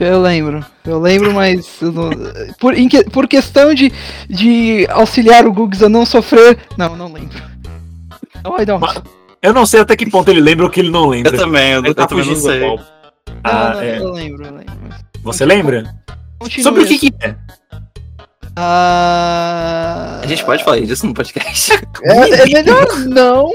Eu lembro. Eu lembro, mas. eu não- Por, em que- por questão de, de auxiliar o Gugs a não sofrer. Não, não lembro. Não, I don't. Mas- Eu não sei até que ponto ele lembra ou que ele não lembra. Eu também, eu, Ele eu tá também não fugindo sei. Qual? Ah, não, não, é. eu lembro, eu lembro. mas Você lembra? continua Sobre o isso. que, que é? Ah, A gente pode falar disso no podcast. é, é melhor não.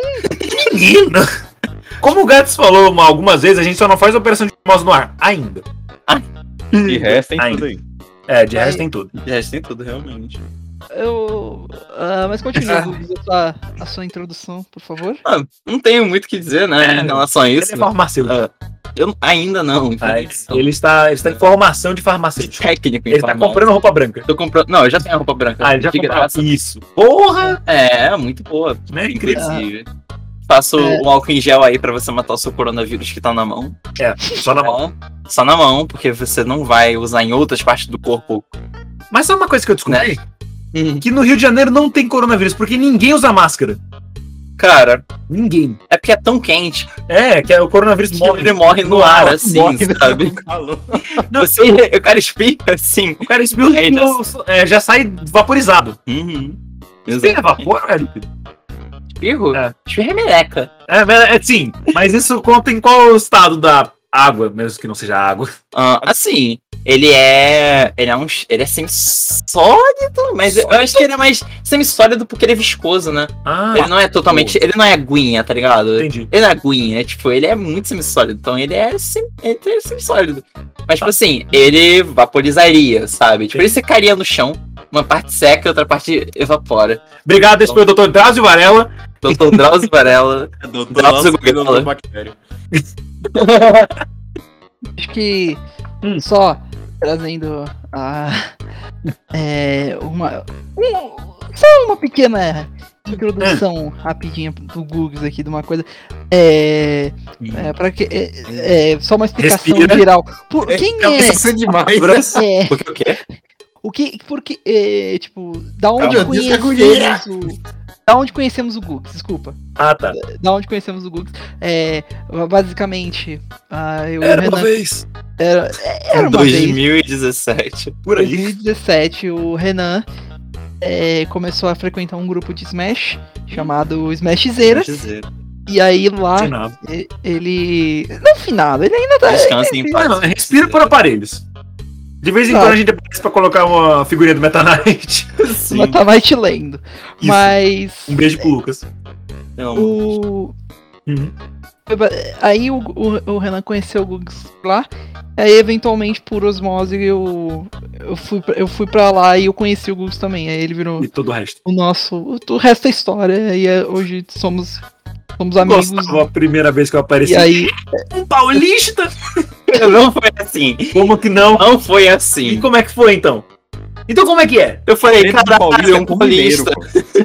Menino! Como o Gats falou uma- algumas vezes, a gente só não faz operação de mimose no ar, ainda. E resta em Ainda. tudo aí. É, de resto Aí. tem tudo. Já tem tudo, realmente. Eu, ah, mas continua, Gugs, a sua, a sua introdução, por favor. Ah, não tenho muito o que dizer, né, em relação a isso. Ele é farmacêutico. Ah, eu ainda não. enfim. Ah, ele, ele está, ele está em formação de farmacêutico. técnico em Ele está farmácia. comprando roupa branca. Tô comprando. Não, eu já tenho a roupa branca. Ah, ele já tá de comprou. graça. Isso. Porra! É, muito boa. Né? Incrível. Inclusive. Ah. Faço É. um álcool em gel aí pra você matar o seu coronavírus que tá na mão. É, só na mão. Então, Só na mão, porque você não vai usar em outras partes do corpo. Mas sabe uma coisa que eu descobri? Hum, Que no Rio de Janeiro não tem coronavírus, porque ninguém usa máscara. Cara, Ninguém. é porque é tão quente É, que é- o coronavírus que morre. ele morre no ar, assim, morre. sabe? Não. Você, o cara espirra assim. O cara espirra, É, já- é, já sai vaporizado. Uhum. Tem Exato. vapor, velho? Espirro? É. Espirro é meleca. É, mas- é, sim, mas isso conta em qual estado da água, mesmo que não seja água. Ah, assim, ele é. Ele é um. Ele é semi-sólido, mas eu acho que ele é mais semi-sólido porque ele é viscoso, né? Ah, ele não é totalmente. Ele não é aguinha, tá ligado? entendi. Ele é aguinha, tipo, ele é muito semissólido, então ele é, sem, ele é semissólido. Mas, tipo assim, ele vaporizaria, sabe? Tipo, ele secaria no chão, uma parte seca e outra parte evapora. Obrigado, esse foi o Dr. Drauzio Varela. Doutor Drauzio Varela, Doutor Nossa, Nossa, Gabriela. Doutor Bactéria. Acho que Hum. só trazendo a é, uma um- só uma pequena introdução rapidinha do Gugs aqui de uma coisa é, para que é, é, só uma explicação Respira. geral Por- quem é, Isso é demais. é, porque o quê? o que porque é, tipo da onde Calma, conhecemos o da onde conhecemos o Gugs desculpa Ah, tá. da onde conhecemos o Gugs é basicamente ah, eu e o Era uma Renan- vez. era, era uma vez 2017. Por Em aí. 2017, o Renan é, começou a frequentar um grupo de Smash chamado Smash Zera. dizer. E aí lá Sem Ah, nada. e- ele. Não finado, ele ainda tá. Descansa em Não, paz. não, respira por aparelhos. De vez em Tá. quando a gente aparece pra colocar uma figurinha do Meta Knight. Sim. Mas tá mais te lendo. Isso. Mas. Um beijo pro Lucas. Não. O. Uhum. Aí o, o- o Renan conheceu o Gugs lá. Aí, eventualmente, por osmose, eu, eu, fui, pra- eu fui pra lá e eu conheci o Gugs também. Aí ele virou E todo o resto. o nosso. O, o resto é história. E é- hoje somos, somos amigos. Gostava a primeira vez que eu apareci. E aí. Um paulista? Não foi assim. Como que não? Não foi E assim. como é que foi então? Então como é que é? Eu falei, Treta do caralho, Paulista é é um com mineiro, paulista.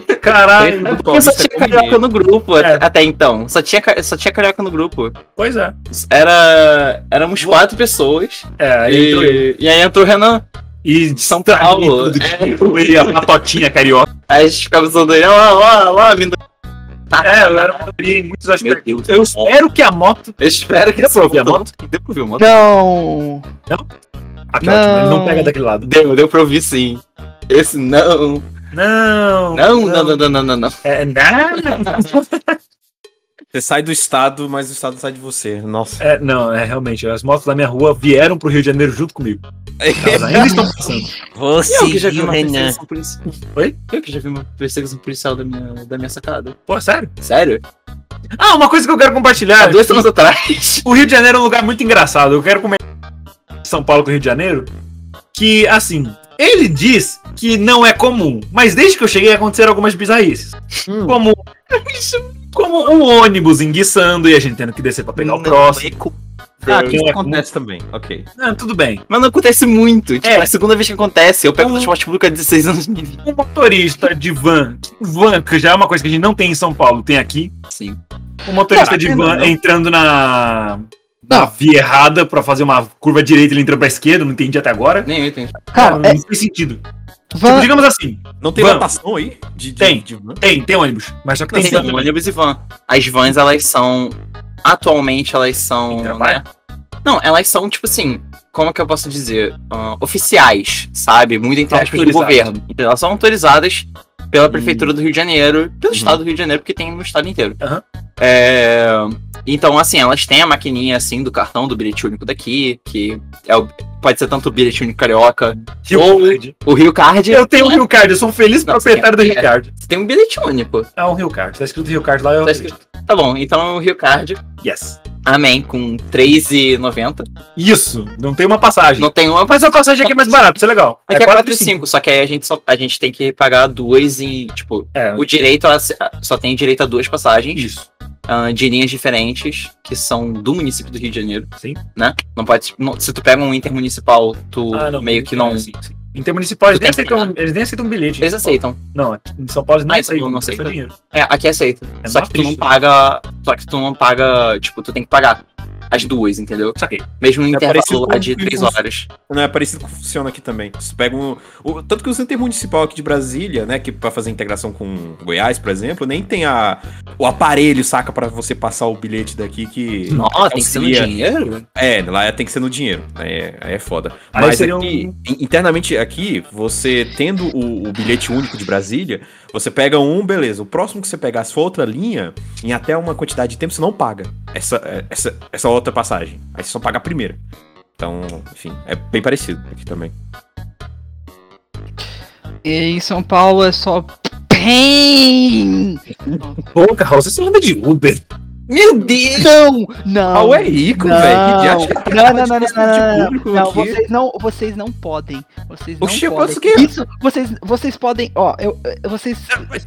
pô. Caralho. Treta do Porque só Paulista tinha é com carioca mineiro. no grupo at- É. até então. Só tinha, ca- só tinha carioca no grupo. Pois é. Era. Éramos quatro pessoas. É, aí entrou ele. E, e aí entrou o Renan. E de São Sarney, Paulo. tudo É. que foi, a patotinha carioca. Aí a gente ficava usando ele, ó lá, ó lá, vindo. É, eu era um em muitos aspectos. Meu Deus. Eu espero que a moto. Eu espero que Deu pra ouvir a essa moto? Deu pra ouvir a moto? Não! Ah, que ótimo, ele não Não. pega daquele lado. Deu, deu pra ouvir sim. Esse não. Não. Não, não, não, não, não, não. não. É, não. Você sai do estado, mas o estado sai de você. Nossa. É, não, é realmente. As motos da minha rua vieram pro Rio de Janeiro junto comigo. Elas ainda estão passando. é E eu que já vi uma perseguição policial. Oi? Eu que já vi uma perseguição policial da minha, da minha sacada. Pô, sério? Sério? Ah, uma coisa que eu quero Há Ah, compartilhar. dois anos atrás. O Rio de Janeiro é um lugar muito engraçado. Eu quero comentar São Paulo com o Rio de Janeiro. Que, assim, ele diz que não é comum. Mas desde que eu cheguei aconteceram algumas bizarrices. Hum. Como. Como um ônibus enguiçando e a gente tendo que descer pra pegar o próximo. Ah, Não que isso é acontece também. Ok. comum. Ah, tudo bem. Mas não acontece muito. Tipo, É. é. a segunda vez que acontece, eu pego Um- transporte público há 16 anos de minha vida. Um motorista de van. Van, que já é uma coisa que a gente não tem em São Paulo, tem aqui. Sim. O Ah, motorista de van entrando na. Na via errada pra fazer uma curva direita, ele entrou pra esquerda, não entendi até agora. Nem eu entendi. Cara, não, é, não tem sentido. Tipo, van- digamos assim, Não tem Vamos. lotação aí? De, de- Tem. de van? Tem, tem ônibus. Mas só que tem Tem van. ônibus e van. As vans, elas são. Atualmente, elas são. Quem trabalha? né? Não, elas são, tipo assim. Como que eu posso dizer? Ah, oficiais, sabe? Muito entre aspas do Autorizadas. governo. Então, elas são autorizadas Hum. pela Prefeitura do Rio de Janeiro, pelo Estado do Rio de Janeiro, porque tem no Estado inteiro. Uhum. Aham. É, Então, assim, elas têm a maquininha, assim, do cartão do bilhete único daqui, que é o- pode ser tanto o bilhete único carioca, Rio Card. o Rio Card. Eu tenho um Rio Card, eu sou um feliz Não, proprietário do é- Rio Card. Você tem um bilhete único. Ah, um Rio Card. Tá escrito Rio Card lá, eu. Tá escrito- Tá bom, então o Rio Card Yes. Amém, com 3,90. Isso, não tem uma passagem. Não tem uma, mas Mas a passagem aqui é mais barata, isso é legal. aqui é quatro e 4,5. Só que aí a gente, só, a gente tem que pagar duas em. Tipo, É, o direito a, só tem direito a duas passagens isso. ah, de linhas diferentes, que são do município do Rio de Janeiro. Sim. Né? Não pode. não- se tu pega um intermunicipal, É. tu meio que Ah, não. Sim, sim. Ah, Intermunicipal, eles nem, aceitam, eles nem aceitam um bilhete. né? Eles aceitam. Não, aqui em São Paulo eles não Ah, isso aceitam. não Não aceita? aceitam dinheiro. É, aqui aceita. É só mó que tu não triste. paga. Só que tu não paga. Tipo, tu tem que pagar as duas, entendeu? Saquei. Mesmo no É parecido intervalo lá com- de três horas. Não é parecido com funciona aqui também. Você pega um. o- tanto que o centro municipal aqui de Brasília, né? Que pra fazer integração com Goiás, por exemplo, nem tem a, o aparelho, saca, pra você passar o bilhete daqui que. Nossa, tem que ser no auxilia. dinheiro? É, lá tem que ser no dinheiro. né? Aí um- é foda. Aí Mas seria aqui, in- internamente aqui, você tendo o, o bilhete único de Brasília, você pega um, beleza. O próximo que você pegar, se for outra linha, em até uma quantidade de tempo, você não paga essa, é, essa, essa outra passagem. Aí você só paga a primeira. Então, enfim, é bem parecido aqui também. em São Paulo é só. PEN! Pô, Carol, você anda de Uber. Meu Deus! Não! Não! Pau é rico, Não. velho. Que diacho que é Não, não, não, não, transporte não, não, público Não, aqui? vocês não, vocês não podem. Vocês não Oxi, eu podem. faço o quê? Isso, vocês, vocês podem, ó, eu, eu- vocês,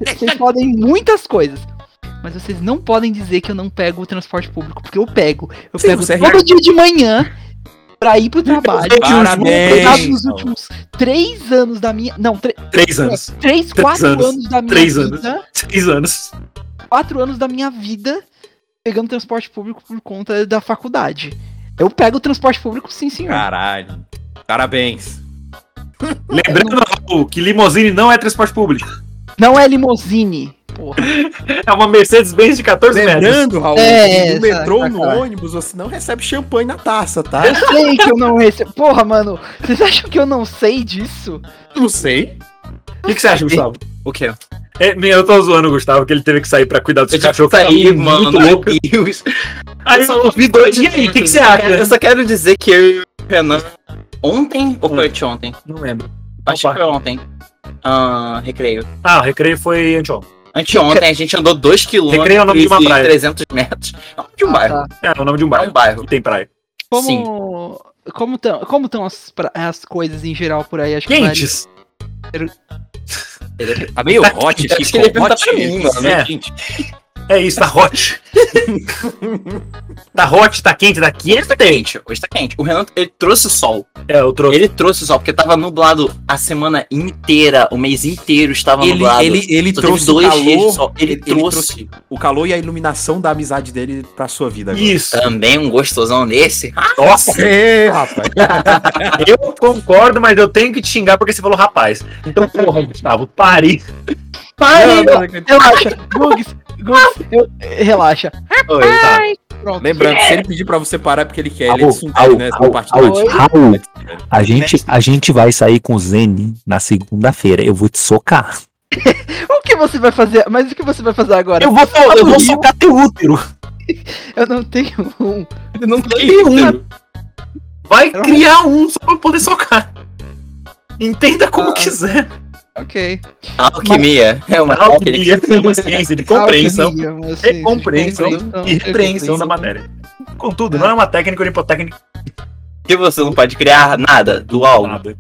vocês podem muitas coisas. Mas vocês não podem dizer que eu não pego o transporte público, porque eu pego. Eu Sim, pego você é todo dia de manhã pra ir pro trabalho. Parabéns, Eu tava Nos então. últimos três anos da minha. Não, tre- Três anos. três, quatro anos. anos, da minha Três anos. vida. Três anos. Quatro anos da minha vida pegando transporte público por conta da faculdade. Eu pego o transporte público, sim, senhor. Caralho. Parabéns. Lembrando Raul, que limousine não é transporte público. Não é limousine. Porra. É uma Mercedes-Benz de 14 metros. Lembrando, Raul, É, que no metrô, saca, no cara. ônibus, você não recebe champanhe na taça, tá? Eu sei que eu não recebo. Porra, mano. Vocês acham que eu não sei disso? Não sei. O que, que você acha, Gustavo? O quê? É, meu, eu tô zoando o Gustavo, que ele teve que sair pra cuidar dos Eu tive que cachorros. que sair, estavam mano. Muito Meu louco. Deus. Aí eu ouvi dois. E aí, o que, que você Eu acha? só quero dizer que eu e o Renan ontem ou foi ontem? Não lembro. Acho que foi ontem. Ah, recreio. Ah, o recreio foi anteontem. Anteontem a gente andou 2km Recreio é o nome de uma praia. 300 metros. Não, de um bairro. É, o nome de um É bairro. um bairro. Tem praia. Sim. Como. Como estão como tão as, pra- as coisas em geral por aí? Acho que vale- Quentes. Tá meio hot aqui, Acho que ele pô. pergunta Hot, pra mim, mano. né, É. gente? É isso, tá hot. tá hot, tá quente, tá E hoje tá quente. quente, hoje tá quente. O Renan, ele trouxe o sol. É, eu trouxe. Ele trouxe o sol, porque tava nublado a semana inteira, o mês inteiro estava Ele, nublado. ele, Só teve ele trouxe o dois dias de calor. sol. Ele, trouxe, o calor e a iluminação da amizade dele pra sua vida agora. Isso. também um gostosão nesse. Ah, Nossa, Ê, rapaz. eu concordo, mas eu tenho que te xingar porque você falou rapaz. Então, porra, Gustavo, pare. pai! Relaxa, Gugs, Gugs, eu- relaxa. Oi, tá. Pronto. Lembrando, se ele pedir pra você parar porque ele quer, ele é Au, tsundere, au, né? au, Essa parte au. do time. Raul, a gente, a gente vai sair com o Zene na segunda-feira. Eu vou te socar. O que você vai fazer? Mas o que você vai fazer agora? vou, eu vou socar teu útero. Eu não tenho um. Eu não tenho um. Vai criar um só pra poder socar. Entenda como quiser. Ok. Alquimia. É uma alquimia. Alquimia é uma ciência de Tá compreensão Alquimia, uma ciência assim, de e compreensão e repreensão compreensão. da tá matéria. Contudo, Ah. não é uma técnica olipotécnica Que você não pode criar nada dual. nada.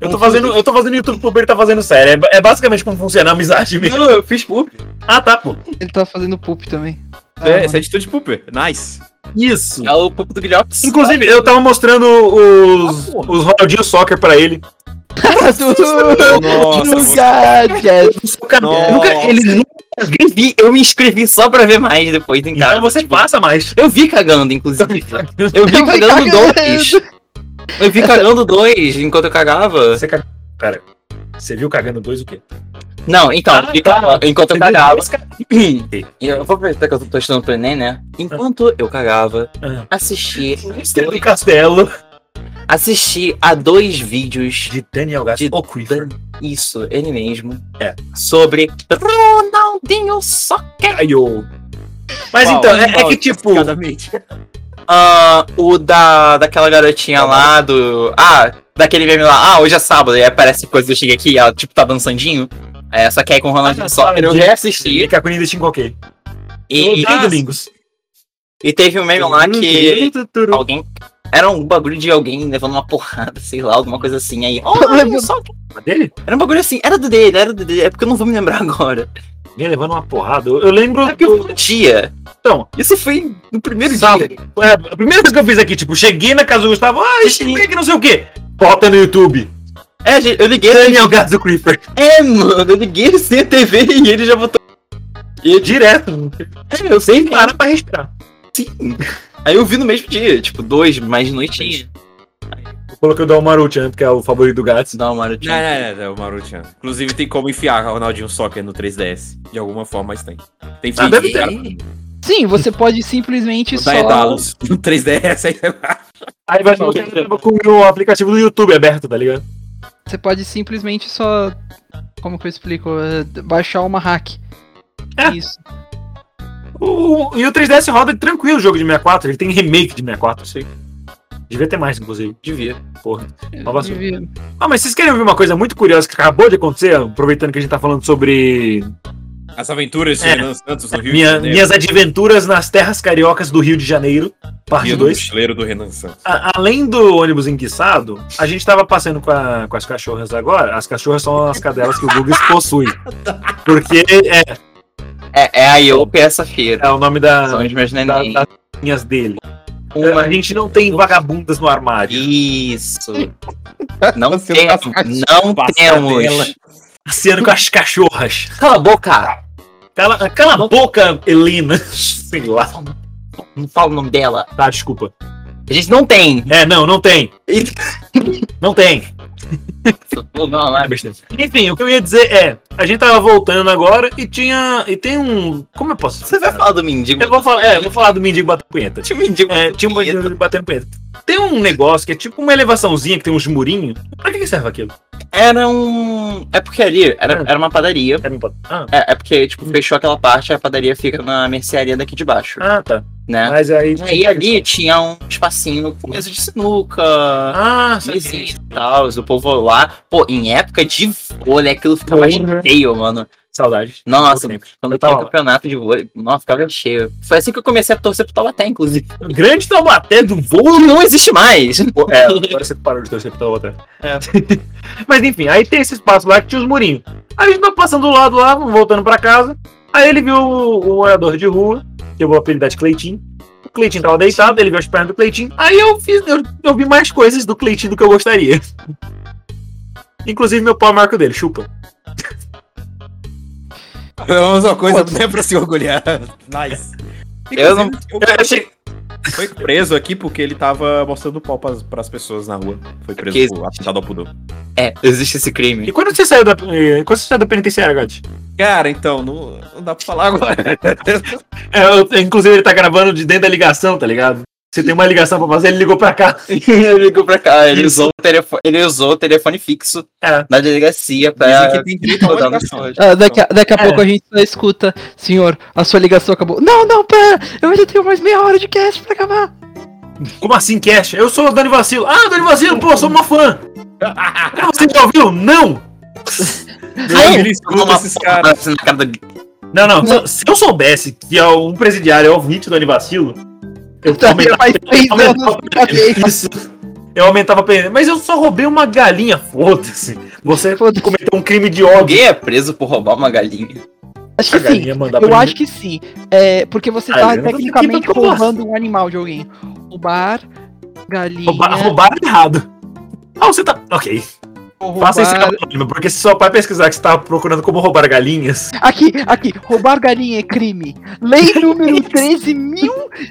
Eu tô fazendo, eu tô fazendo YouTube pro Bert tá fazendo sério. É ba- É, basicamente como funciona a amizade mesmo. Não, eu fiz público. Ah, tá, pô. Ele tá fazendo poop também. Ah, É, essa é atitude pooper. Nice. Isso. É o público do Guilhops. Inclusive, eu tava mostrando Ah, os, os Ronaldinho Soccer pra ele. tá Nossa. Nunca, Jess. Nossa. um nunca, ele nunca eu escrevi, eu me inscrevi só pra ver mais depois em casa. Então você Tipo, passa mais. Eu vi cagando, inclusive. Eu vi Eu vi cagando cagando. dois. Eu vi cagando dois enquanto eu cagava. Você caga... Pera, você viu cagando dois o quê? Não, então, Ah, vi tá. cagando enquanto eu Você viu cagava. dois ca- E Eu vou aproveitar que eu tô estudando pro Enem, né? Enquanto eu cagava, Ah. assisti, Mistério do Castelo. assisti a dois vídeos. De Daniel Gass. De O Quiver. Isso, ele mesmo. É. Sobre Ronaldinho Soccer. Caiu. Mas Qual? então, é, é Qual? que tipo. Ah, o da, daquela garotinha lá do. Ah, daquele meme lá. Ah, hoje é sábado. E aí aparece coisa eu cheguei aqui e ela, tipo, tá dançandinho. É, só que aí com o Ronaldinho Soccer eu reassisti. Que a Queen ainda ok. E, e, Todos os domingos. e teve um meme lá que alguém. Era um bagulho de alguém levando uma porrada, sei lá, alguma coisa assim. Aí, oh, Ronaldinho Soccer. Dele? Era um bagulho assim, era do dele, era do dele, é porque eu não vou me lembrar agora. Alguém levando uma porrada. Eu eu lembro. É porque eu fui no dia. Então, Isso foi no primeiro Sábado. dia. é, a primeira vez que eu fiz aqui, tipo, cheguei na casa do Gustavo, ah, Sim. cheguei que não sei o quê. Bota no YouTube. É, gente, eu liguei. Daniel Gass do Creeper. É, mano, eu liguei ele sem a TV e ele já botou. Direto. É, eu sei, para Para pra respirar. sim. Aí eu vi no mesmo dia, tipo, dois, mais noitinha. Eu coloquei o Dalmaruchan, porque é o favorito do Gats. Dá uma hora Não, não, não, não, Maruchan. Inclusive, tem como enfiar Ronaldinho Soccer no 3DS. De alguma forma, mas tem. Tem vídeo, deve cara. Sim, você pode simplesmente só. Dá edalos no 3DS. aí Aí vai falar que tava com o aplicativo do YouTube aberto, tá ligado? Você pode simplesmente só. Como que eu explico? É, Baixar uma hack. É. Isso. O, o- e o 3DS roda tranquilo o jogo de 64. Ele tem remake de 64, sei. Devia ter mais, inclusive. Devia. Porra. Uma vacina. Devia- Ah, mas vocês querem ouvir uma coisa muito curiosa que acabou de acontecer, aproveitando que a gente tá falando sobre As aventuras de É. Renan Santos no Rio minha- de Janeiro. minhas adventuras nas terras cariocas do Rio de Janeiro, parte Dia do 2. mochileiro do Renan Santos. A- Além do ônibus enguiçado, a gente tava passando com, a- com as cachorras agora. As cachorras são as cadelas que o Gugus possui. Porque é, É, é a Iope essa feira. é o nome São da, os meus da- neném. das linhas dele. Uma A gente não tem vagabundas no armário. Isso. Não Você temos. Não passa dela. temos. Passeando com as cachorras. Cala a boca. Cala, cala a boca, Helena. Sei lá. Não fala o nome dela. Tá, desculpa. A gente não tem. É, não, não tem. Não tem. Não, não, Ah, besteira. Enfim, o que eu ia dizer é, a gente tava voltando agora e tinha. E tem um. Como eu posso Você vai falar do mendigo? Eu vou falar, é, eu vou falar do mendigo batendo punheta. Tinha um mendigo. É, tinha um mendigo batendo punheta. Tem um negócio que é tipo uma elevaçãozinha que tem uns murinhos. Pra que, que serve aquilo? Era um. É porque ali era, era uma padaria. É, meu bot- Ah, É, é porque, tipo, fechou aquela parte, a padaria fica na mercearia daqui de baixo. ah, tá. né? Mas aí. Aí ali tinha um espacinho com mesa de sinuca, Ah, mesinha e tal, o povo lá. Pô, em época de vôlei, aquilo ficava Porra. cheio, mano. Saudade. Nossa, Bom tempo. quando Eu tava tinha lá. campeonato de vôlei, nossa, ficava cheio. Foi assim que eu comecei a torcer pro Taubaté, inclusive. Grande Taubaté do Vôlei não existe mais! Pô, É, agora você parou de torcer pra outra. É. Mas enfim, aí tem esse espaço lá que tinha os murinhos. Aí a gente tá passando do lado lá, voltando pra casa. Aí ele viu o, o morador de rua, que eu vou apelidar de Cleitinho. O Cleitinho tava deitado, ele viu as pernas do Cleitinho. Aí eu fiz, eu, eu vi mais coisas do Cleitinho do que eu gostaria. Inclusive meu pau marco dele, chupa. É uma só coisa não é pra se orgulhar. Nice. Eu não- Inclusive, o cara Foi preso aqui porque ele tava mostrando o pau pras, pras pessoas na rua. Foi preso Que- por atentado ao pudor. É, existe esse crime. E quando você saiu da, eh, quando você saiu da penitenciária, Gatti? Cara, então, não, não dá pra falar agora. É, eu- inclusive ele tá gravando de dentro da ligação, tá ligado? Você tem uma ligação pra fazer, ele ligou pra cá. ele ligou pra cá, ele usou, o telefone, ele usou o telefone fixo É. na delegacia pra. Dizem que tem direito Tá a uma rodar no ligação. estúdio. Ah, daqui, a, daqui a É. pouco a gente só escuta, senhor, a sua ligação acabou. Não, não, pera, eu ainda tenho mais meia hora de cast pra acabar. Como assim, Cash? Eu sou o Dani Vacilo. Ah, Dani Vacilo, pô, sou uma fã. Ah, Você já ouviu? Não! Aí, Ele escuta uma esses porrada caras. assim na cara do- Não, não. se- Se eu soubesse que é um presidiário é ouvinte do Dani Vacilo, eu Tá aumentava, mais três aumentar anos o pra ver. isso. Eu aumentava a pena. Mas eu só roubei uma galinha, foda-se. Você Foda-se. cometeu um crime de ódio. Alguém é preso por roubar uma galinha. Acho A que sim, galinha mandar Assim, eu pra acho mim. que sim. É, porque você Ah, tá eu não tô tecnicamente aqui pra falar. roubando um animal de alguém. Roubar, galinha, Roubar, roubar é errado. Ah, você tá. Ok. roubar- Faça esse anônimo, porque se sua pai pesquisar que você tava procurando como roubar galinhas. Aqui, aqui, roubar galinha é crime. Lei número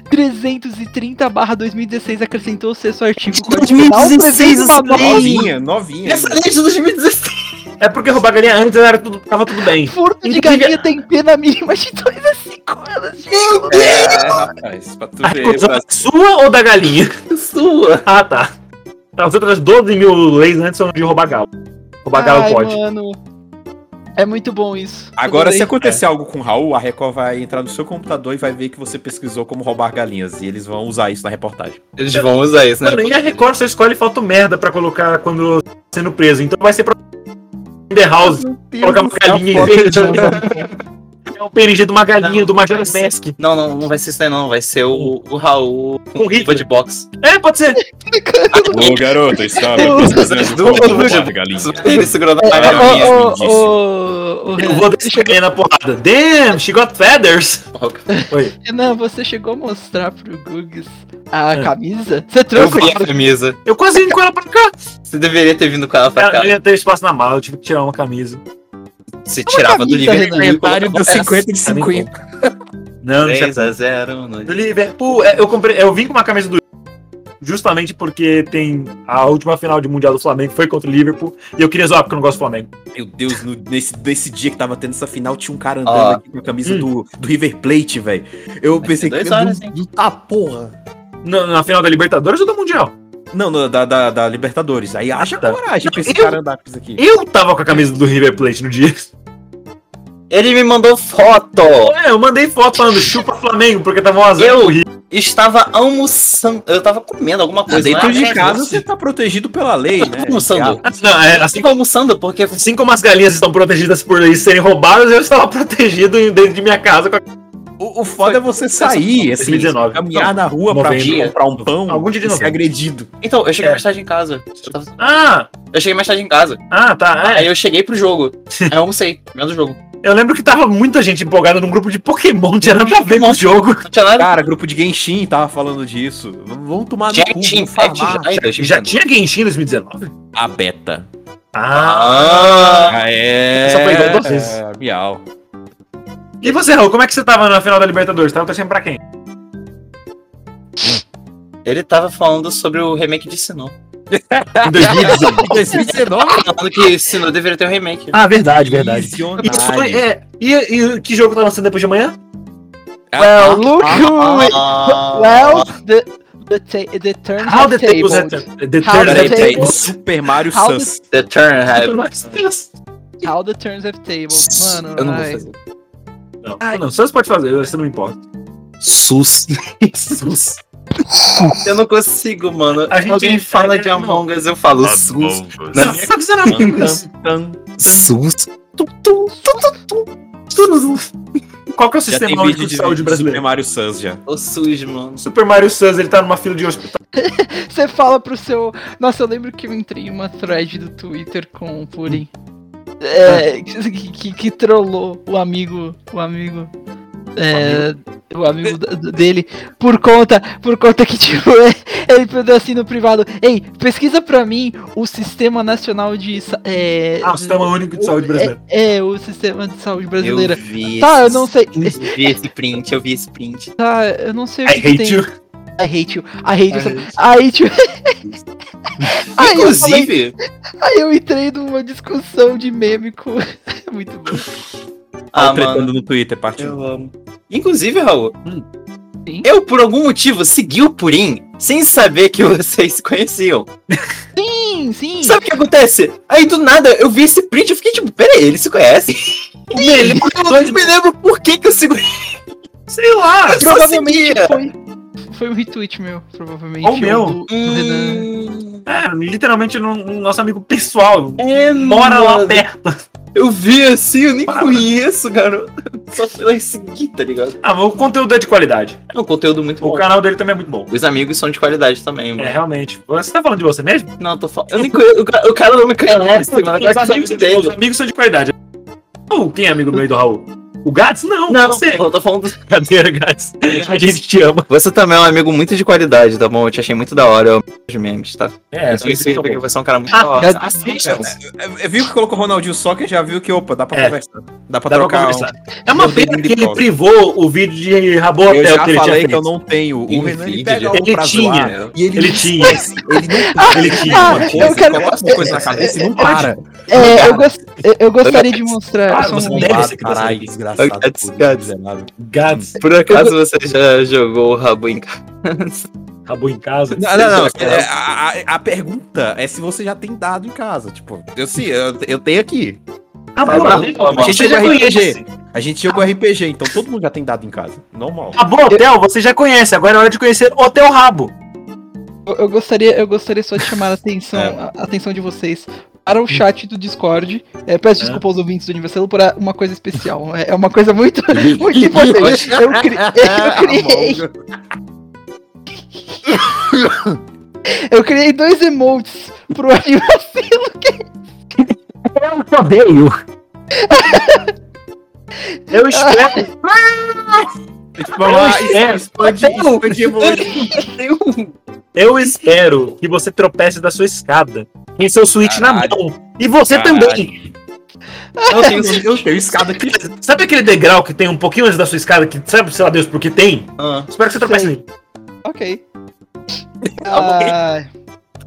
13.330 barra 2016 acrescentou o sexto artigo. constitucional prevendo uma nova Novinha, novinha. Essa lei de 2016. É porque roubar galinha antes era tudo, tava tudo bem. Furto de Inclusive- é- galinha tem pena mínima de 2 a 5 anos. de É, rapaz, pra tu A ver. reclusão pra- é sua ou da galinha? é Sua. Ah, tá. Tá, As outras 12 mil leis antes são de roubar galo. Roubar galo Ai, pode. Mano, é muito bom isso. Agora, se é Adorei. acontecer algo com o Raul, a Record vai entrar no seu computador e vai ver que você pesquisou como roubar galinhas. E eles vão usar isso na reportagem. Eles vão usar isso, né? Mano, e a Record só escolhe foto merda pra colocar quando tá sendo preso. Então vai ser pra. In The House. Colocar uma galinha em vez de um- É um PNG de uma galinha, Não, do Major vai ser- Mask. Não, não, não vai ser isso aí, não. Vai ser o, o Raul Com com luva Hitler. de boxe. É, pode ser. Ô, garoto, é estava pesquisando como roubar Ele segurando a É, galinha. galinha, Ô, ô, lindíssimo. ô, ô, Eu Renan, vou deixar a galinha na porrada. Damn, she got feathers. é, Oi. Renan, você chegou a mostrar pro Gugs a É. camisa? Você Eu trouxe? vi a camisa. Eu quase vim com ela pra cá. Você deveria ter vindo com ela pra cá. Ela ia ter espaço na mala, eu tive que tirar uma camisa. Você tirava do camisa, Liverpool. Renan. e colocava essa. de Tá nem bom. Não, não tinha 3 a né? 0 no Do Liverpool, é, eu comprei, eu vim com uma camisa do justamente porque tem a última final de mundial do Flamengo foi contra o Liverpool e eu queria zoar porque eu não gosto do Flamengo. Meu Deus, no- nesse, nesse dia que tava tendo essa final, tinha um cara andando Ó. aqui com a camisa do, do River Plate, velho. Eu pensei que. Hum. dois horas, do- hein? do- Ah, porra! Na, na final da Libertadores ou do Mundial? Não, no- da, da, da Libertadores. Aí acha tá. coragem pra esse Eu- cara andar com isso aqui. Eu tava com a camisa do River Plate no dia. Ele me mandou foto. É, eu mandei foto falando chupa Flamengo porque tava um azar. Eu estava almoçando. Eu tava comendo alguma coisa. Dentro não de era casa almoço. você tá protegido pela lei, é Eu tava né? almoçando. Não, é, Eu assim, tava almoçando porque assim como as galinhas estão protegidas por eles serem roubadas, eu estava protegido em- dentro de minha casa com a... O, o foda é você sair, assim, 2019. caminhar na rua pra 90. comprar um pão Então, Algum dia de é e ser novembro. agredido. Então, eu cheguei É. mais tarde em casa. Eu, tava- Ah, eu cheguei mais tarde em casa. ah, tá. Aí é. eu cheguei pro jogo. Aí eu almocei, comendo o jogo. Eu lembro que tava muita gente empolgada num grupo de Pokémon, não tinha nada a ver com o jogo. Não tinha nada. Cara, grupo de Genshin tava falando disso. V- Vamos tomar no Tinha cu, Team vamos farmar. Fight já em Já 2019. tinha Genshin em 2019? A beta. Ah, Ah, é. Eu só peguei duas vezes. É, Miau. E você, Raul, como é que você tava na final da Libertadores? Tava torcendo pra quem? Ele tava falando sobre o remake de Sinnoh. Em 2019. 2019? Falando que Sinnoh deveria ter um remake. ah, verdade, Isso foi, Visionário. é, e, e que jogo tá lançando depois de amanhã? Ah, Well, look who it- Ah, Well, the, the, ta- the turn How the Tables table. at the How the Turn Peraí, peraí. Tables. Super Mario How the- Sus. The turn had... How the turns have tables. Mano, eu não vou ai. fazer. Não, não, Sans pode fazer, você não importa. SUS. SUS. Eu não consigo, mano. A gente Alguém entra- fala de Among Us, eu falo SUS. Na minha tá cabeça era SUS. SUS. Tu, tu, tu, tu, tu. Qual que é o Já tem sistema único vídeo de saúde brasileiro? Super Mario Sans já. O SUS, mano. Super Mario Sans, ele tá numa fila de hospital. Você fala pro seu. Nossa, eu lembro que eu entrei em uma thread do Twitter com o Purim. É, que, que, que trollou o amigo. O amigo. É, o amigo da- da- dele. Por conta. Por conta que, tipo, ele perdeu assim no privado. Ei, pesquisa pra mim o Sistema Nacional de. Sa- É, Ah, o sistema único de saúde brasileiro. é, o Sistema de Saúde Eu Brasileira. vi Tá, eu esse- não sei. Eu vi esse print, eu vi esse print. Tá, eu não sei o I que tem. hate you. I hate you. I hate you. Aí, tipo. Aí eu falei- Inclusive, Aí eu entrei numa discussão de meme com. Muito bom. Ah, ah, tretando mano, no Twitter, partiu. eu amo. Inclusive, Raul, Sim. eu por algum motivo segui o Purim sem saber que vocês se conheciam. Sim, sim! Sabe o que acontece? Aí do nada eu vi esse print e fiquei tipo, peraí, eles se conhecem? O melhor Eu não me lembro por que que eu segui. Sei lá. Eu só seguia. foi, foi um retweet meu, provavelmente. Ou meu. do- do Renan. É, literalmente no, no nosso amigo pessoal. É, Mora lá mano. perto. Eu vi assim, eu nem conheço, garoto. Só fui lá e segui, tá ligado? Ah, mas o conteúdo é de qualidade. É um conteúdo muito O bom. canal dele também é muito bom. Os amigos são de qualidade também, mano. É, realmente. Você tá falando de você mesmo? tá Não, eu tô falando. Eu nem conheço, o, cara, o cara não me conhece, mano. Eu os, só me amigos, os entendo. amigos são de qualidade. Oh, quem é amigo meu e do Raul? O Gats? Não, Não, você. eu tô falando. Brincadeira, Gats. A gente te ama. Você também é um amigo muito de qualidade, tá bom? Eu te achei muito da hora. Eu amo os memes, tá? É, Isso significa que eu você é um cara muito Ah, da hora. cara, Assista, É, é, é, viu que colocou o Ronaldinho Soccer, já viu que, opa, dá pra É. conversar. Dá pra trocar. um- É uma Meu pena Deus, que ele Paulo. privou É o vídeo de Rabotel Eu já que ele tinha falei feito. que eu não tenho. O Tem Renan ele vídeo, pega já. algo Ele pra tinha. zoar, E ele, Ele tinha. esquece. Ele não para. Ele tinha. Ah, uma eu coisa, quero- ele coloca uma coisa na cabeça e não para. É, eu, Cara, gost- eu- eu gostaria de mostrar. Ah, só você um- deve Arrombado, ser que Caralho, você- desgraçado. Eu- eu- pô, eu- miserável. Gats. Por acaso você já jogou o rabo em casa? Acabou em casa. Não, não, não. é, a, a- a pergunta é se você já tem dado em casa. Tipo, eu sim, eu, eu tenho aqui. Acabou, Tá bom, tá bom. A gente você já jogou conhece. RPG. A gente jogou RPG, então todo mundo já tem dado em casa. Normal. Acabou, Hotel, você já conhece. Agora é hora de conhecer Hotel Rabo. Eu, eu gostaria, eu gostaria só de chamar a atenção, a a atenção de vocês para o chat do Discord. É, peço É. desculpa aos ouvintes do Universal por a- uma coisa especial. É é uma coisa muito, muito importante. Eu, cri- Ah, eu criei, eu criei dois emotes pro Universal. Eu te odeio. Eu espero. é, eu, espero eu espero que você tropece da sua escada. Em seu switch na Caralho. mão. E você Caralho. também. Eu tenho, eu tenho escada aqui. Sabe aquele degrau que tem um pouquinho antes da sua escada, que sabe, sei lá Deus, por que tem? Ah. Espero que você tropece nele. Ok. Ah,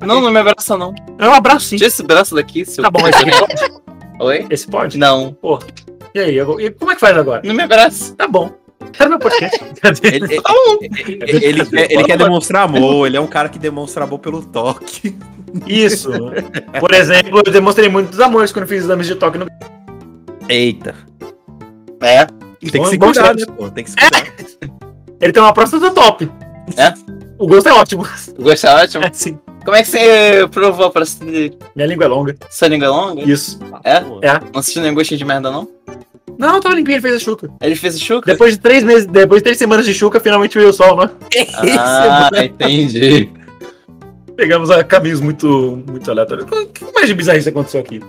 Não, não me abraça, não. É um abraço sim. Tira esse braço daqui, seu. Tá bom, mas esse- Oi? esse pode? Não. E aí, eu- e como é que faz agora? Não me abraça. Tá bom. Era meu podcast. Cadê? Ele, Tá ele- ele- ele quer, ele quer demonstrar amor, ele é um cara que demonstra amor pelo toque. Isso. Por exemplo, eu demonstrei muitos amores quando fiz exames de toque no. Eita. É. Tem que se Bom, cuidar, bom, né, pô? Tem que se cuidar. Ele tem uma próstata top. É? O gosto é ótimo. Gostou? Ótimo. É, sim. Como é que você provou a próxima de Minha língua é longa. sua língua longa? Isso. É? Pô. Não assistiu nem gostinho de merda, não? Não, eu tava limpinho, ele fez a chuca. Ele fez o chuca? Depois de três meses, depois de três semanas de chuca, finalmente veio o sol, né? Ah, entendi. Pegamos a caminhos muito, muito aleatórios. O que mais de bizarrice aconteceu aqui?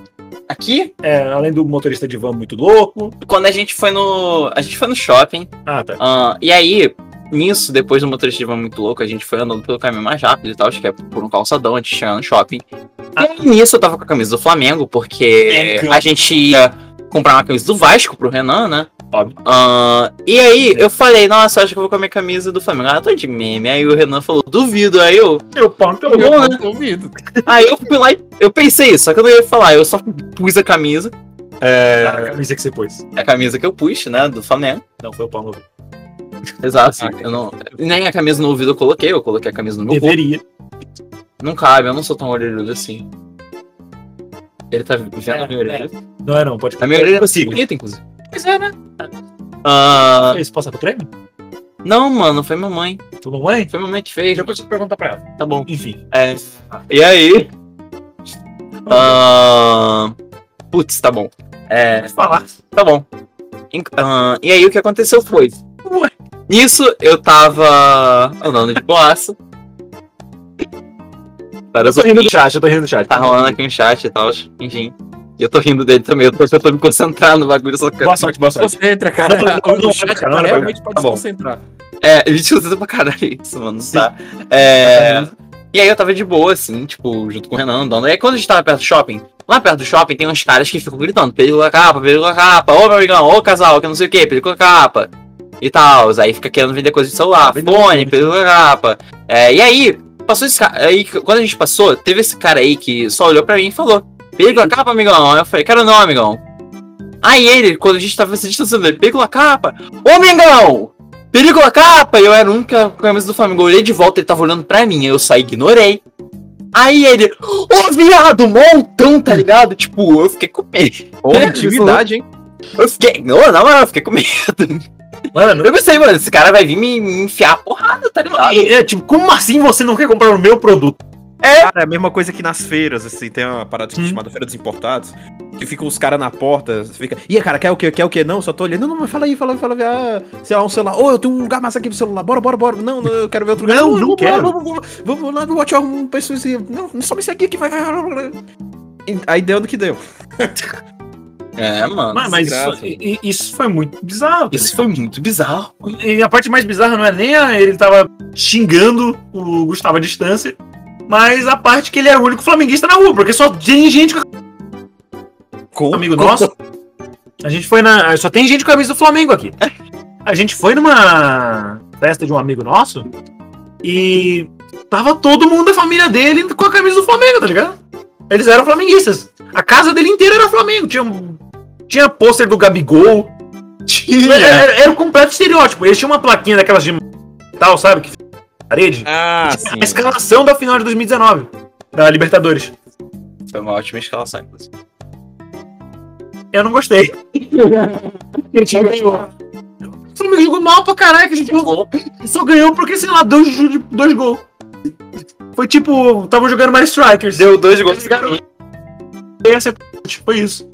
Aqui, É, além do motorista de van muito louco. quando a gente foi no. A gente foi no shopping. Ah, tá. ah, e aí, nisso, depois do motorista de van muito louco, a gente foi andando pelo caminho mais rápido e tal, acho que é por um calçadão antes de chegar no shopping. E aí, nisso, eu tava com a camisa do Flamengo, porque Flamengo. a gente ia comprar uma camisa do Vasco pro Renan, né? Óbvio. Ah, e aí, eu falei, nossa, acho que eu vou com a minha camisa do Flamengo. Ah, tô de meme. Aí o Renan falou, duvido. Aí eu, Eu pau no teu Eu- cu. Bom, né? Duvido. Aí Ah, eu fui lá e eu pensei isso, só que eu não ia falar, eu só pus a camisa, A camisa que você pôs. a camisa que eu pus, né, do Flamengo. Não, foi o pau no ouvido. Exato. assim, Ah, eu não, nem a camisa no ouvido eu coloquei, eu coloquei a camisa no meu corpo. Deveria. Não cabe, eu não sou tão orelhudo assim. Ele tá vendo a minha orelha? Não é não, pode A minha orelha é Prossiga. bonita, inclusive. Pois é, né? Ah, Isso passa pro creme? Não, mano, foi mamãe. Tudo bem? Foi mamãe que fez. Depois eu vou perguntar pra ela. Tá bom. Enfim. É. E Tá aí? Ah, Putz, tá bom. É. Falar. Tá bom. Em- ah, e aí o que aconteceu foi. Ué. Nisso eu tava andando de boaça. Agora eu Eu tô tô- rindo do chat, eu tô rindo do chat. Tá rolando aqui um chat e tal, enfim. E eu tô rindo dele também, eu tô tentando me concentrar no bagulho, só que. Boa sorte, boa sorte. Concentra, É, cara. Não, não, não, não, O chat cara, não, não, realmente pode tá se bom. concentrar. É, a gente usa pra caralho isso, mano, tá? É. E aí eu tava de boa, assim, tipo, junto com o Renan andando. E aí quando a gente tava perto do shopping, lá perto do shopping tem uns caras que ficam gritando, película capa, película capa, ô meu amigão, ô casal, que não sei o que, película capa. E tal, aí fica querendo vender coisa de celular, fone, película capa. É, e aí, passou esse cara. Aí quando a gente passou, teve esse cara aí que só olhou pra mim e falou, película capa, amigão. Aí eu falei, quero não, amigão. Aí ele, quando a gente tava se distanciando dele, película capa, ô amigão! Película capa! E eu era um com a camisa do Flamengo. Eu olhei de volta, ele tava olhando pra mim. Eu só ignorei. Aí ele, ô viado, montão, tá ligado? Tipo, eu fiquei com medo. Porra, intimidade, hein? Eu fiquei, não, na moral, eu fiquei com medo. Mano, Eu pensei, mano, esse cara vai vir me, me enfiar a porrada, tá ligado? é, tipo, como assim você não quer comprar o meu produto? Cara, é a mesma coisa que nas feiras, assim, tem uma parada Hum. chamada Feira dos Importados, que ficam os caras na porta, você fica, e cara, quer o quê? Quer o quê? Não, só tô olhando, não, não, mas fala aí, fala aí, fala aí, ah, sei lá, um celular, ô, eu tenho um lugar massa aqui pro celular, bora, bora, bora, não, não, eu quero ver outro lugar, Não, não vamos lá, quero. vamos, vamos, vamos lá no Watch Hour, um pessoal assim, não, não sobe isso aqui que vai, vai, vai, vai. E- Aí deu no que deu. É, mano. Mas, Ah, mas desgraça. isso, i- isso foi muito bizarro. Isso foi muito bizarro. E a parte mais bizarra não é nem a, ele tava xingando o Gustavo à distância, mas a parte que ele era o único flamenguista na rua, porque só tem gente com Com um amigo nosso. A gente foi na. Só tem gente com a camisa do Flamengo aqui. A gente foi numa festa de um amigo nosso e tava todo mundo da família dele com a camisa do Flamengo, tá ligado? Eles eram flamenguistas. A casa dele inteira era Flamengo. Tinha, um- tinha pôster do Gabigol. Era, era, era um completo estereótipo. Eles tinham uma plaquinha daquelas de tal, sabe? Que fica na parede. Ah, Tinha a escalação da final de 2019 da Libertadores. Foi uma ótima escalação, inclusive. Eu não gostei. Ele time ganhou. O Flamengo jogou mal pra caralho, que a gente jogou. Só ganhou porque, sei lá, dois, ju- dois gols. Foi tipo, tava jogando mais strikers. Deu Deu dois gols Cara, essa foi isso.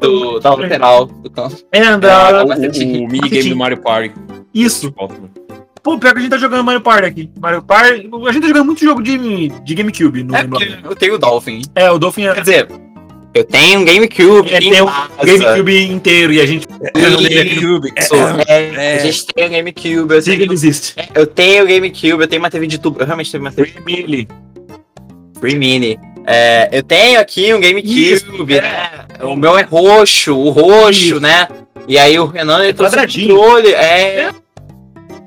do, da lateral. Do canto. É, o, Andra. mas é de- o, o minigame do Mario Party. Isso. Volta, mano. Pô, pior que a gente tá jogando Mario Party aqui. Mario Party. A gente tá jogando muito jogo de, de GameCube no É no- porque eu tenho o Dolphin. É, o Dolphin Quer é, dizer, eu tenho um GameCube. é, em tem o casa. GameCube inteiro e a gente. Isso, é, é. A gente tem o GameCube. Eu Diga tenho, ele existe. é, eu tenho o GameCube, eu tenho uma TV de tubo. Eu realmente tenho uma TV Ele. Free Mini. É, eu tenho aqui um GameCube, Isso, né? O meu é roxo, o roxo, né? E aí o Renan ele trouxe o quadradinho. controle. É.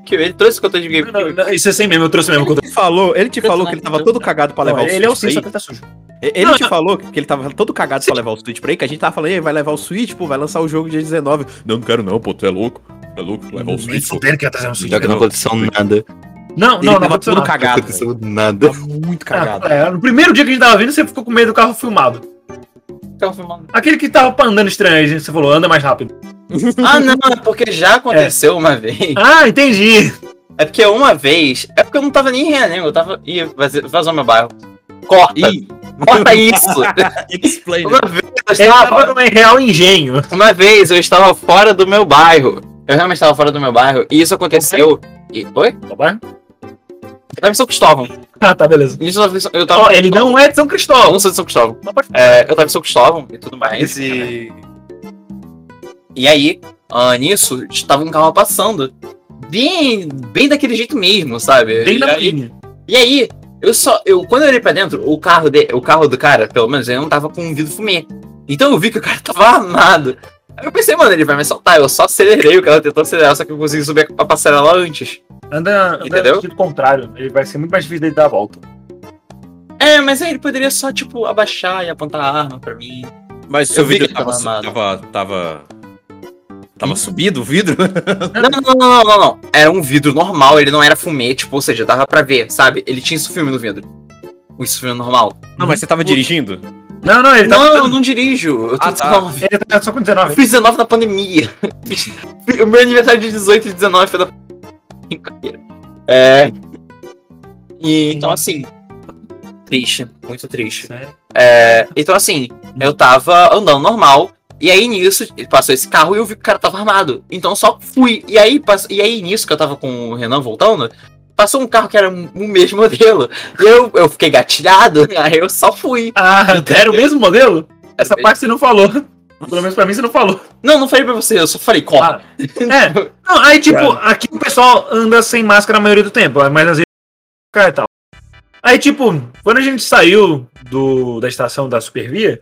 Que ele trouxe o controle de Não, GameCube. não, Isso é sem mesmo, eu trouxe mesmo. Ele falou, ele te falou que ele tava todo cagado pra levar o Ele é o Switch sim, pra só ir. que ele tá sujo. Ele Não, te falou que ele tava todo cagado pra levar o Switch pra aí, que a gente tava falando, "Ei, vai levar o Switch, pô, vai lançar o jogo dia 19. Não, não quero não, pô, tu é louco. Tu é louco, tu leva o Switch, pô. que ia trazer um Já que não aconteceu nada. Não, Ele não, não, tava todo não. cagado, velho. nada. Tava muito Ah, cagado. é, no primeiro dia que a gente tava vindo, você ficou com medo do carro filmado. Tá Aquele que tava andando estranho, a gente- você falou, anda mais rápido. Ah, não, é porque já aconteceu uma vez. Ah, entendi. É porque uma vez. É porque eu não tava nem em Renango, eu tava. Ih, vaz- vazou meu bairro. Corta! Ih, Corta isso! explain. né? uma vez eu Ele estava. tava no real engenho. Uma vez eu estava fora do meu bairro. Eu realmente estava fora do meu bairro. E isso aconteceu. E... Oi? Eu tava em São Cristóvão. Ah, tá, beleza. Isso eu tava- eu tava. Ó, ele não é de São Eu Cristóvão. não sou de São Cristóvão. Não pode- É, eu tava em São Cristóvão e tudo mais. E. E aí, ah, nisso, estava um carro passando. Bem, bem daquele jeito mesmo, sabe? Bem E na aí- linha. E aí, eu só. Eu, quando eu olhei pra dentro, o carro, de, o carro do cara, pelo menos, ele não tava com um vidro fumê. Então eu vi que o cara tava armado. Aí eu pensei, mano, ele vai me assaltar. Eu só acelerei, o cara tentou acelerar, só que eu consegui subir a passarela antes. Anda, anda Entendeu? no sentido contrário. Ele vai ser muito mais difícil dele dar a volta. É, mas aí ele poderia só, tipo, abaixar e apontar a arma pra mim. Mas Eu seu vi que vidro ele tava tava, Hum? su- armado. tava, tava, tava subido o vidro? Não, não, não, não, não, não. Era um vidro normal, ele não era fumê, tipo, ou seja, dava pra ver, sabe? Ele tinha isso filme no vidro. Um isso filme normal. Não, mas você tava dirigindo? Não, não, ele Não, tá. eu não dirijo. Eu tô Ah, tá. 19. Ele tá só com Eu 19. fiz 19 na pandemia. Fiz- O meu aniversário de 18 e 19 foi da. Brincadeira. É. E, então, assim. Triste, muito triste. né? É, então, assim, eu tava andando normal. E aí, nisso, passou esse carro e eu vi que o cara tava armado. Então, eu só fui. E aí, pass- e aí nisso que eu tava com o Renan voltando, passou um carro que era um- o mesmo modelo. E eu, eu fiquei gatilhado. Aí eu só fui. Ah, era o mesmo modelo? Essa Eu- parte você não falou. Pelo menos pra mim você não falou. Não, não falei pra você, eu só falei, corre. Ah. É. Não, aí, tipo, aqui o pessoal anda sem máscara a maioria do tempo, mas às vezes. cara e tal. Aí, tipo, quando a gente saiu do, da estação da Supervia.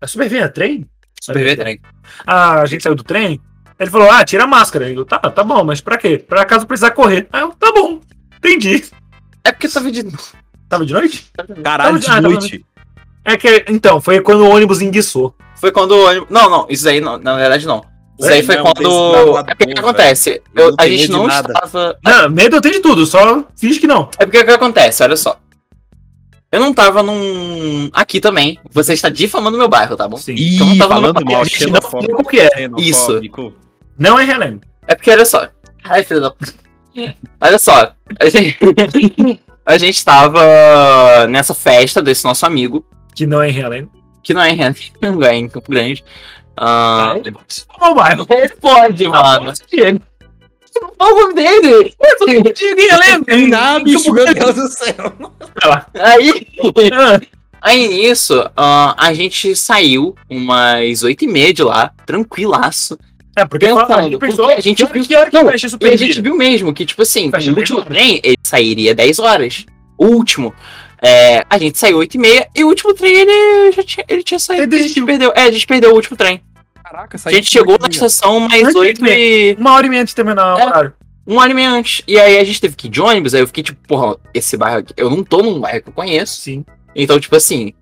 A Supervia é trem? Super trem. Ah, a gente saiu do trem. Ele falou: Ah, tira a máscara. Eu, tá, tá bom, mas pra quê? Pra caso precisar correr. Aí eu, tá bom, entendi. É porque eu tava de novo. Tava de noite? Caralho, Ah, tá de noite. É que, então, foi quando o ônibus enguiçou. Foi quando o ônibus. Não, não, isso aí não, na verdade não. Isso aí Ei, foi não, desse quando. gravador, É porque o que velho. acontece? Eu Eu- não a tenho gente medo de não nada. estava. Não, medo eu tenho de tudo, só fiz que não. É porque o que acontece, olha só. Eu não tava num. Aqui também. Você está difamando meu bairro, tá bom? Sim. Ih, Então tava falando numa mal, parte- Não, não xenofóbico. qual que é. xenofóbico. Não é relembro. É porque, olha só. Ai, filho da. Olha só. A gente... a gente tava nessa festa desse nosso amigo, Que não é relembro. que não é em não é em Campo Grande. Ah, Ele pode bairro. Tá ele pode, mano. Ele Qual o nome dele? tá? Ah, bicho, meu Deus do céu. Aí. Ah, Aí nisso, ah, a gente saiu umas 8 e meia de lá, tranquilaço. É, porque Pensando, fala, a gente pensou. porque a gente que hora- que hora que Não, fecha a E a gente Supervia? viu mesmo que, tipo assim, Fecha o último mesmo? trem ele sairia 10 horas. O último. é, a gente saiu 8 e meia e o último trem ele já tinha, ele tinha saído. Ele a gente perdeu. É, a gente perdeu o último trem. Caraca, A saiu gente chegou na de estação mais Antes 8 de- e. Uma hora e meia antes de terminar o É. horário. um hora e meia antes. E aí a gente teve que ir de ônibus, aí eu fiquei tipo, porra, esse bairro aqui, eu não tô num bairro que eu conheço. Sim. Então, tipo assim,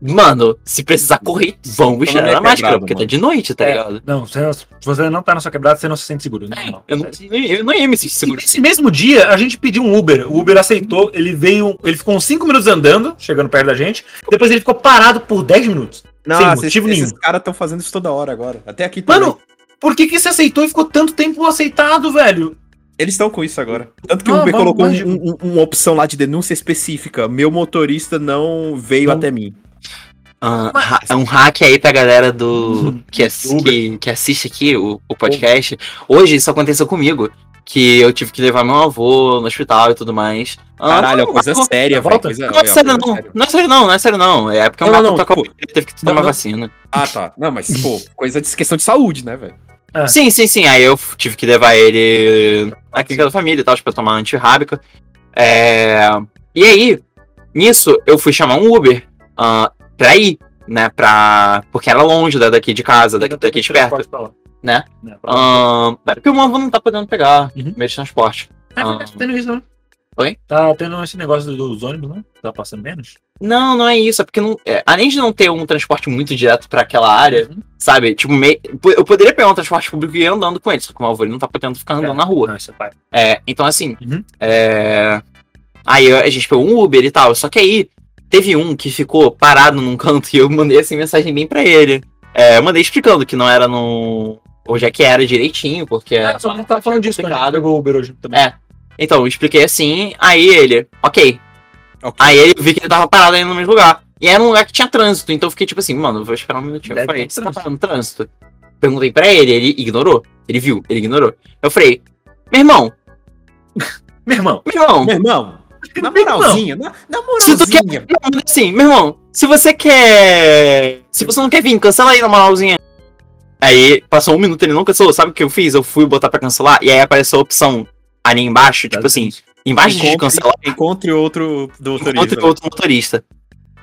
mano, se precisar correr, vamos Tô na tirar minha a máscara, quebrada, porque tá é mano. de noite, tá É. ligado? Não, você, se você não tá na sua quebrada, você não se sente seguro. né? Não, não. é. Eu não, eu não ia me sentir E seguro. nesse mesmo dia, a gente pediu um Uber. O Uber aceitou, ele veio. Ele ficou uns 5 minutos andando, chegando perto da gente. Depois ele ficou parado por 10 minutos. Não, sem esses, motivo esses nenhum. caras estão fazendo isso toda hora agora. Até aqui Mano, por que, que você aceitou e ficou tanto tempo aceitado, velho? Eles estão com isso agora. Tanto que Ah, o Uber mas- colocou mas- um- um- uma opção lá de denúncia específica. Meu motorista não veio Não. até mim. Ah, Mas- ha- um hack aí pra galera do. que, ass- Uber. que, que assiste aqui o, o podcast. Hoje isso aconteceu comigo. Que eu tive que levar meu avô no hospital e tudo mais. Ah, Caralho, é não, uma coisa não, séria, velho. volta. Não Coisa, é é, sério, coisa não. séria. Não é sério, não. Não é sério, não. É porque o Não, não, Marco não, tá com pô. ele teve que Não, tomar não. vacina. Ah, tá. Não, mas, pô, coisa de questão de saúde, né, velho? Ah. Sim, sim, sim. Aí eu f- tive que levar ele na clínica da família e tal, tipo, pra tomar antirrábica. É... E aí, nisso, eu fui chamar um Uber ah, pra ir, né? Pra... Porque era longe da- daqui de casa, daqui, daqui de perto. né? Ah, é porque o Mavo não tá podendo pegar Uhum. meio de transporte. É verdade, tá tendo isso, né? Oi? Tá tendo esse negócio dos ônibus, né? Tá passando menos? Não, não é isso. É porque não, é, além de não ter um transporte muito direto pra aquela área, Hum? sabe? Tipo, meio, eu poderia pegar um transporte público e ir andando com ele, só que o Mavo ele não tá podendo ficar andando É. na rua. Não, isso é pai. É, então assim, Uhum. é, aí a gente pegou um Uber e tal, só que aí teve um que ficou parado num canto e eu mandei assim mensagem bem pra ele. É, eu mandei explicando que não era no. Onde é que era direitinho, porque. Ah, só não tá falando disso, Obrigado. cara. Pegou o Uber hoje também. É. Então, eu expliquei assim, aí ele, ok. Ok. Aí ele eu vi que ele tava parado aí no mesmo lugar. E era um lugar que tinha trânsito, então eu fiquei tipo assim, mano, eu vou esperar um minutinho. Eu Deve falei, ter você tá trânsito." parando no trânsito? Perguntei pra ele, ele ignorou. Ele viu, ele ignorou. Eu falei, meu irmão, É, Meu irmão. meu irmão, Meu irmão, na Meu irmão. moralzinha, na, na Se tu quer- moralzinha. Não, assim, meu irmão, se você quer. Se você não quer vir, cancela aí na moralzinha. Aí passou um minuto ele não cancelou. Sabe o que eu fiz? Eu fui botar pra cancelar e aí apareceu a opção ali embaixo, tipo assim, embaixo de Encontre- cancelar, Encontre outro do encontre motorista. né? outro motorista.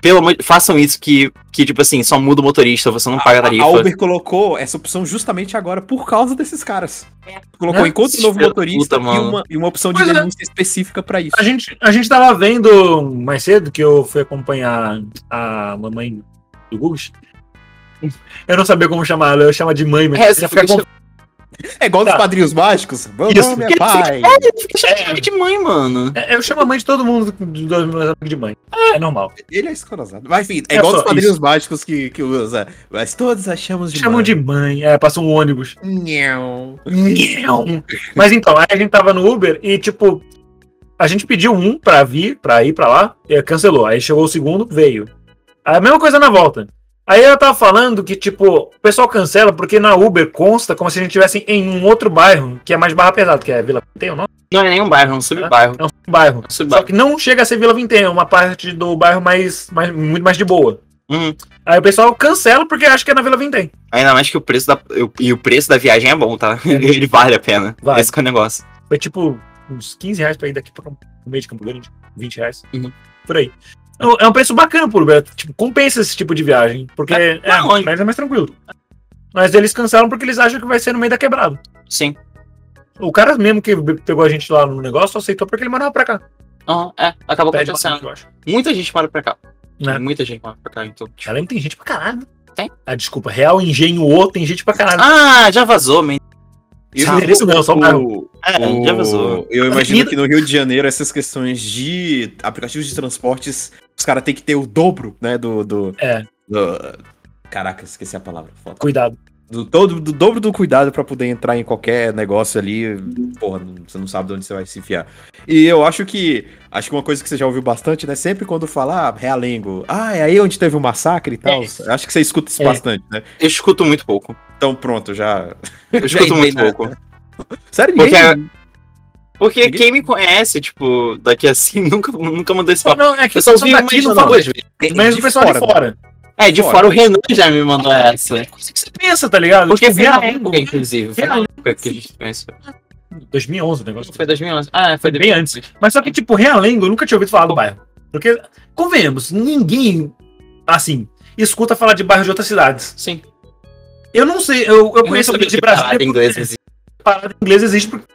Pelo amor de- façam isso que, que, tipo assim, só muda o motorista, você não paga a A, tarifa. a Uber colocou essa opção justamente agora por causa desses caras. Colocou Né? encontre novo Filha da motorista puta, e, mano. uma, e uma opção de Pois é. denúncia específica pra isso. A gente, a gente tava vendo mais cedo que eu fui acompanhar a mamãe do Gugus. Eu não sabia como chamar ela, eu chamo de mãe, mas É, eu você já fui fica acom- É igual dos Tá. padrinhos mágicos. Meu Isso, nome é porque- pai. Fica chateado É de mãe, mano. É, Eu chamo a mãe de todo mundo dos meus amigos de mãe. É normal. Ele é escorosado. Mas enfim, é É igual só dos padrinhos mágicos que, que usa. Mas todos achamos de Chamam de mãe, é, passa um ônibus. Nhão. Mas então, aí a gente tava no Uber e, tipo, a gente pediu um pra vir, pra ir pra lá, e cancelou. Aí chegou o segundo, veio. A mesma coisa na volta. Aí ela tava falando que, tipo, o pessoal cancela porque na Uber consta como se a gente estivesse em um outro bairro, que é mais barra pesado, que é Vila Penteio, não? Não é nenhum bairro, é um sub-bairro. É um bairro. É um Só sub-bairro. que não chega a ser Vila Vintém, é uma parte do bairro mais, mais muito mais de boa. Uhum. Aí o pessoal cancela porque acha que é na Vila Vintém. Ainda mais que o preço da. eu- E o preço da viagem é bom, tá? Ele vale a pena. Vale. Esse que é o negócio. Foi tipo uns 15 reais pra ir daqui pra Campo- no meio de Campo Grande, 20 reais, Uhum. por aí. É um- É um preço bacana pro Uber, tipo, compensa esse tipo de viagem, porque é, tá longe. mas é mais tranquilo. Mas eles cancelam porque eles acham que vai ser no meio da quebrada. Sim. O cara mesmo que be- pegou a gente lá no negócio aceitou porque ele morava pra cá. Aham, é. Acabou Pede acontecendo. bastante, eu acho. Muita gente mora pra cá. Né? Muita gente mora pra cá, então. tipo- Além que tem gente pra caralho. Tem. Ah, desculpa, real engenho ou tem gente pra caralho. Ah, é já vazou, man. Isso Não, É. isso não, só bairro. o- É, o- já vazou. Eu imagino Avenida- que no Rio de Janeiro essas questões de aplicativos de transportes, os caras têm que ter o dobro, né? Do. do, É. do- Caraca, esqueci a palavra. Foda. Cuidado. Do, todo, do dobro do cuidado pra poder entrar em qualquer negócio ali. Porra, não- você não sabe de onde você vai se enfiar. E eu acho que. Acho que uma coisa que você já ouviu bastante, né? Sempre quando fala, ah, realengo. Ah, é aí onde teve o massacre e tal. Acho que você escuta isso É. bastante, né? Eu escuto muito pouco. Então pronto, já. Eu Já escuto muito entendi, né? pouco. Sério, Porque, ninguém- porque Ninguém- quem me conhece, tipo, daqui assim, nunca, nunca mandou esse papo. Não, é que Eu só ouvi daqui não uma não. falou, duas vezes. mas de o pessoal de fora, fora. É, de Fora. fora o Renan já me mandou essa. Isso que você pensa, tá ligado? Porque Tipo, foi na Realengo, época, inclusive. Foi na época que a gente conheceu. 2011 o negócio. Foi 2011. Ah, foi bem antes. Mas só que, tipo, Realengo, eu nunca tinha ouvido falar do bairro. Porque, convenhamos, ninguém, assim, escuta falar de bairro de outras cidades. Sim. Eu não sei, eu, eu Eu conheço sabia alguém de que parada Brasília. em inglês existe. porque Parada em inglês existe porque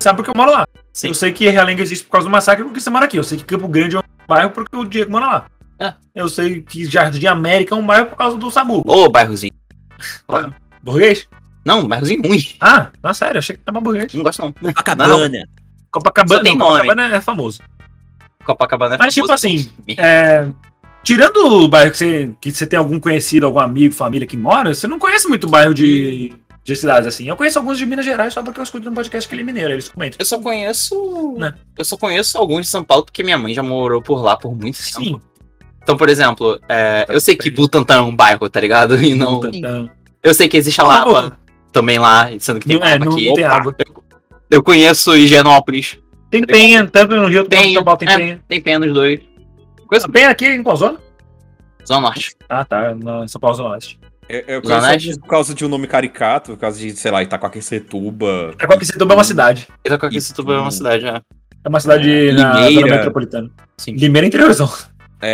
sabe porque eu moro lá. assim. Sim. Eu sei que Realengo existe por causa do massacre porque você mora aqui. Eu sei que Campo Grande é um bairro porque o Diego mora lá. É. Eu sei que Jardim América é um bairro por causa do Sabu. Ô, bairrozinho. Burguês? Não, bairrozinho ruim. Ah, na sério, achei que era uma burguês. Não gosto, não. Copacabana. Copacabana, Só tem não, nome. Copacabana é famoso. Copacabana é Mas, tipo famoso. assim, É, tirando o bairro que você, que você tem algum conhecido, algum amigo, família que mora, você não conhece muito bairro de, de cidades assim. Eu conheço alguns de Minas Gerais só porque eu escuto no podcast que ele é mineiro, eles comentam. Eu só conheço. Né? Eu só conheço alguns de São Paulo porque minha mãe já morou por lá por muito tempo. Sim. Então, por exemplo, é, eu sei que Butantã é um bairro, tá ligado? E não. Butantã. Eu sei que existe a Por favor. Lapa também lá, sendo que tem Não é, Lapa não aqui. tem Opa. água. Eu conheço Higienópolis, Tem penha, tanto no Rio quanto no Penha, São Paulo tem é. penha. tem Penas dois. Coisa Essa penha aqui em qual zona? Zona Norte. Ah, tá, na São Paulo Zona Oeste. Eu, é Zona eu conheço Leste? alguns por causa de um nome caricato, por causa de, sei lá, Itaquaquecetuba. É qual que você é Hum. uma cidade. Itacoaquecetuba é uma cidade, né? É uma cidade na Limeira. zona metropolitana. Sim. Limeira é interiorzão.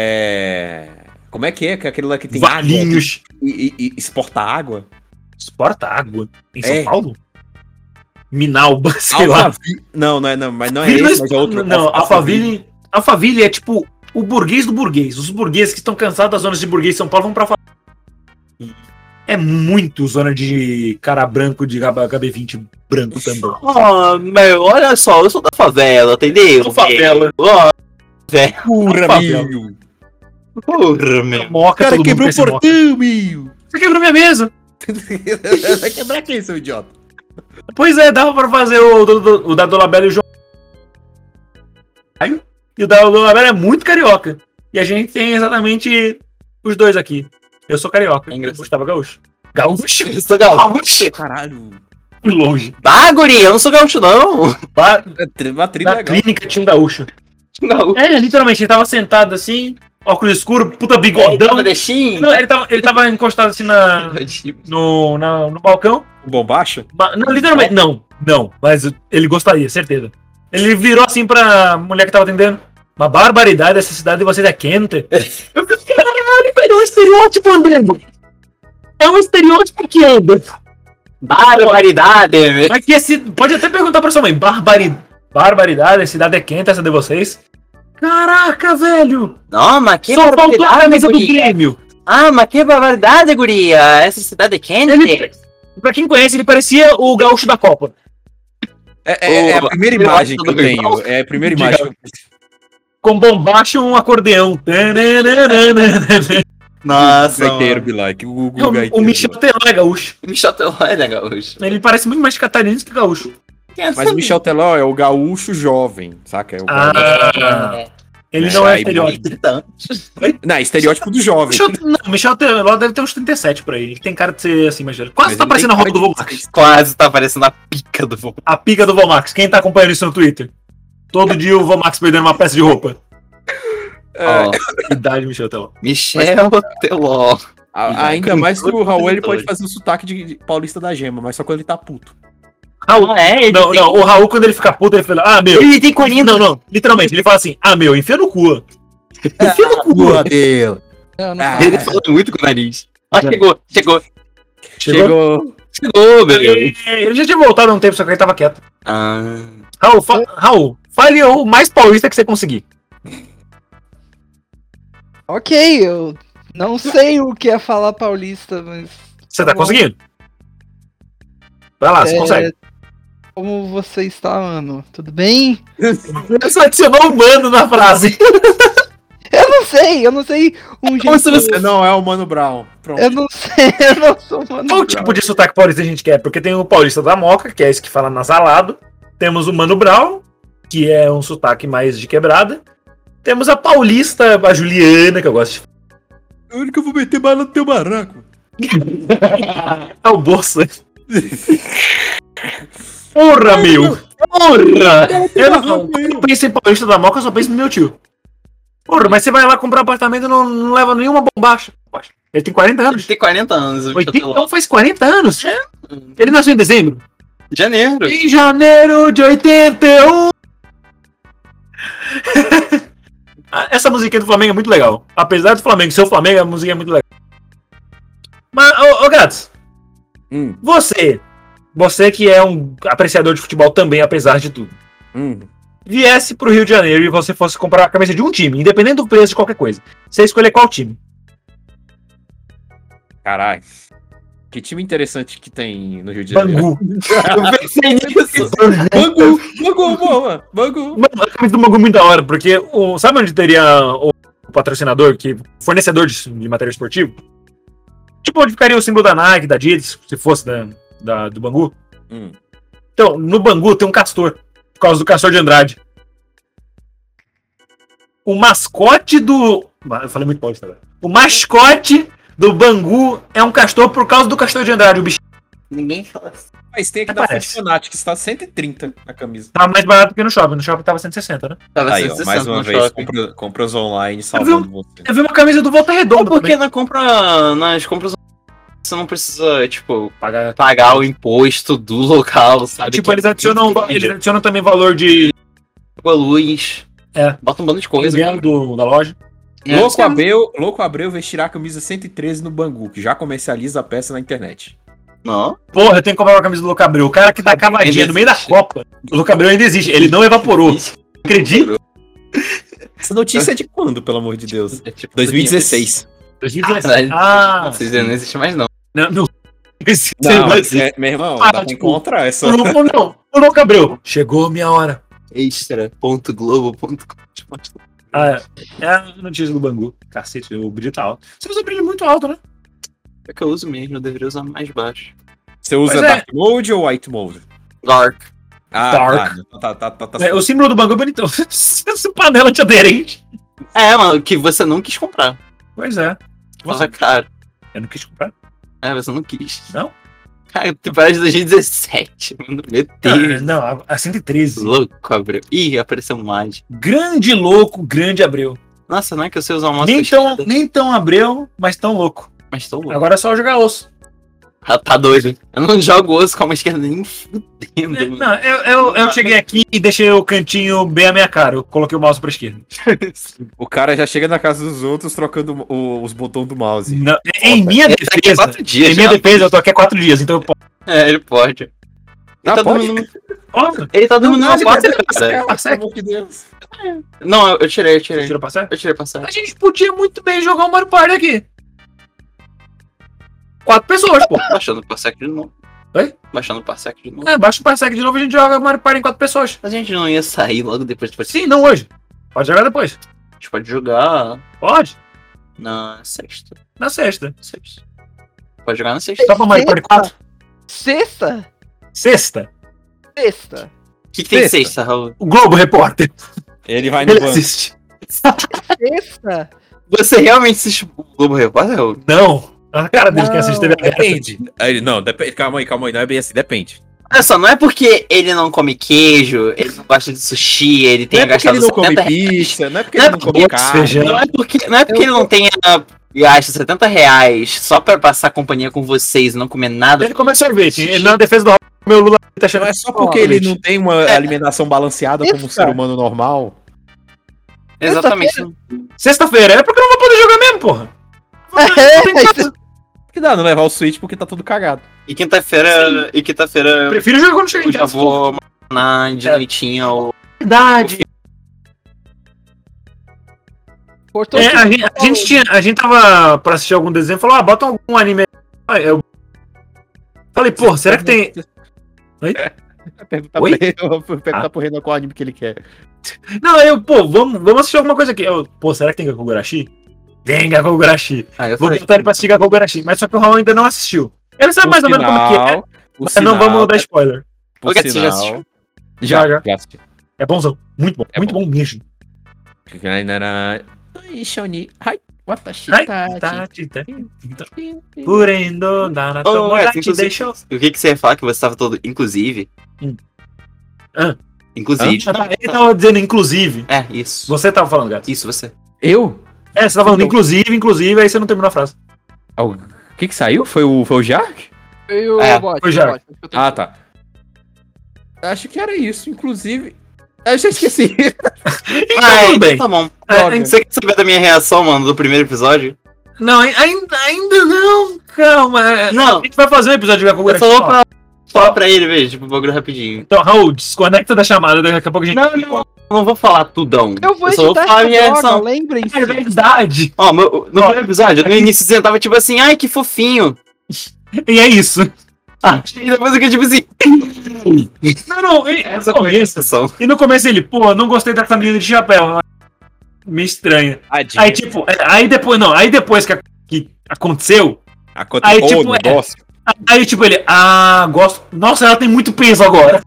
É. Como é que é? Que é aquele lá que tem água Valinhos. e, e- e exporta água? Exporta água. Em São É. Paulo? Minalba, sei lá. Alphaville- Não, não é, não, mas não é Ville não esse, mas é expo- outro. Não, Alpha- Alphaville, Alphaville é tipo o burguês do burguês. Os burgueses que estão cansados das zonas de burguês de São Paulo vão pra Alphaville. É muito zona de cara branco, de HB- HB20 branco também. Oh, meu, olha só, eu sou da favela, entendeu? Sou favela. Ó, Pura, Alphaville. meu. porra, meu. O Moca, cara todo mundo quebrou o pensa em moca. portão, meu. Você quebrou minha mesa. Vai quebrar quem, seu idiota? Pois é, dava pra fazer o, do- do- o da Dolabella e o João. Caralho. E o da Dolabella é muito carioca. E a gente tem exatamente os dois aqui. Eu sou carioca. É engraçado. Gustavo é Gaúcho. Gaúcho? Eu sou gaúcho. Caralho. Fui longe. Ah, guri, eu não sou gaúcho, não. Ba- É tri- Uma trilha Na legal. clínica tinha um gaúcho. Não. É, literalmente, ele tava sentado assim, óculos escuro, puta bigodão. Nordestinho? Não, ele tava, ele tava encostado assim na, no, na- no balcão. Bombacha? Ba- Não, literalmente, não, não, mas ele gostaria, certeza. Ele virou assim pra mulher que tava atendendo. Uma barbaridade, essa cidade de vocês é quente. Eu falei, caralho, velho, é um estereótipo andando. É um estereótipo que anda. Barbaridade, meu. Mas que esse, é pode até perguntar pra sua mãe, barbari, barbaridade, a cidade é quente, essa de vocês. Caraca, velho! Não, mas que Ah, Só faltou a barbaridade, camisa do guria. Grêmio. Ah, mas que barbaridade, guria. Essa Ah, cidade é quente. Ele, Pra quem conhece, ele parecia o gaúcho da Copa. É, é- é a Ô, primeira eu imagem acho que eu tudo bem. tenho. É a primeira imagem. que eu- Com bombacho e um acordeão. Tananana. Nossa, Gaiteiro, mano. Bilal, que O, o, O, gaiteiro. né? o Michel Teló é gaúcho. Michel Teló é gaúcho. Ele parece muito mais catarinense que gaúcho. Mas o Michel Teló é o gaúcho jovem, saca? É o Ah, ele não é Aí, estereótipo. Não, é estereótipo do jovem. Michel, não, Michel Teló deve ter uns 37 por aí. Ele tem cara de ser assim, mas Mas Quase ele tá tem parecendo a cara roupa do de- Vomax. Quase tá parecendo a pica do vô. A pica do Vomax. Quem tá acompanhando isso no Twitter? Todo dia o Vomax perdendo uma peça de roupa. É, Ó, Idade, Michel Teló. Michel Teló. a- ainda mais que o Raul ele pode fazer o sotaque de, de paulista da gema, mas só quando ele tá puto. Raul. é? Ele Não, tem- não, o Raul, quando ele fica puto, ele fala, ah, meu. Ele tem corinho. Não, não, literalmente, ele fala assim, ah, meu, enfia no cu. Enfia no cu. dele. Não, não Ah, fala. Ele fala muito com o nariz. Ó, chegou, chegou. Chegou. Chegou, beleza. Ele, ele já tinha voltado há um tempo, só que ele tava quieto. Ah, Raul, É. fa Raul, fale o mais paulista que você conseguir. Ok, eu não sei o que é falar paulista, mas. Você tá Bom. conseguindo? Vai lá, Ah, você é, consegue. Como você está, mano? Tudo bem? Ele só adicionou um mano na frase. Eu não sei, eu não sei um jeito. Você não é o Mano Brown. Pronto. É Eu não sei, eu não sou mano. Qual tipo de sotaque paulista a gente quer? Porque tem o paulista da Moca, que é esse que fala nasalado. Temos o Mano Brown, que é um sotaque mais de quebrada. Temos a paulista, a Juliana, que eu gosto de Eu único que eu vou meter bala no teu barranco. É o bolsa. Porra, meu! Porra! Eu não eu penso em paulista da moca, eu só penso no meu tio. Porra, mas você vai lá comprar um apartamento e não, não leva nenhuma bombacha. Poxa, Ele tem 40 ele anos. tem 40 anos, o Michel 80 Teló. então faz 40 anos. Ele nasceu em dezembro. Janeiro. Em janeiro de 81. Essa musiquinha do Flamengo é muito legal. Apesar do Flamengo ser o Flamengo, a musiquinha é muito legal. Mas, ô, ô Gats, Hum, você, você que é um apreciador de futebol também, apesar de tudo, hum. viesse pro Rio de Janeiro e você fosse comprar a camisa de um time, independente do preço de qualquer coisa, você escolher qual time? Caralho. Que time interessante que tem no Rio de Janeiro. Bangu. É Eu pensei nisso. Bangu! Bangu, boa! Bangu! Mano, a camisa do Bangu é muito da hora, porque o, sabe onde teria o patrocinador, que fornecedor de, de material esportivo? Tipo, onde ficaria o símbolo da Nike, da Adidas, se fosse da, da- do Bangu? Hum. Então, no Bangu tem um castor, por causa do castor de Andrade. O mascote do. Eu falei muito paulista agora. O mascote do Bangu é um castor por causa do castor de Andrade. O bicho Ninguém fala assim. Mas tem aqui Até da parece. Fat Fanatics, tá 130 na camisa. tá mais barato que no shopping. No shopping tava 160, né? Tava Tá Aí, ó, 160 mais uma no vez, shopping. compra- compras online salvando você. Eu vi uma camisa do Volta Ou Redonda. porque Porque... na compra, nas compras você não precisa, tipo, pagar, pagar o imposto do local, sabe? Tipo, Que eles é adicionam, muito grande. eles adicionam também valor de Água, luz. É. Bota um bando de coisa. aluguel do- da loja. É, Louco, um Abreu, Louco Abreu vestirá a camisa 113 no Bangu, que já comercializa a peça na internet. Não. Porra, eu tenho que comprar uma camisa do Luca Abreu. O cara que dá cavadinha Ainda no meio da Copa. O Luca Abreu ainda existe. Ah, Ele não evaporou. Acredito. Essa notícia é de quando, pelo amor de Deus? É tipo 2016. Ah, Vocês não existe mais, não. não. não. Não, Mas- mas, é, meu irmão, Ah, dá pra tipo, encontrar essa. O Luca, não, o Luca Abreu. Chegou a minha hora. Extra.globo.com. Ah, é. é a notícia do Bangu. Cacete, o brilho tá alto. Você usa brilho muito alto, né? É que eu uso mesmo, eu deveria usar mais baixo. Você usa Mas é. Dark Mode ou White Mode? Dark. Ah, Dark. Tá, tá, tá, tá, tá. É, o símbolo do Bangu é bonitão. Essa panela de aderente. É, mano, que você não quis comprar. Pois é. Nossa, cara. Eu não quis comprar. É, você não quis. Não? Cara, temporada de 2017, mano. Meu Ah, Deus. Não, a- a 113. Louco, abriu. Ih, apareceu mais. Grande louco, grande Abreu. Nossa, não é que eu sei usar uma Nem tão, escada, nem tão Abreu, mas tão louco. mas tô louco. Agora é só jogar osso. Ah, tá doido. Eu não jogo osso com a mão esquerda nem fudendo. É, mano. Não, eu, eu, eu cheguei aqui e deixei o cantinho bem à minha cara. Eu coloquei o mouse pra esquerda. O cara já chega na casa dos outros trocando o- os botões do mouse. Não, é em minha Ele tá aqui há defesa. quatro Em dias minha já. defesa, eu tô aqui há quatro dias, então eu posso. É, ele pode. Ele Ah, tá pode? dormindo, Posso? ele tá dormindo Não, na quarta, liberdade cara. parcial, pelo amor de Deus. Não, eu- eu tirei, eu Você tirei. tirou passar? Eu tirei passagem. A gente podia muito bem jogar o Mario Party aqui. Quatro pessoas, pô. Tô achando passagem de novo. Baixando o Parsec de novo. É, baixa o Parsec de novo e a gente joga Mario Party em quatro pessoas. A gente não ia sair logo depois do Parsec. Sim, não hoje. Pode jogar depois. A gente pode jogar Pode. na sexta. Na sexta. Sexta. Pode jogar na sexta. Só pra Mario Party 4. Sexta? Sexta. Sexta. O que, que tem Sexta. sexta, Raul? O Globo Repórter. Ele vai no Ele banco. assiste. Sexta? Você realmente assiste o Globo Repórter, Raul? Não. A cara dele que assiste TV aberta. Depende. Aí, não, depende. Calma aí, calma aí. Não é bem assim, depende. Olha só, não é porque ele não come queijo, ele não gosta de sushi, ele Não tenha é porque gastado ele não come 70 reais. pizza, não é porque Não é ele não porque come eu carne. feijão. Não é porque, não é porque ele não tenha gasto 70 reais só pra passar companhia com vocês e não comer nada. Ele come sorvete. Ele na defesa do Raul, meu Lula tá achando Não é só porque ele não tem uma alimentação balanceada como um Isso, cara. ser humano normal. Exatamente. Sexta-feira, é porque eu não vou poder jogar mesmo, porra. Que dá não levar o Switch porque tá tudo cagado. E quinta-feira. E quinta-feira Prefiro jogar quando chegar eu em já casa. vou na É. de noitinha ou. Verdade. Cortou É, a, tudo. gente, a gente tinha. A gente tava pra assistir algum desenho e falou, ah, bota algum anime aí. Eu falei, porra, será que tem. Vai perguntar, Oi? pra ele, eu vou perguntar pro Renan qual anime que ele quer. Não, eu, pô, vamos, vamos assistir alguma coisa aqui. Eu, pô, será que tem Gakugurashi? Tem Gakugurashi. Ah, eu Vou botar ele pra assistir Gakugurashi, mas só que o Raul ainda não assistiu. Ele sabe Tá mais ou menos como que é, mas não vamos dar spoiler. por Ô, Gato, você já sinal- assistiu? Já, Já, já. já assisti. É bonzão. Muito bom, É muito bom, mesmo. Ai, tá, tá, tá. Purendo, dana, Ô, Gato, tomodachi, Então, inclusive- deixou. O que, que você ia falar que você tava todo. Inclusive. Hum. Hã? Inclusive. Ah, tá, Ele tava dizendo, inclusive. É, isso. Você tava falando, gato. Isso, você. Eu? É, você tava falando, inclusive, inclusive, aí você não terminou a frase. Ah, O que que saiu? Foi o, foi o Jark? Foi o É, bot, foi já. o bot. Ah, tá. Acho que era isso, inclusive. Eu já esqueci. Então, Ah, tudo bem. Tá bom. É, droga. ainda- Você quer saber da minha reação, mano, do primeiro episódio? não, ai- ainda, ainda não, calma. é, Não. A gente vai fazer um episódio de Eu Gakugurashi. falou só. pra falar pra ele, velho, tipo, o bagulho rapidinho. Então, Raul, desconecta da chamada, daqui a pouco a gente. Não, não, não vou falar tudão. Eu vou só vou editar falar a minha essa droga, reação. lembrem-se. É verdade. Ó, meu- no primeiro episódio, no iníciozinho, eu tava tipo assim, ai, que fofinho. E é isso. Ah, e depois eu fiquei tipo assim, Não, não, e, essa no foi a minha começo, sensação. e no começo ele, pô, não gostei dessa menina de chapéu. Meio estranha. Aí, tipo, é, aí depois, não, aí depois que, a- que aconteceu, Aconteceu aí, tipo, o é- negócio. aí, tipo, ele, ah, gosto. Nossa, ela tem muito peso agora.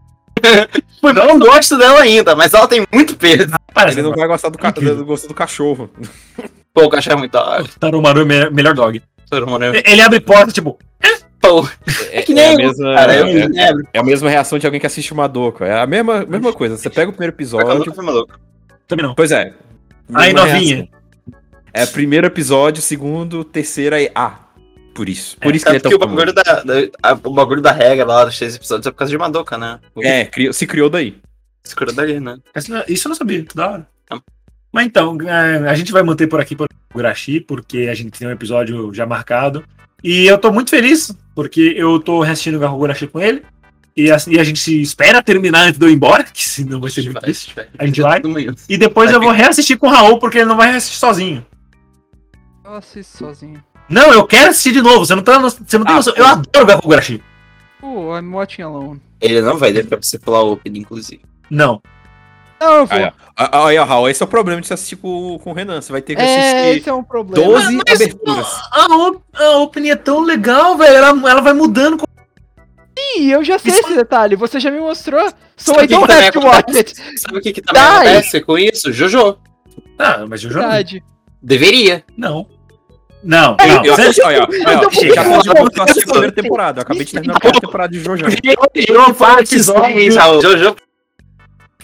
Foi Eu não gosto dela ainda, mas ela tem muito peso. parece. Ele não vai gostar do, ca... é Incrível. do gosto do cachorro. Pô, o cachorro é muito da hora. Tarumaru é melhor, melhor dog. Sorumano é- Ele abre porta, tipo, Pô, É, que nem é a eu, mesma, cara, eu é, me lembro. é a mesma reação de alguém que assiste o Madoka. É a mesma, mesma coisa. Você pega o primeiro Eu episódio. tô maluco. também não. Pois é. Aí, mesma novinha. reação. É primeiro episódio, segundo, terceiro aí. Ah, por isso. Por isso que ele É é tão porque o famoso. bagulho da, da- a- o bagulho da regra lá dos três episódios é por causa de Madoka, né? É, criou- se criou daí. Se cura dali, né? Essa não- é, Isso eu não sabia, que da hora. Tá. Mas então, é, a gente vai manter por aqui por Gurashi, porque a gente tem um episódio já marcado. E eu tô muito feliz, porque eu tô reassistindo o Gurashi com ele. E, assim, e a gente se espera terminar antes de eu ir embora, que senão vai ser é muito triste. A gente vai. E depois Vai eu vou reassistir com o Raul, porque ele não vai reassistir sozinho. Eu assisto sozinho. Não, eu quero assistir de novo. Você não, tá, no- você não tem Ah, noção. pô. Eu adoro o Gurashi. Pô, é I'm watching alone. Ele não vai deixar pra você pular o Open, inclusive. Não. Não, eu vou. É, Aí, ó. Ah, Aí, ó, Raul, esse é o problema de você assistir com, com o Renan. Você vai ter que É, assistir esse é um problema. 12 mas- aberturas. A, op a Open é tão legal, velho. Ela, ela vai mudando. com- Ih, eu já sei Isso- esse detalhe, você já me mostrou. So Sabe I o que don't que também have to watch acontece? it. Sabe o que, que também Dai. acontece com isso? Jojo. Ah, mas eu já. Verdade. Deveria. Não. Não, Eu, não. eu Você- assisti, olha, olha, eu olha, tô chega, já muito assisti bom. eu assisti a primeira temporada. Eu acabei de terminar a primeira temporada de Jojo. eu falo que Sim, Raul. Jojo.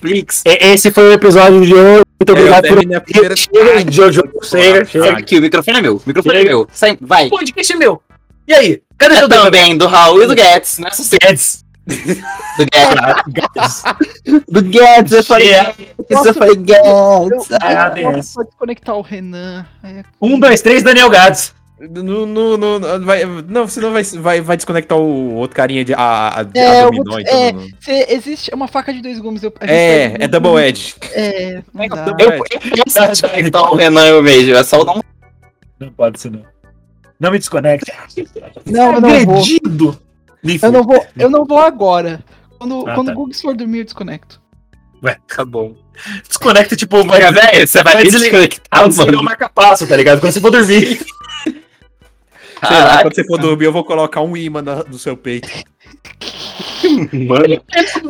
Flix. é, Esse foi o episódio de hoje. Muito É, Eu obrigado por terminei a primeira Chega, Jojo. Chega, Sabe chega. que o microfone é meu. O microfone é Chega. meu. Sai, vai. O podcast é meu. E aí? Cadê Eu seu dedo? É também, do Raul e do Guedes. Não é só seu, Guedes. Ah, do Guedes. Guedes. Do Guedes, eu falei Yeah. Guedes. Eu falei Guedes. Eu- Ah, eu Deus. posso só desconectar o Renan. Aí é- Um, dois, três, Daniel Gades. No, no, no, no- vai, não, senão vai, vai, vai desconectar o outro carinha de a, a, É, a o dominó, outro- então. é. não- Cê- existe uma faca de dois gumes. Eu, a gente É, faz é um- double edge. É, não dá. double edge. Então o Renan eu mesmo. É só o nome. Não pode ser, não. Não me desconecte. Não, eu não vou. Agredido. Eu não vou, eu não vou agora. Quando, Ah, quando tá. o Gugs for dormir, eu desconecto. Tá bom. Tá Desconecta, tipo, vai, Mas, velho, você vai vai desconectar, desligar o mano. marca-passo, tá ligado? Quando você for dormir. Sei lá, Caraca, quando você for dormir, eu vou colocar um imã na- no seu peito. Mano.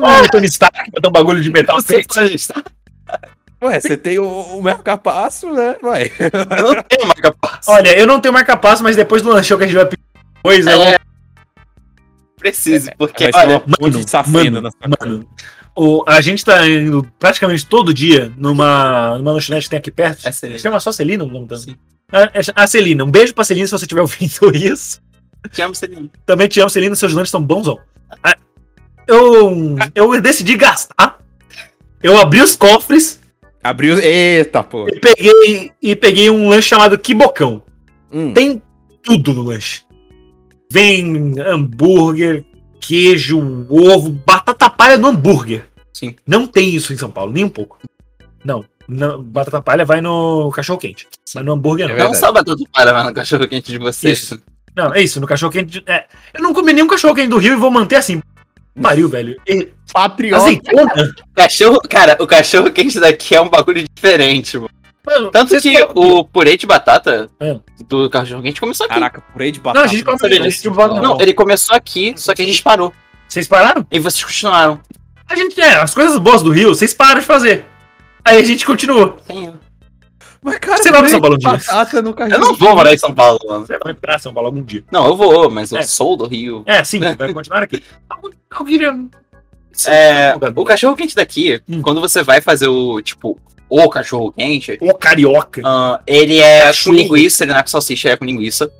Ah, Tony Stark, botar um bagulho de metal. você está- Ué, você tem o, o marca-passo, né? Ué. Eu não tenho marca passo. Olha, eu não tenho marca-passo, mas depois do lanchão que a gente vai pedir coisa, eu vou- Preciso, É porque, Vai ser olha, uma ponte de safena na sua cara. mano. o- a gente tá indo praticamente todo dia numa, numa lanchonete que tem aqui perto. É Celina. Chama só Celina o nome dela? Sim. A, a- a Celina. Um beijo pra Celina se você estiver ouvindo isso. te amo, é Celina. Também te amo, Celina. Seus lanches estão bons, ó. A- Eu, eu decidi gastar. Eu abri os cofres Abriu. Eita, pô. e peguei, e peguei um lanche chamado Kibocão. Hum. Tem tudo no lanche. Vem hambúrguer, queijo, ovo, batata palha no hambúrguer. Sim. Não tem isso em São Paulo, nem um pouco. Não. não, batata palha vai no cachorro quente. Mas no hambúrguer não. É Não verdade. salva tudo para, mano, o cachorro quente de vocês. Isso. Não, é isso, no cachorro quente. é. eu não comi nenhum cachorro quente do Rio e vou manter assim. Pariu, velho. E- Patriota. Azeitona? Cachorro, cara, o cachorro quente daqui é um bagulho diferente, mano. Mano, Tanto vocês que falam- o purê de batata É. do cachorro quente começou aqui. Caraca, purê de Não, batata. a gente come sabia a gente disso. bota- Não, ele começou aqui, só que a gente parou. Vocês pararam? E vocês continuaram. A gente, é, as coisas boas do Rio, vocês param de fazer. Aí a gente continua. Mas, cara, Você vai pra São Paulo um dia? batata no Eu carrinho. não vou morar em São Paulo, mano. Você vai pra São Paulo algum dia. Não, eu vou, mas eu É. sou do Rio. É, sim, vai continuar aqui. Eu queria. Sim, É, tá bom, o cachorro quente daqui, Hum. quando você vai fazer o, tipo, o cachorro quente, o carioca. ah, ele é Cachorro. com linguiça, ele não é com salsicha, ele é com linguiça.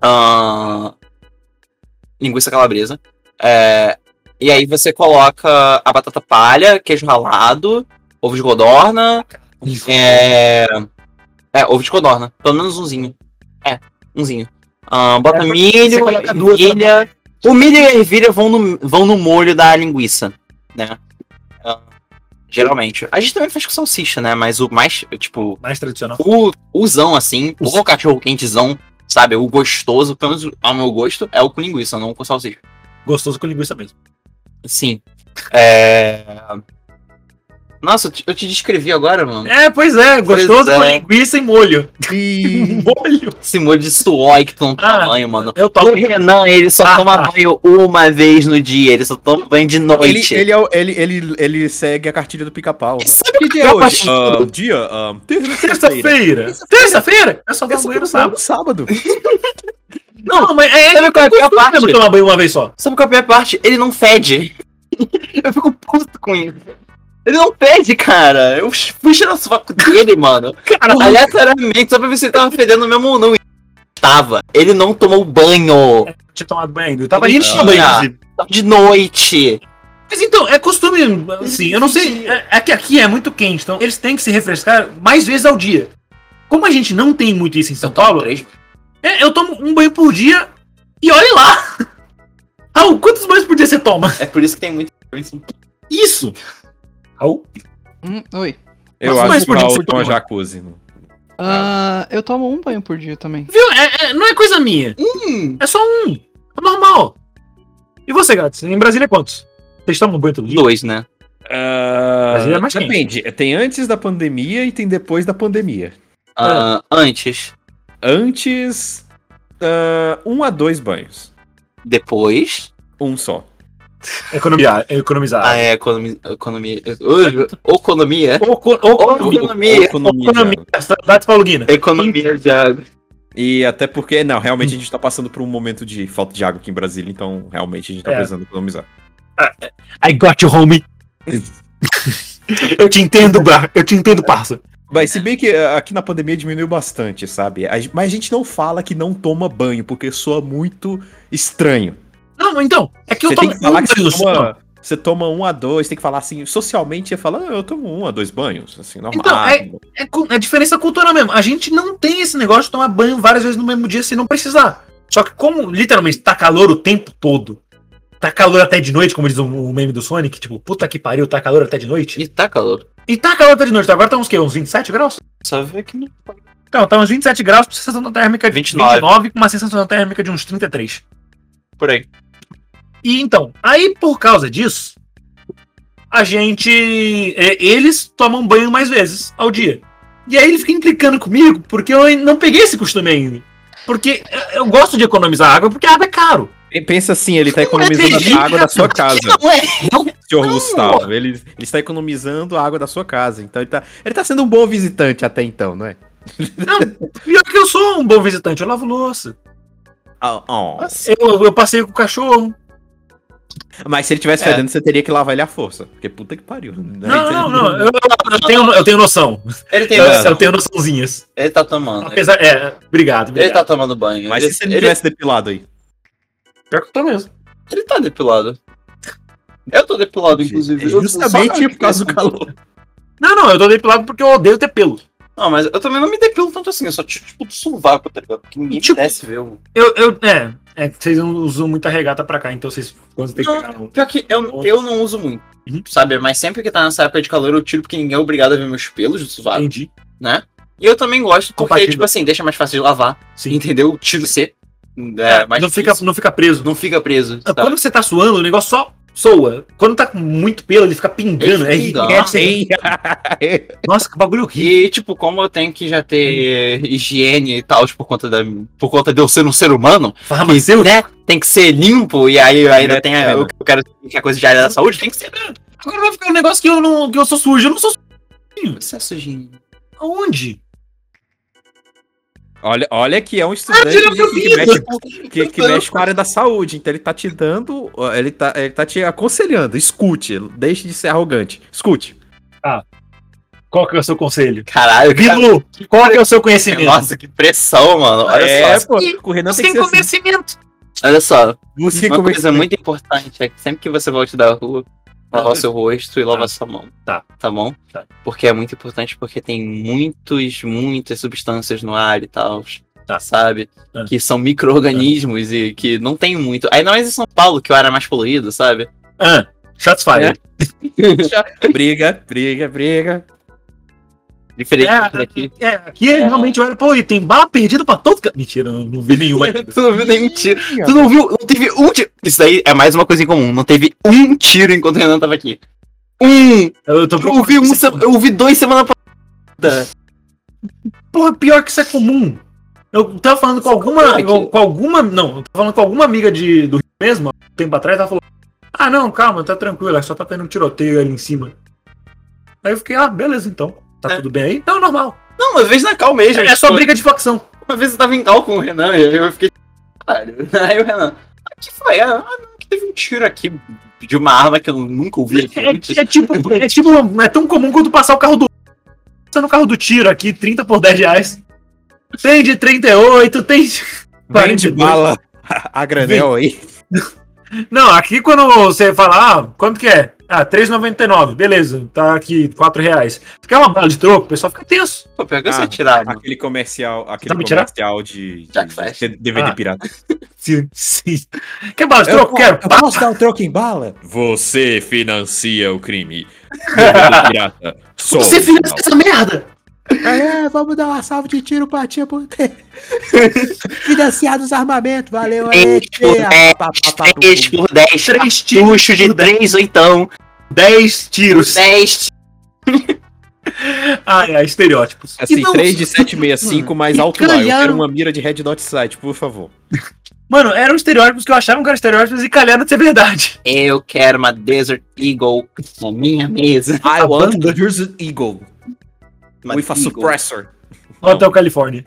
Ah, linguiça calabresa. É, e aí você coloca a batata palha, queijo ralado, ovo de codorna. É, é, ovo de codorna. Pelo menos umzinho. É, umzinho. Ah, bota É, porque você milho, coloca duas, né? ervilha. O milho e a ervilha vão no, vão no molho da linguiça, né? Ah, geralmente. A gente também faz com salsicha, né? Mas o mais, tipo, Mais tradicional. o usão, assim, o cachorro quentezão, sabe? O gostoso, pelo menos ao meu gosto, é o com linguiça, não com salsicha. Gostoso com linguiça mesmo. Sim. É... Nossa, eu te- eu te descrevi agora, mano. É, pois é, gostoso Pois é. com linguiça e molho. E... molho. Esse molho de suor que tu não Ah, toma banho, mano. Eu O topo. Renan, ele só Ah, toma ah. banho uma vez no dia, ele só toma banho de Ele, noite. ele, é o- ele, ele, ele segue a cartilha do pica-pau. Sabe Que dia é hoje? Ah, dia? ah, terça-feira. Terça-feira. Terça-feira? Eu só tomo banho no Terça-feira, sábado. é sábado. Não, mas é Sabe qual é a pior eu parte? não tomar banho uma vez só. Sabe qual é a pior parte? Ele não fede. Eu fico puto com isso. Ele não fede, cara. Eu fui cheirar o sovaco dele, mano. Caralho. Aleatoriamente, só pra ver se ele tava fedendo mesmo ou não. E Tava. Ele não tomou banho. Não tinha tomado banho ainda. Eu tava Ele indo tinha. tomar banho, inclusive. De noite. Mas então, é costume, assim, eu não sei. É, é que aqui é muito quente, então eles têm que se refrescar mais vezes ao dia. Como a gente não tem muito isso em São Paulo, é, eu tomo um banho por dia e olhe lá! Raul, quantos banhos por dia você toma? É por isso que tem muito. Isso! Raul? Hum, oi. Eu Mas- mas acho é que por que o você Tom toma? jacuzzi. Ah, eu tomo um banho por dia também. Viu? É- é- não é coisa minha. É só um. É normal. E você, gato? Em Brasília, quantos? Vocês tomam banho todo dia? Dois, né? Ah, Mas ele é mais quente. depende. Tem antes da pandemia e tem depois da pandemia. É. Ah, Antes. Antes, ah, um a dois banhos. Depois. Um só. Economizar. economizar. Tá. Ah, é, economia. Economia. Economia. Oco- o- Economia. Economia. Economia. Saudades paulina. Economia de E até porque, não, realmente a gente tá passando por um momento de falta de água aqui em Brasília, então realmente a gente tá É. precisando economizar. I got you, homie. eu te entendo, Bra. Eu te entendo, parça. Mas se bem que ah, aqui na pandemia diminuiu bastante, sabe? A gen- Mas a gente não fala que não toma banho, porque soa muito estranho. Não, então, é que eu Você tô tem que falar que banho você só. toma, você toma um a dois, tem que falar assim, socialmente você fala, ah, eu tomo um a dois banhos, assim, normal. Então, É, cu- é diferença cultural mesmo. A gente não tem esse negócio de tomar banho várias vezes no mesmo dia se não precisar. Só que como literalmente tá calor o tempo todo, tá calor até de noite, como diz o, o meme do Sonic, tipo, puta que pariu, tá calor até de noite. E tá calor. E tá calor até de noite, agora tá uns que? Uns 27 graus? Só ver que não. Então, tá uns 27 graus com sensação térmica de 29. 29 com uma sensação térmica de uns 33. Por aí. E então, aí por causa disso, a gente. é, eles tomam banho mais vezes ao dia. E aí ele fica implicando comigo, porque eu não peguei esse costume ainda. Porque eu- eu gosto de economizar água, porque água é caro. E Pensa assim, ele tá é economizando acredito, a água da sua casa, Não é. Não senhor Gustavo. Ele, ele está economizando a água da sua casa. Então ele tá, ele tá sendo um bom visitante até então, não é? Pior que eu sou um bom visitante, eu lavo louça. Ah, ó. Eu, eu passeio com o cachorro. Mas se ele tivesse fedendo, você teria que lavar ele à força. Porque puta que pariu. É. né? Não, não, não. Eu, eu- eu tenho, eu tenho noção. Ele tem Eu, noção. eu tenho noçãozinhas. Ele tá tomando. Ele, Apesar, é, obrigado. ele obrigado. tá tomando banho. Mas ele, se você não ele- tivesse depilado aí. Pior que eu tô mesmo. ele tá depilado. Eu tô depilado, inclusive. É Eu- justamente só- por causa do calor. Não, não, eu tô depilado porque eu odeio ter pelo. Não, mas eu também não me depilo tanto assim. Eu só tiro, tipo, do sovaco, tá ligado? Porque ninguém Tipo- desce, viu? Eu, eu, é, é que vocês não usam muita regata pra cá, então vocês quando tem que pegar no... Pior que eu, eu não uso muito, Uhum. sabe? Mas sempre que tá nessa época de calor, eu tiro porque ninguém é obrigado a ver meus pelos do sovaco, Entendi. né? E eu também gosto porque, Compatível. tipo assim, deixa mais fácil de lavar, Sim. entendeu? Tiro C. É, É, mais não, fica, difícil. não fica preso. não fica preso. Ah, sabe? Quando você tá suando, o negócio só soa. Quando tá com muito pelo, ele fica pingando. Ele é pinga. irritante. Nossa, que bagulho é horrível. E, tipo, como eu tenho que já ter higiene e tal, tipo, por conta, da, por conta de eu ser um ser humano, Farmacêutico. né? Tem que ser limpo, e aí eu ainda É, tem é, a, eu quero que a coisa de área da saúde, tem que ser. né? Agora vai ficar um negócio que eu, não, que eu sou sujo. Eu não sou sujo. Isso é sujinho. Aonde? Olha, olha que é Ah, um estudante tirou meu que, vidro. mexe com, que- que mexe com a área da saúde. Então ele tá te dando. ó, Ele tá, ele tá te aconselhando. Escute. Deixe de ser arrogante. Escute. Qual que é o seu conselho? Caralho, cara. Bilu, qual que é o seu conhecimento? Nossa, que pressão, mano. Olha é, só. pô. O Renan tem que ser assim. conhecimento. Olha só. Busque uma coisa conhecimento. muito importante é que sempre que você volte da rua, lavar o seu rosto e lavar Tá. sua mão. Tá. Tá bom? Tá. Porque é muito importante, porque tem muitos, muitas substâncias no ar e tal. Tá. Sabe? Tá. Que são micro-organismos e que não tem muito. Ainda mais em São Paulo, que o ar é mais poluído, sabe? Ah, shots fired. Briga, briga, briga. Diferente É, daqui. É, aqui é, realmente olha, pô, e tem bala perdida pra todo canto. Mentira, eu não vi nenhuma. Tu não viu nenhum tiro. Tu não viu? Não teve um tiro. Isso daí é mais uma coisa em comum. Não teve um tiro enquanto o Renan tava aqui. Um! Eu, tô Eu ouvi, um, se- eu ouvi dois semana passada. Porra, pior que isso é comum. Eu tava falando com alguma. Aqui. Com, com alguma. Não, eu tava falando com alguma amiga de, do Rio mesmo, há um tempo atrás, ela falou. Ah não, calma, tá tranquilo, é só tá tendo um tiroteio ali em cima. Aí eu fiquei, ah, beleza então. Tá É. tudo bem aí? Não, normal. Não, uma vez na Cal mesmo. É só briga de facção. Uma vez eu tava em Cal com o Renan e eu fiquei. Caralho. Aí o Renan. "Ah, que foi? Ah, não, que teve um tiro aqui de uma arma que eu nunca ouvi. antes." É, é tipo, é tipo, é tão comum quanto passar o carro do. Passando o carro do tiro aqui, 30 por 10 reais. Tem de 38, tem de. 42. Vende bala a granel aí. Não, aqui quando você fala, ah, quanto que é? Ah, 3,99, beleza, tá aqui, 4 reais. Se quer uma bala de troco, o pessoal fica tenso. Pô, pior que eu Ah, sei né?" tirar. mano. Aquele comercial, aquele Sabe tirar? comercial de, de, Jack Flash. de DVD Ah. pirata. Sim, sim. Quer bala de troco? Quero. Pá, posso dar um troco em bala? Você financia o crime. pirata. Você financia essa merda! É, vamos dar uma salva de tiro pra tia poder financiar os armamentos. Valeu aí, tia. Pá, pá, pá, pá, Três pum. por 10. Três tiros, Puxo de três ou então. 10 tiros. 10. Ai, ai, Ah, é, estereótipos. Assim, E não- 3 de 765 mais alto lá. Eu quero ganharam. uma mira de Red Dot Sight, por favor. Mano, eram estereótipos que eu achava que eram estereótipos e calharam de ser verdade. Eu quero uma Desert Eagle na minha mesa. I want a Desert Eagle Uma with a Eagle. suppressor. Hotel Califórnia.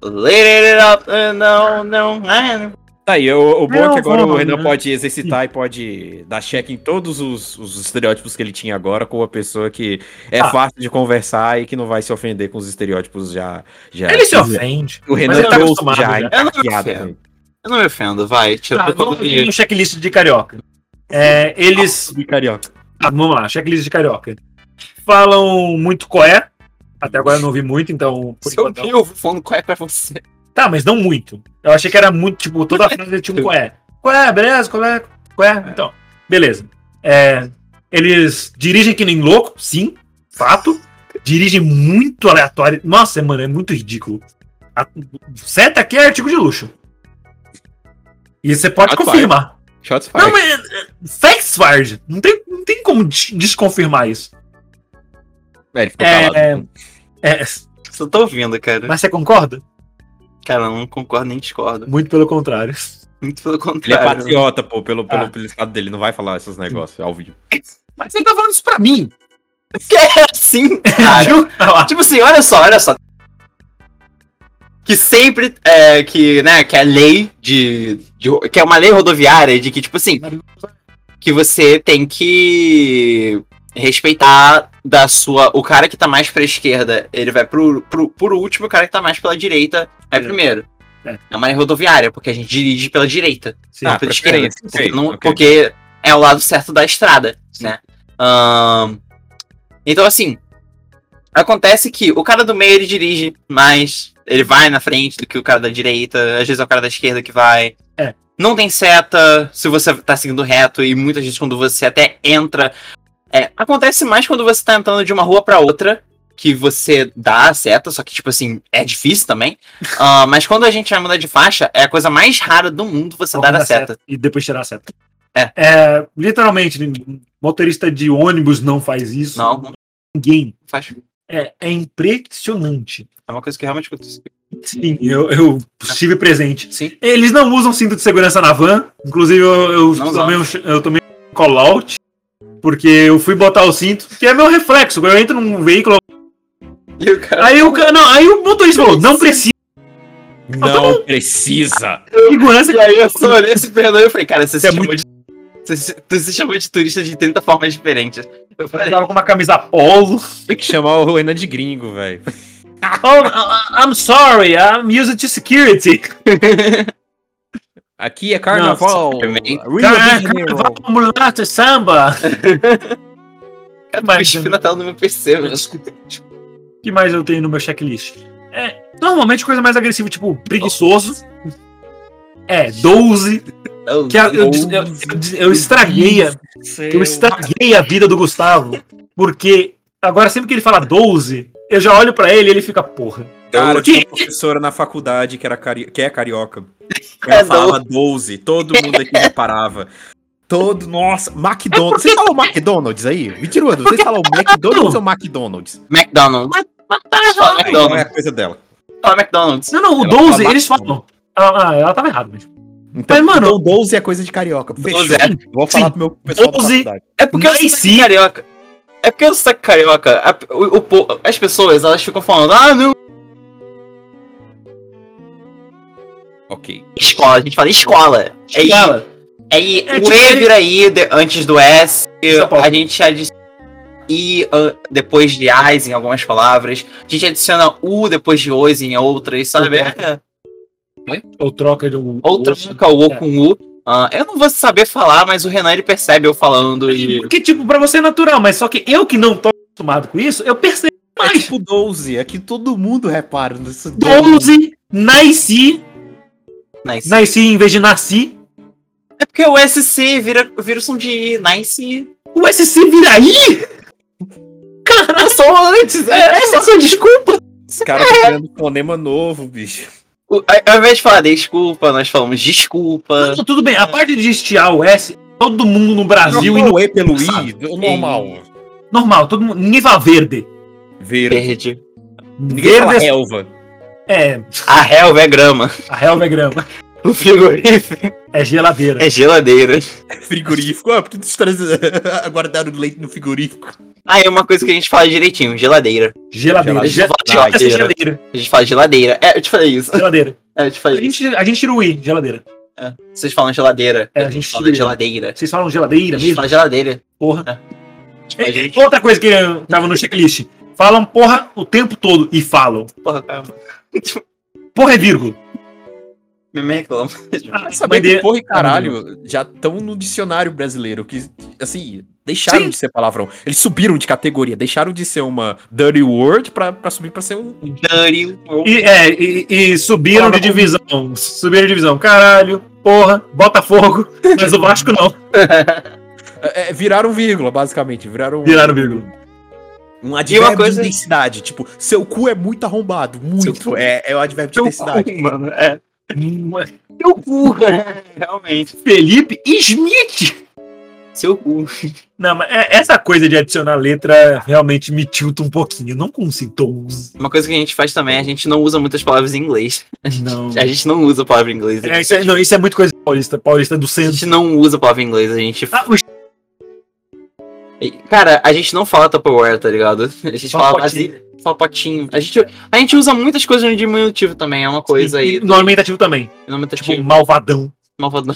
Let it up. Uh, Não, não. Ah, não. Tá aí, o, o bom é Não, que agora vamos, o Renan né? pode exercitar e pode dar check em todos os, os estereótipos que ele tinha agora com uma pessoa que é Ah. fácil de conversar e que não vai se ofender com os estereótipos já. já Ele se ofende. O Renan ele tá trouxe acostumado já. já, já. Eu não me ofendo. Eu não me ofendo, vai. Tira Tá, todo vamos mundo. ver o checklist de carioca. É, eles. Carioca. Tá, vamos lá, checklist de carioca. Falam muito coé. Até agora eu não ouvi muito, então. por Se eu enquanto não. vi, eu vou falando qual é pra você. Tá, mas não muito. Eu achei que era muito, tipo, toda a frase tinha um qual é. Qual é, beleza? Qual é? Qual é? Então, beleza. É, eles dirigem que nem louco, sim, fato. Dirigem muito aleatório. Nossa, mano, é muito ridículo. A, seta aqui é artigo de luxo. E você pode Atual. confirmar. Shots Não, fired. mas. Facts fired. Não tem, não tem como des- desconfirmar isso. É, ele ficou É, calado. É, Só tô ouvindo, cara. mas você concorda? Cara, eu não concordo nem discordo. Muito pelo contrário. Muito pelo Ele é contrário. patriota, pô, pelo, pelo, Ah. pelo estado dele. Não vai falar esses negócios ao vivo. Mas você tá falando isso pra mim. É, Sim, Ah, cara. Viu? Tá lá. tipo assim, olha só, olha só. Que sempre, é, que, né, que a lei de, de ro- que é uma lei rodoviária de que, tipo assim, que você tem que respeitar da sua, o cara que tá mais pra esquerda, ele vai pro, pro, por último, e o cara que tá mais pela direita vai É. primeiro. É. É uma lei rodoviária, porque a gente dirige pela direita. Sim. Não, Ah, pela preferência, esquerda. Porque, ok, não- ok. porque é o lado certo da estrada, né? Ahn, então, assim, acontece que o cara do meio ele dirige mais, ele vai na frente do que o cara da direita, às vezes é o cara da esquerda que vai. É. Não tem seta se você tá seguindo reto, e muitas vezes quando você até entra. é, acontece mais quando você tá entrando de uma rua pra outra, que você dá a seta, só que, tipo assim, é difícil também. Ah, mas quando a gente vai mudar de faixa, é a coisa mais rara do mundo você Só dar dar a seta. E depois tirar a seta. É. literalmente, nin- motorista de ônibus não faz isso. Não, não Ninguém. faz. É, é impressionante. É uma coisa que realmente acontece. Sim, eu, eu estive presente. Sim. Eles não usam cinto de segurança na van. Inclusive, eu, eu Não tomei, um, ch- eu tomei um call-out. Porque eu fui botar o cinto, que é meu reflexo. Quando eu entro num veículo. E o cara. Aí o, ca- não, aí o motorista falou: não precisa. Não precisa. Segurança E aí eu só olhei esse perdão assim e eu falei, cara, você, é se chamou de. Você, se- tu se chamou de turista de 30 formas diferentes. Eu Eu falei, tava com uma camisa polo. Tem que chamar o Renan de gringo, velho. Oh, I- I'm sorry, I'm used to security. Aqui é carnaval. Não, também. Rio Car- de Janeiro. Carnaval, mulata, samba. cara, mas- eu cuspi na tela do meu PC, mano. O que mais eu tenho no meu checklist? É, normalmente coisa mais agressiva, tipo preguiçoso. É, 12. Que a- eu, des- eu, eu des- eu estraguei, a, um eu estraguei a vida do Gustavo. Porque agora sempre que ele fala 12, eu já olho pra ele e ele fica, porra. Cara, Que- tinha uma professora na faculdade que, era cari... que é carioca. É, Ela falava 12, todo mundo aqui reparava. Todo, nossa, McDonald's. Vocês falam McDonald's aí? Me tira, vocês falam McDonald's ou McDonald's? McDonald's. tá Fala Aí, não é McDonald's. a coisa dela. Fala McDonald's. Não, não, o Ela 12, fala eles falam. Ah, ah, ela tava errada mesmo. Então, Mas, mano- então 12 é coisa de carioca. Fechou. 12 é. Vou falar pro meu pessoal 12 da faculdade. É porque eu Mas sotaque carioca. É porque eu sotaque carioca. a- o- o po- as pessoas, elas ficam falando, ah, não. Ok. Escola, a gente fala escola. É i- Escola. É i- É o tipo- E vira I de- antes do S. Isso é bom. a gente adiciona I ah, depois de AIS em algumas palavras. A gente adiciona U depois de OIS em outras, sabe? É. Ou troca de um. Ou troca o O É. com U. Ah, eu não vou saber falar, mas o Renan ele percebe eu falando e. Porque, tipo, pra você é natural, mas só que eu que não tô acostumado com isso, eu percebo É mais. tipo 12, aqui todo mundo repara. Nesse 12, nasci, Nice. nasci em vez de nasci. É porque o SC vira, vira o som de I, nice. O SC vira aí? Cara, só uma antes. É, essa é a sua desculpa. Os caras é. estão criando fonema novo, bicho. O- a- Ao invés de falar desculpa, nós falamos desculpa. Não, tudo bem, a parte de estiar o S, todo mundo no Brasil e no. E pelo Sabe? I, é normal. Normal, todo mundo. Ninguém fala verde. Verde. Verde. Ninguém fala Verde é- relva. é. A relva é grama. A relva é grama. O frigorífico É geladeira. é geladeira. Frigorífico. Ah, por que vocês guardaram leite no frigorífico? Ah, é uma coisa que a gente fala direitinho, geladeira. Geladeira. Geladeira. Geladeira. Essa é Geladeira. Geladeira. A gente fala geladeira. É, eu te falei isso. Geladeira. É, eu te A falei isso. gente, a gente tira o I, geladeira. É. Vocês falam geladeira. É, a a gente gente fala tira. geladeira. Vocês falam A geladeira gente mesmo? É, fala geladeira. Porra. A gente... Outra coisa que eu tava no checklist. Falam porra o tempo todo e falam. Porra, É. calma. Porra é vírgula. Me reclama. Ah, saber Mas de- que porra e caralho já estão no dicionário brasileiro. Que, assim, deixaram Sim. de ser palavrão. Eles subiram de categoria, deixaram de ser uma dirty word pra, pra subir pra ser um. Dirty. E, é, e, e subiram de Palavra divisão. Subiram de divisão. Caralho, porra, Botafogo. Mas o Vasco não. é, é, viraram vírgula, basicamente. Viraram. Viraram vírgula. Um advérbio coisa- de intensidade. Tipo, seu cu é muito arrombado. Muito. É, é o advérbio de intensidade. Mano, é. Seu cu, cara. Realmente. Hum, Felipe Smith. Seu cu. Não, mas é- essa coisa de adicionar letra realmente me tilta um pouquinho. Eu não consigo. tô- Uma coisa que a gente faz também, a gente não usa muitas palavras em inglês. Não. A gente não usa palavra em inglês. É, isso, é, não, isso é muito coisa paulista. Paulista do A centro. gente não usa palavra em inglês, a gente. Ah, o E, Cara, a gente não fala Tupperware, tá ligado? A gente Fala fala potinho. potinho. Fala potinho. A gente, a gente usa muitas coisas no diminutivo também, é uma coisa aí. Normentativo também. Tipo, Nominativo, malvadão. malvadão.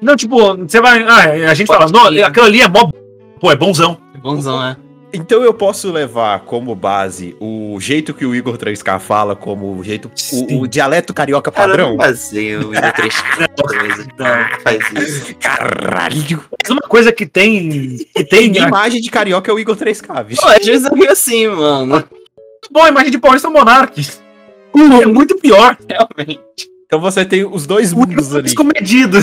Não, tipo, você vai. Ah, a gente fala, não, aquilo ali é mó. b- Pô, é bonzão. Bonzão, né? Então eu posso levar como base o jeito que o Igor 3K fala como o jeito. O, o dialeto carioca padrão? Fazer o Igor 3 coisa. Não, faz isso. Caralho! Mas uma coisa que tem. Que tem. Tem é muito imagem de carioca é o Igor 3K, bicho. Pô, às vezes eu rio assim, mano. bom, a imagem de paulista é o monarque. É muito pior. Realmente. Então você tem os dois mundos ali. Descomedido.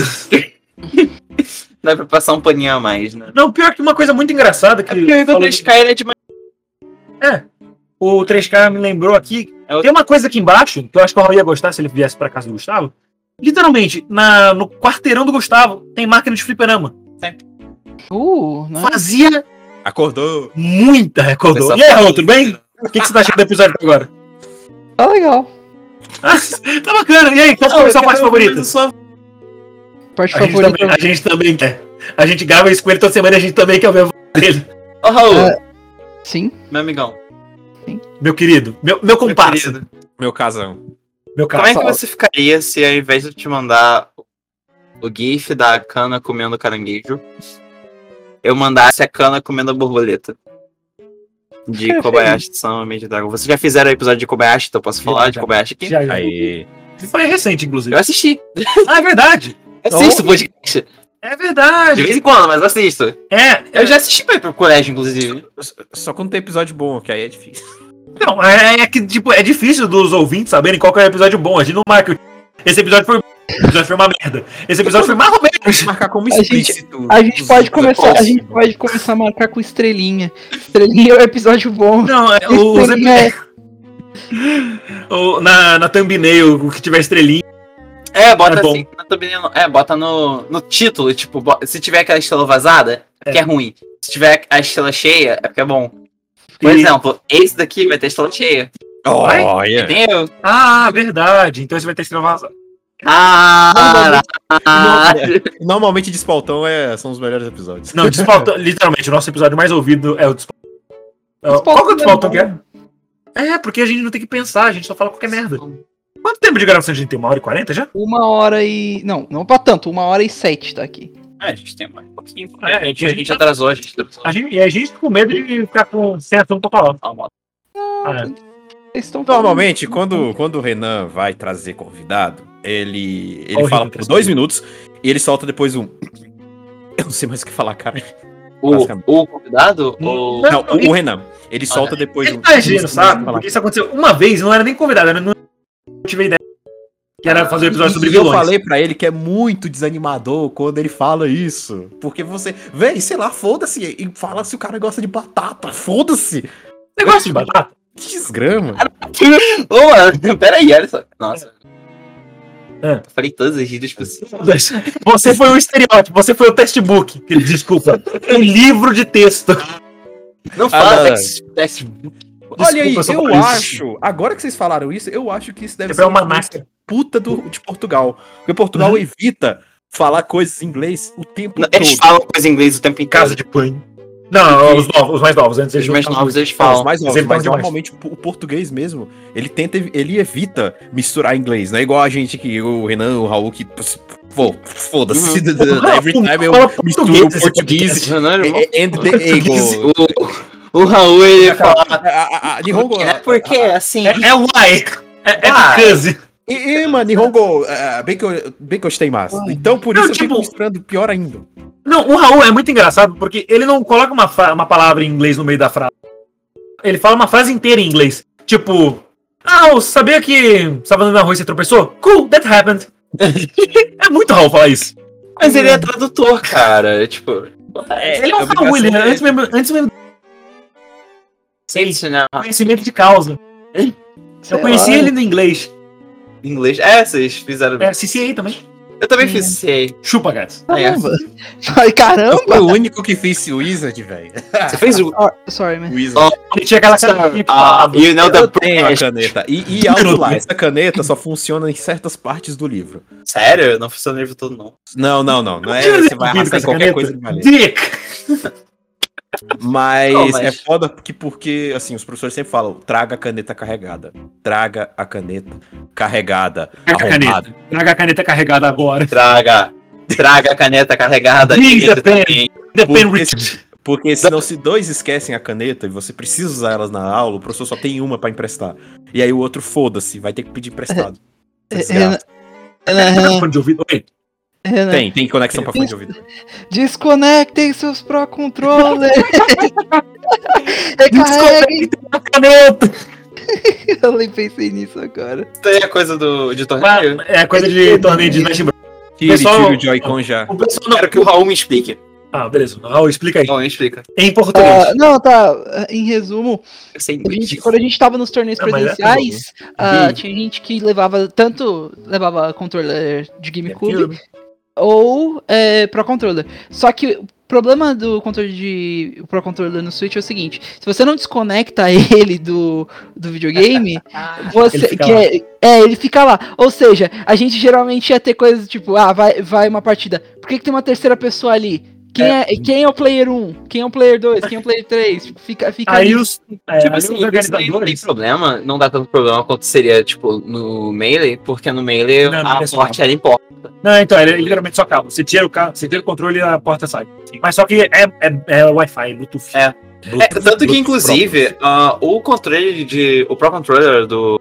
Dá pra passar um paninho a mais, né? Não, pior que uma coisa muito engraçada que. É porque o Igor falou- 3K ele é demais. é. O 3K me lembrou aqui. É o- Tem uma coisa aqui embaixo, que eu acho que o Raul ia gostar se ele viesse pra casa do Gustavo. Literalmente, na, no quarteirão do Gustavo, tem máquina de fliperama. Uh, Ah. não Fazia Acordou. muita, recordou. Essa E aí, Raul, parte- tudo bem? O que, que você tá achando do episódio até agora? Tá legal. Ah, tá bacana. E aí, qual foi a sua parte favorita? Parte A gente, favorita. também, a gente também quer. A gente grava isso com ele toda semana e a gente também quer ver a voz dele. Ô, Raul, É. Sim. meu amigão. Meu querido, meu, meu meu comparsa, né? querido, Meu casão. meu Um Como é cara. que você ficaria se ao invés de eu te mandar o GIF da cana comendo caranguejo, eu mandasse a cana comendo a borboleta? De Kobayashi de Sama Made Dragon. Vocês já fizeram o episódio de Kobayashi, então eu posso falar Já, de já. Kobayashi aqui? Já, já. Aí. Foi recente, Eu inclusive. assisti. Ah, é verdade. Eu assisto podcast. É De vez verdade. em quando, mas eu assisto. É, Eu já assisti pra ir pro colégio, inclusive. Só quando tem episódio bom, que aí é difícil. Não, é, é que, tipo, é difícil dos ouvintes saberem qual que é o episódio bom. A gente não marca. o- Esse episódio foi. Esse episódio foi uma merda. Esse episódio foi mais ou menos. Tem que marcar como A gente- explícito. A gente os- pode os- começar, a gente pode começar a marcar com estrelinha. Estrelinha é o episódio bom. Não, é, o, os epi- Estrelinha é- o- na, na thumbnail, o que tiver estrelinha. É, bota É bom. assim. na thumbnail, É, bota no, no título, tipo, bo- se tiver aquela estrela vazada, é porque é ruim. Se tiver a estrela cheia, é porque é bom. Por E- exemplo, esse daqui vai ter estrela cheia. Olha. Entendeu? Ah, verdade. Então você vai ter estrela vazada. Caralho! Normalmente Despaltão é... são os melhores episódios. Não, despaltão. literalmente, o nosso episódio mais ouvido é o despaltão. Qual que é o despaltão que é? É, porque a gente não tem que pensar, a gente só fala qualquer merda. Quanto tempo de gravação a gente tem? Uma hora e quarenta já? Uma hora e. Não, não pra tanto, uma hora e sete tá aqui. É, a gente tem mais um pouquinho. É, a, gente, a gente atrasou, a gente atrasou. A gente, e a gente tá com medo de ficar com sem assunto pra falar. Ah, moto. Ah, Vocês estão falando- Normalmente, quando, quando o Renan vai trazer convidado, ele, Olha ele o fala Renan por trazendo. dois minutos e ele solta depois um. Eu não sei mais o que falar, cara. Basicamente. O, o convidado? Não. o- Não, o, o Renan. Ele Ah, solta depois Ele um. tá agindo, sabe? Falar. Porque isso aconteceu uma vez, não era nem convidado, eu não eu tive a ideia. Que era fazer um episódio sobre E eu vilões. falei pra ele que é muito desanimador quando ele fala isso. Porque você. Véi, sei lá, foda-se. E fala se o cara gosta de batata. Foda-se. negócio de batata. Que desgrama. Ô, mano, peraí, olha só. Nossa. É. Eu falei todas as gírias possíveis. Você foi o estereótipo, você foi o textbook. que- Desculpa. Um livro de texto. Não não, fala Ah, não. text- text- Olha aí, Desculpa, só eu por isso. acho. Agora que vocês falaram isso, eu acho que isso deve Quebrar ser uma é uma máscara. puta do, de Portugal. Porque Portugal Uhum. evita falar coisas em inglês o tempo Não, todo. Eles falam coisa em inglês o tempo em casa. Casa de banho. Não, os, novos, os mais novos. Antes Os eles mais não- novos eles Não, os falam. mais novos, Eles falam mas é demais. normalmente o po- o português mesmo, ele tenta, ev- ele evita misturar inglês, não é igual a gente que o Renan, o Raul que pô, se- pô, foda-se, every time é, eu Fala misturo o esse é podcast. português O, and the ego. é, o Raul ele fala. A- a- a- Nihongo. É porque assim. É, é o like. É, é Ah. case. E, e, mano, Nihongo, ah, bem que eu- bem que eu gostei mais. Então por Não, isso eu fico tipo- misturando pior ainda. Não, o Raul é muito engraçado porque ele não coloca uma, fa- uma palavra em inglês no meio da frase. Ele fala uma frase inteira em inglês. Tipo, ah, eu sabia que você tava andando na rua e você tropeçou? Cool, that happened. é muito Raul falar isso. Mas ele é tradutor, cara. Tipo. ele é um a obrigação Raul, ele, dele. antes, mesmo, antes mesmo do Sim, sim, não. conhecimento de causa. Sei eu conheci lá. ele no inglês. Inglês. É, vocês fizeram. É, CCA também. Eu também fiz CA. Chupa, gato. Ah, é. Caramba! Ai, Eu fui caramba! o único que fez Wizard, velho. Você fez o. Ó, Sorry, man. Wizard. Ele tinha aquela canetinha que Ah, falava. you know the Eu É, tenho a caneta. E, e alto lá, essa caneta só funciona em certas partes do livro. Sério? Não funciona o livro todo, não. Não, não, não. Não é Tira você esse vidro vai com arrastar em essa caneta. qualquer coisa que vai ler. Dick! Mas, Não, mas- é foda porque, porque, assim, os professores sempre falam, traga a caneta carregada. Traga a caneta carregada. Traga a Arrombado. caneta. Traga a caneta carregada agora. Traga. Traga a caneta carregada. Diz Diga the pen. também. The pen Porque- Richard. Porque senão se dois esquecem a caneta e você precisa usar elas na aula, o professor só tem uma pra emprestar. E aí o outro, foda-se, vai ter que pedir emprestado. É, Desgraça. Renan, é Fone de ouvido. Oi. Renan, Tem, tem conexão pra fone de ouvido. Desconectem seus Pro Controller! Recarreguem! A caneta! Eu nem pensei nisso agora. Tem a é coisa do, de torneio. É coisa de torneio de Smash Bros. Tire, Pessoal- tire o Joy-Con já. O pessoal Quero que o Raul me explique. Ah, beleza. Raul, explica aí. É Raul, me explica. Em português. Ah, não, tá. Em resumo, Eu sei A inglês. gente- quando a gente tava nos torneios Ah, mas é presenciais, ah, Hum. tinha gente que levava tanto levava controller de GameCube Cube. ou é, Pro Controller. Só que o problema do controle de o Pro Controller no Switch é o seguinte: se você não desconecta ele do, do videogame, Ah, você Ele fica que é, é, ele fica lá. Ou seja, a gente geralmente ia ter coisas tipo, ah, vai, vai uma partida. Por que, que tem uma terceira pessoa ali? Quem é, quem é o player 1? Quem é o player 2? Quem é o player 3? Fica, fica Aí nisso. os, é, Tipo aí assim, os isso daí não tem organizadores. problema, não dá tanto problema quanto seria, tipo, no Melee, porque no Melee Não, não a tem sorte ela importa. Não, então, ele literalmente só cabo. Você tira o carro, você tira o controle e a porta sai. Mas só que é, é, é Wi-Fi, Bluetooth. É. É, tanto que, inclusive, ah, o controle de. O Pro Controller do.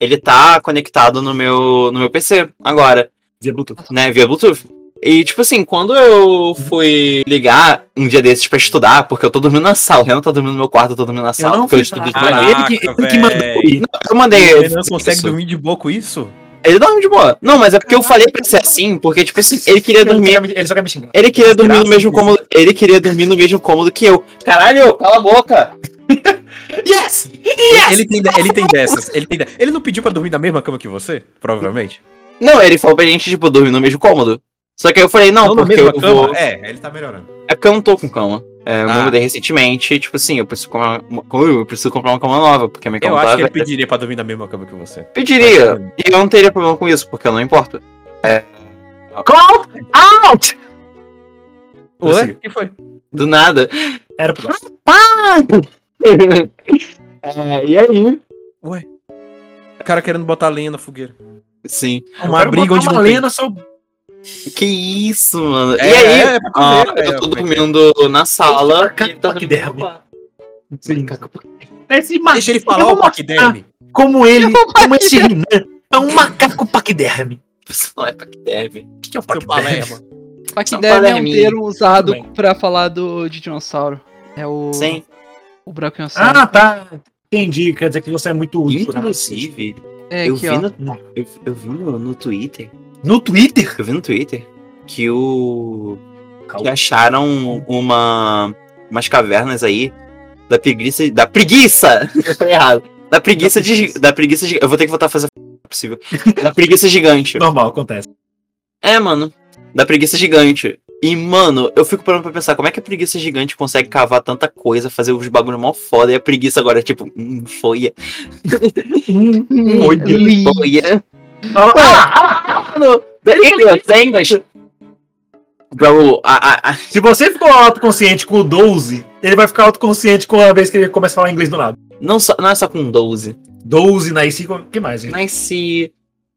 Ele tá conectado no meu, no meu PC agora, Via Bluetooth. né? Via Bluetooth. E, tipo assim, quando eu fui ligar um dia desses pra estudar, porque eu tô dormindo na sala, o Renan tá dormindo no meu quarto, eu tô dormindo na sala, porque eu estudo de nada. manhã. ele que, ele que mandou. véi. aí. Eu mandei. Ele eu- não consegue isso. dormir de boa com isso? Ele dorme de boa. Não, mas é porque eu falei pra ser assim, porque, tipo assim, ele queria Ele só dormir quer me- Ele só quer me xingar. Ele queria dormir no Graças mesmo a Deus. cômodo. Ele queria dormir no mesmo cômodo que eu. Caralho, cala a boca! yes! Ele tem, ele tem dessas. Ele, tem dessas. ele não pediu pra dormir na mesma cama que você? Provavelmente. Não, ele falou pra gente, tipo, dormir no mesmo cômodo. Só que aí eu falei, não, Não, na porque mesma eu cama? vou. É. É, ele tá melhorando. porque eu não tô com cama. É, eu me Ah. mudei recentemente, e, tipo assim, eu preciso comprar uma, eu preciso comprar uma cama nova, porque a minha Eu cama tá acho que ele velha. pediria pra dormir na mesma cama que você. Pediria. E eu não teria problema com isso, porque eu não importo. Call out! Ué? O que foi? Do nada. Era pro lado. É, e aí? O cara querendo botar lenha na fogueira. Sim. Uma Quero briga botar onde uma não tem. lenda só Que isso, mano. É, e aí? é, pra tu ah, ver, eu é, tô foi. dormindo na sala. Caca- e ele tá que dormindo derra. no quarto. Sim. Esse macaco. Deixa ele Eu falar vou o paquiderme. Como ele, como esse Renan é um macaco paquiderme. Isso não é pra que deve. O que que é um Seu paquiderme? Palermo. Paquiderme é um Palerminha. termo usado Tudo pra falar do de dinossauro. É o, Sim. o braquiossauro. Ah, tá. Entendi. Quer dizer que você é muito útil. né? Inclusive, é eu, aqui, vi ó. no, eu, eu vi no, no Twitter. No Twitter? Eu vi no Twitter que o. Que Calma. acharam uma. umas cavernas aí da preguiça. Da preguiça! Falei é errado. Da preguiça de. Da preguiça de. Eu vou ter que voltar a fazer a possível. Da preguiça gigante. Normal, acontece. É, mano. Da preguiça gigante. E, mano, eu fico parando pra pensar, como é que a preguiça gigante consegue cavar tanta coisa, fazer os bagulho mó foda, e a preguiça agora é tipo, hum, folha. li. folha. Ah, ah, ah, mano, delírio, tengas. Bro, a, a, a, Se você ficou autoconsciente com o 12, ele vai ficar autoconsciente com a vez que ele começa a falar inglês do nada. não, só, não é só com 12. 12, na o que mais? Gente? Mas se.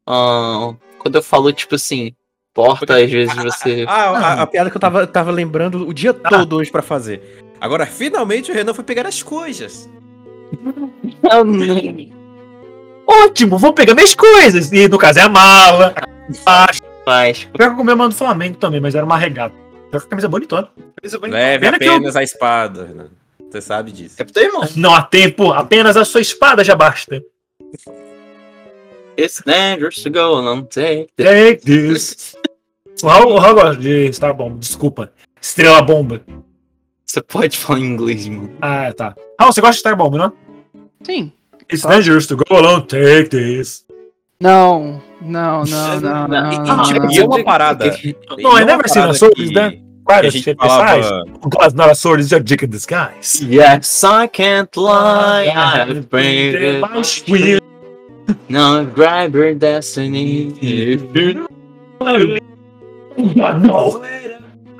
ah, quando eu falo, tipo assim, porta, às vezes você. Ah, a, a piada que eu tava, tava lembrando o dia Ah. todo hoje pra fazer. Agora, finalmente, o Renan foi pegar as coisas. Ótimo, vou pegar minhas coisas. E no caso é a mala. A Mas. Pior que eu comi a mão do Flamengo também, mas era uma regata. Pior que a camisa é bonitona. Camisa bonitona. Leve Pena que eu- apenas a espada, Renan. Você sabe disso. É pro teu irmão. Não há tempo, apenas a sua espada já basta. It's dangerous to go, não take the Take this. O Raul, o Raul gosta de Star Bomb, desculpa. Estrela Bomba. Você pode falar inglês, mano. Ah, tá. Raul, você gosta de Star Bomb, não é? Sim. It's dangerous to go alone, take this. Não, não, não, não, não. E- não, e, não, tipo, não. E é uma parada. Não, é Never Seen a Swords, né? Que a Claro, gente gente falava. Glass not a sword is your dick in disguise. Yes, I can't lie. I've been no grabber destiny. Ah, Não.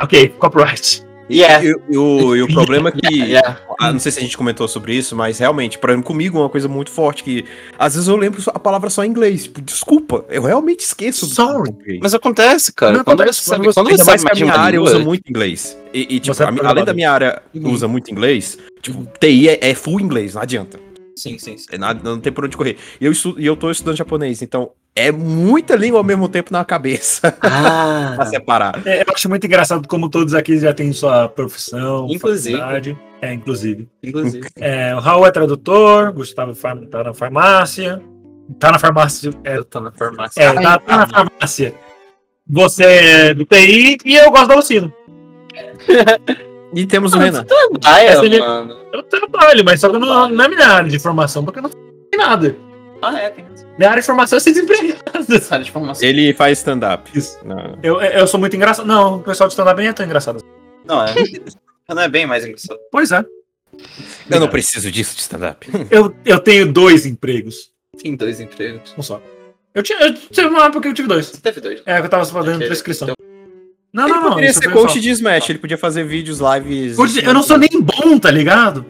Ok, copyright. Yeah, E, e o, e o problema é que. yeah. Ah, não sei se a gente comentou sobre isso, mas realmente, por exemplo, comigo é uma coisa muito forte que às vezes eu lembro a palavra só em inglês. Tipo, desculpa, eu realmente esqueço. do- Sorry. Mas acontece, cara. Não, quando quando- você sabe, quando quando você ainda sabe mais que a mais um de minha uma área língua, usa muito inglês. E, e, tipo, Você é a mi- além programador. da minha área usa muito inglês, tipo, TI é, é full inglês, não adianta. Sim, sim, sim. É nada- não tem por onde correr. E eu, estu, e eu tô estudando japonês, então é muita língua ao mesmo tempo na cabeça Ah, pra separar. É, eu acho muito engraçado como todos aqui já têm sua profissão, Inclusive. faculdade. É, inclusive. inclusive. É, o Raul é tradutor, Gustavo farm- tá na farmácia. Tá na farmácia. É, Eu tô na farmácia. é, tá, tá na farmácia. Você é do TI e eu gosto da Alcino. E temos o Renan. Ah, Essa ele- é, mano. Eu trabalho, mas só que eu não, não é minha área de formação, porque eu não sei nada. Ah, é, tem essa Minha área de formação é ser desempregado. área de formação. Ele faz stand-up. Isso. Não. Eu, eu sou muito engraçado. Não, o pessoal de stand-up nem é tão engraçado. Não, é. Não é bem mais engraçado. Pois é. Eu não preciso disso de stand-up. Eu, eu tenho dois empregos. Tem dois empregos. Um só. Eu, tinha, eu tive uma época que eu tive dois. Você teve dois. É, que eu tava fazendo Ok. prescrição. Não, ele não, não. poderia isso ser foi só. coach de Smash, ele podia fazer vídeos, lives. Coach de- Eu não sou nem bom, tá ligado?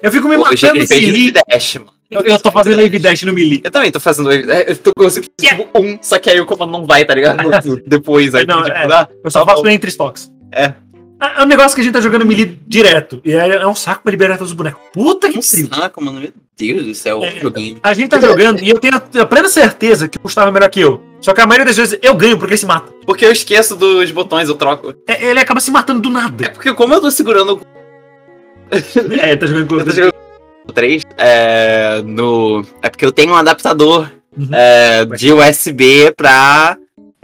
Eu fico me Hoje matando ele sem fez li. Wave Dash, mano. Eu, eu tô fazendo Wave Dash no Melee. Eu também tô fazendo Wave Dash. Eu tô conseguindo tipo, um, só que aí o comando não vai, tá ligado? Depois, aí Não, tipo, é. dá. Eu só Tá faço bom. entre stocks. É. É é um negócio que a gente tá jogando Melee direto. E é, é um saco pra liberar todos os bonecos. Puta que Um pariu. saco, mano. Meu Deus do céu, É. jogando. A gente tá jogando e eu tenho a, a plena certeza que o Gustavo é melhor que eu. Só que a maioria das vezes eu ganho porque ele se mata. Porque eu esqueço dos botões, eu troco. É, ele acaba se matando do nada. É porque como eu tô segurando o É, tá jogando com eu tô jogando o 3, é, no... é porque eu tenho um adaptador Uhum. é, de USB pra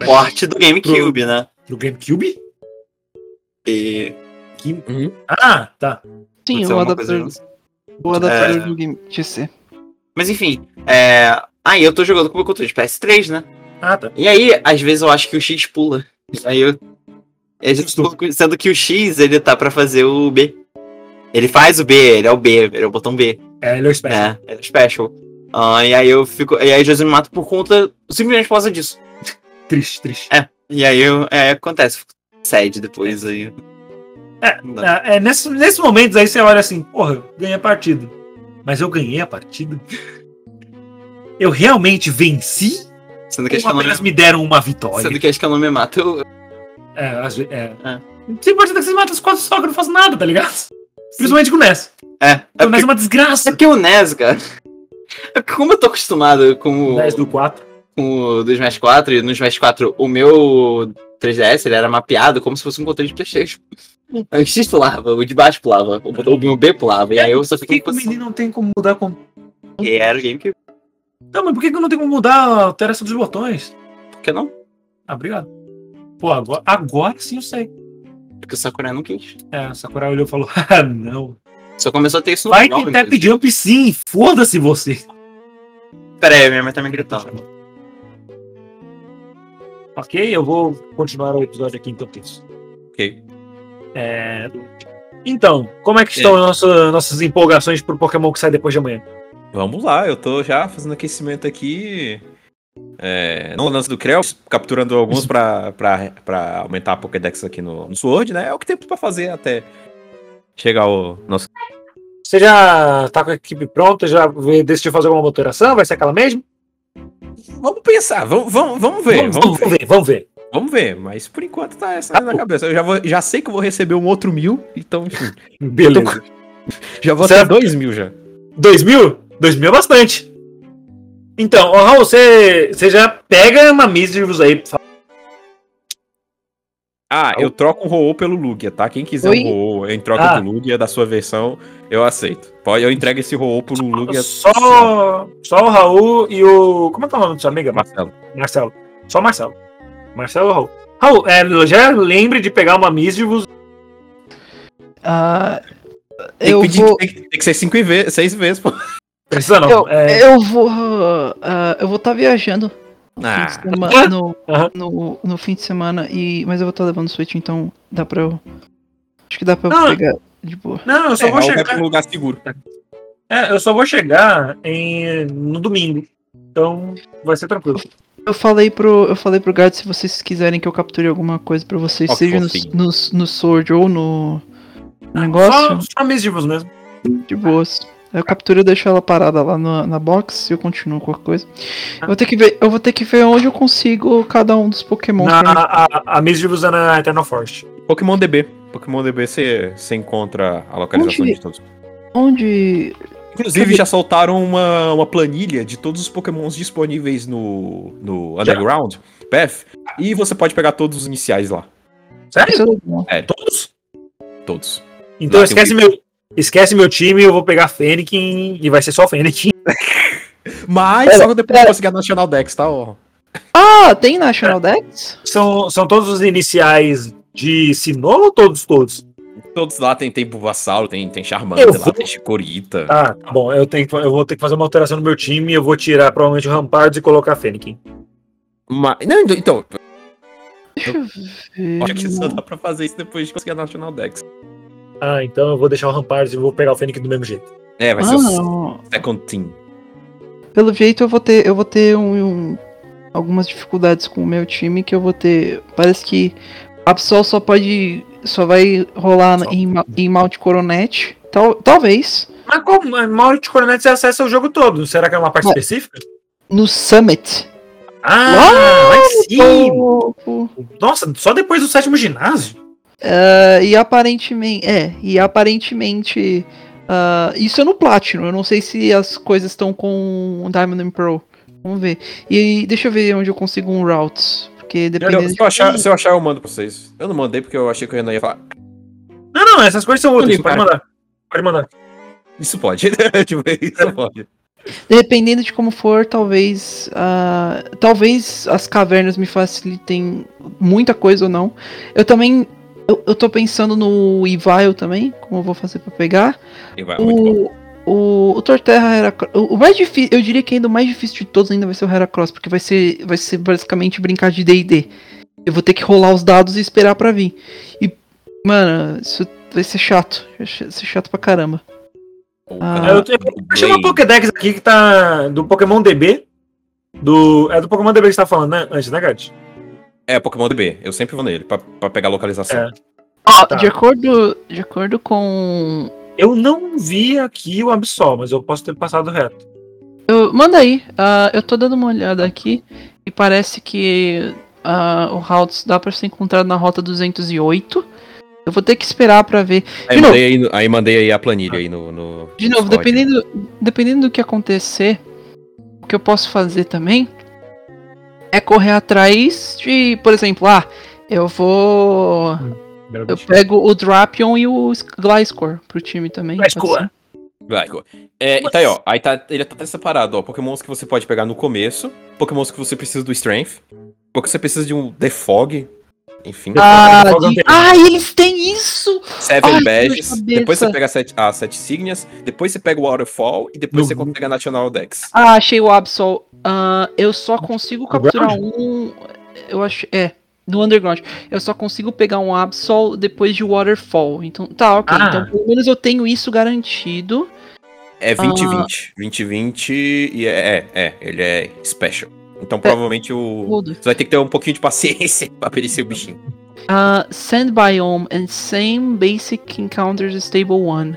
porte do GameCube, né? Pro GameCube? E... Ah, tá. Sim, aconteceu o alguma coisa, um adaptador, não sei. o adaptador É. do game TC. Mas enfim, é... aí eu tô jogando com o meu controle de PS3, né? Ah, tá. E aí, às vezes eu acho que o X pula. Aí eu. É Justo. justo- Sendo que o X, ele tá pra fazer o B. Ele faz o B, ele é o B, ele é o botão B. É, ele é o Smash. É, é special. Ah, e aí eu fico. E aí às vezes eu me mato por conta. Simplesmente por causa disso. Triste, triste. E aí eu, é, acontece, eu fico sede depois aí. Não dá. É, é, nesse- nesses momentos aí você olha assim, porra, eu ganhei a partida. Mas eu ganhei a partida? Eu realmente venci? Sendo que acho Ou que eu não apenas me, me deram é, uma vitória? sendo que acho que eu não me mato, eu. É, às vezes. É. É. Tem partida que você mata as quatro só que eu não faço nada, tá ligado? Principalmente com o Ness. É. O Ness é É porque, uma é desgraça. porque o NES, cara. É porque como eu tô acostumado com o. O Ness do 4. com o do Smash 4 e no Smash 4 o meu 3DS ele era mapeado como se fosse um controle de Playstation. O X pulava, o de baixo pulava, o botão- o meu B pulava, e aí eu só É, Por fiquei que, em que o posição. menino não tem como mudar? Com... E era o GameCube, Não, mas por que, que não tem como mudar a alteração dos botões? por que não? Ah, obrigado. Pô, agora, agora sim eu sei. Porque o Sakurai não quis. É, a Sakura olhou e falou: Ah, não. Só começou a ter isso no Vai nome tentar mesmo. tap jump sim, foda-se você. Pera aí, minha mãe tá me gritando. Ok, eu vou continuar o episódio aqui enquanto isso. Ok. É... Então, como é que estão nossa- nossas empolgações pro Pokémon que sai depois de amanhã? Vamos lá, eu tô já fazendo aquecimento aqui. É, não lance do Krell, capturando alguns pra, pra, pra aumentar a Pokédex aqui no, no Sword, né? É o que temos pra fazer até chegar o nosso. Você já tá com a equipe pronta? Já vê- decidiu fazer alguma alteração? Vai ser aquela mesma? Vamos pensar, vamos, vamos, vamos ver, vamos, Ah, vamos, vamos ver, vamos ver. vamos ver. Mas por enquanto tá essa na cabeça. Eu já, vou- já sei que eu vou receber um outro mil, então enfim, Beleza. já vou Será- ter dois mil já. 2000? 2000 é bastante. Então, ô, Raul, você, você já pega uma Misdreavus aí, por favor. Ah, eu troco um Roou pelo Lugia, tá? Quem quiser Oi? um Roou em troca Ah. do Lugia da sua versão, eu aceito. Pode, eu entrego esse Roou pro Lugia. Só, só o Raul e o. Como é que é o nome da sua amiga? Marcelo. Marcelo. Só o Marcelo. Marcelo ou Raul. Raul, é, já lembre de pegar uma Misdivus. Ah, Tem que, eu pedir- vou. tem que- tem que ser cinco e ve- seis vezes, pô. Precisa não. Eu, é, eu vou. ah, eu vou estar viajando Ah, fim de sema- no, Aham. no, no fim de semana, e, mas eu vou estar levando o Switch, então dá pra eu. Acho que dá pra eu Ah. pegar de boa. Não, eu só é, vou vai chegar. pra um lugar seguro. É, eu só vou chegar em, no domingo. Então, vai ser tranquilo. Eu falei pro, eu falei pro Gato se vocês quiserem que eu capture alguma coisa pra vocês, Ó, que seja no, fofinho. no, no Sword ou no Um negócio, Só, só mesivos mesmo. de boas. Eu capturo, eu deixo ela parada lá na, na box e eu continuo com a coisa. Eu vou ter que ver, eu vou ter que ver onde eu consigo cada um dos Pokémon. Na, pra mim. a a, a mesivos é na Eternal Forest. Pokémon DB. Pokémon DB você você encontra a localização Onde- de todos. Onde Inclusive, já soltaram uma, uma planilha de todos os pokémons disponíveis no, no Já? Underground, Path, e você pode pegar todos os iniciais lá. É, Sério? Todos? Todos. Então Não, esquece tem- um meu. Esquece meu time, eu vou pegar Fênix e vai ser só Fênix. Mas Pera, só depois pera. que conseguir a National Dex, tá? Ó. Ah, tem National Dex? São, são todos os iniciais de Sinnoh ou todos, todos? Todos lá tem, tem Bulbasauro, tem, tem Charmander, Eu lá vou- tem Chikorita. Ah, tá bom. Eu, tenho, que- eu vou ter que fazer uma alteração no meu time. Eu vou tirar provavelmente o Rampards e colocar a Fênix. Ma- Não, então, Deixa eu acho que só ver. dá pra fazer isso depois de conseguir a National Dex. Ah, então eu vou deixar o Rampards e vou pegar o Fênix do mesmo jeito. É, vai Ah, ser o não. Second Team. Pelo jeito eu vou ter, eu vou ter um, um- algumas dificuldades com o meu time que eu vou ter. Parece que a pessoa só pode, só vai rolar em, ma- em Mount Coronet. Tal, talvez Mas como? Mas Mauro de Coronet você acessa o jogo todo. Será que é uma parte Bom. específica? no Summit. Ah, Lá lá em cima. Topo. Nossa, só depois do sétimo ginásio? Ah, e aparentemente, é, e aparentemente ah, isso é no Platinum. Eu não sei se as coisas estão com Diamond and Pearl. Vamos ver. E deixa eu ver onde eu consigo um routes, porque dependendo se, eu achar, se eu achar, eu mando pra vocês. Eu não mandei porque eu achei que o Renan ia falar. Não, não, essas coisas são úteis. ligo, Pode cara. mandar. Pode mandar. Isso pode. tipo, isso pode. Dependendo de como for, talvez. ah, talvez as cavernas me facilitem muita coisa ou não. Eu também. Eu, eu tô pensando no Evile também, como eu vou fazer pra pegar. E vai, Ah, muito bom. O, o, o Torterra era. O o mais difícil. Eu diria que ainda o mais difícil de todos ainda vai ser o Heracross, porque vai ser, vai ser basicamente brincar de DD. Eu vou ter que rolar os dados e esperar pra vir. E, mano, isso vai ser chato. Vai ser chato pra caramba. O Ah. canal Eu, eu achei uma Blade. Pokédex aqui que tá do Pokémon DB. Do, é do Pokémon DB que você tá falando, né? Antes, né, Gat? É, Pokémon DB. Eu sempre vou nele pra, pra pegar a localização. É. Ó, Tá. de, acordo, de acordo com Eu não vi aqui o Absol, mas eu posso ter passado reto. Eu- manda aí. ah, eu tô dando uma olhada aqui e parece que ah, o routes dá pra ser encontrado na rota 208. Eu vou ter que esperar pra ver. Aí, De novo. mandei aí, no- aí mandei aí a planilha aí no. no De novo, Discord. dependendo, dependendo do que acontecer, o que eu posso fazer também é correr atrás de, por exemplo, ah, eu vou. Eu pego o Drapion e o Gliscor pro time também. pode Gliscor. ser. Vai, go. É, e tá aí, ó. Aí tá, ele tá até separado, ó. Pokémons que você pode pegar no começo, Pokémons que você precisa do Strength, Pokémon que você precisa de um Defog, enfim. Ah, Qual que eu de- tenho? ah, eles têm isso! Seven Ai, Badges, dor de cabeça. depois você pega as sete, as sete Signias, depois você pega o Waterfall e depois No- você consegue a National Dex. Ah, achei o Absol. Ah, eu só consigo capturar um. Eu acho. É, no Underground. Eu só consigo pegar um Absol depois de Waterfall. Então, tá, ok. Ah. Então, pelo menos eu tenho isso garantido. É Ah. 20-20. 20-20 e é, é, é, ele é special. É. Então provavelmente o. Foda-se. Você vai ter que ter um pouquinho de paciência pra perecer o bichinho. Ah, sand Biome and Same Basic Encounters Stable 1.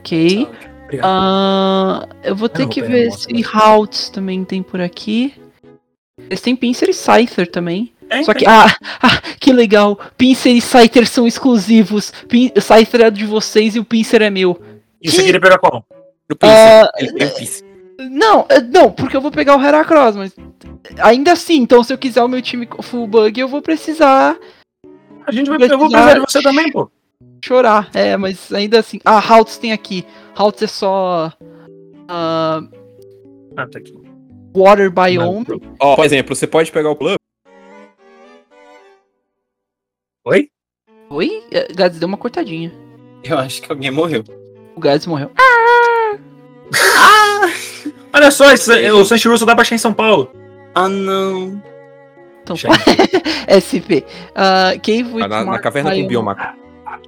Ok. Tá, Obrigado. Ah, eu vou ter não que vou ver pegar a se Routes também tem por aqui. Eles têm Pincer e Scyther também. É, Só que, ah, ah, que legal, Pincer e Scyther são exclusivos. Pin Scyther é de vocês e o Pincer é meu. Ah, E você queria pegar qual? Pro Pinsir, ele tem o Pinsir. Não, eh, não, porque eu vou pegar o Heracross, mas ainda assim, então se eu quiser o meu time com full bug, eu vou precisar A gente vai, Mas eu vou já- precisar de você também, pô. chorar. É, mas ainda assim. Ah, Haltz tem aqui. Haltz é só ah, Ah, tá aqui. Water Biome. Ó, por exemplo, você pode pegar o Club. Oi? Oi? Eh, Gads deu uma cortadinha. Ah, Eu acho que alguém morreu. O Gads morreu. Olha só, esse- o Sanchiru só dá pra achar em São Paulo. Ah, não. Então, SP. Ah, quem Tá foi Na, na caverna com biomaco.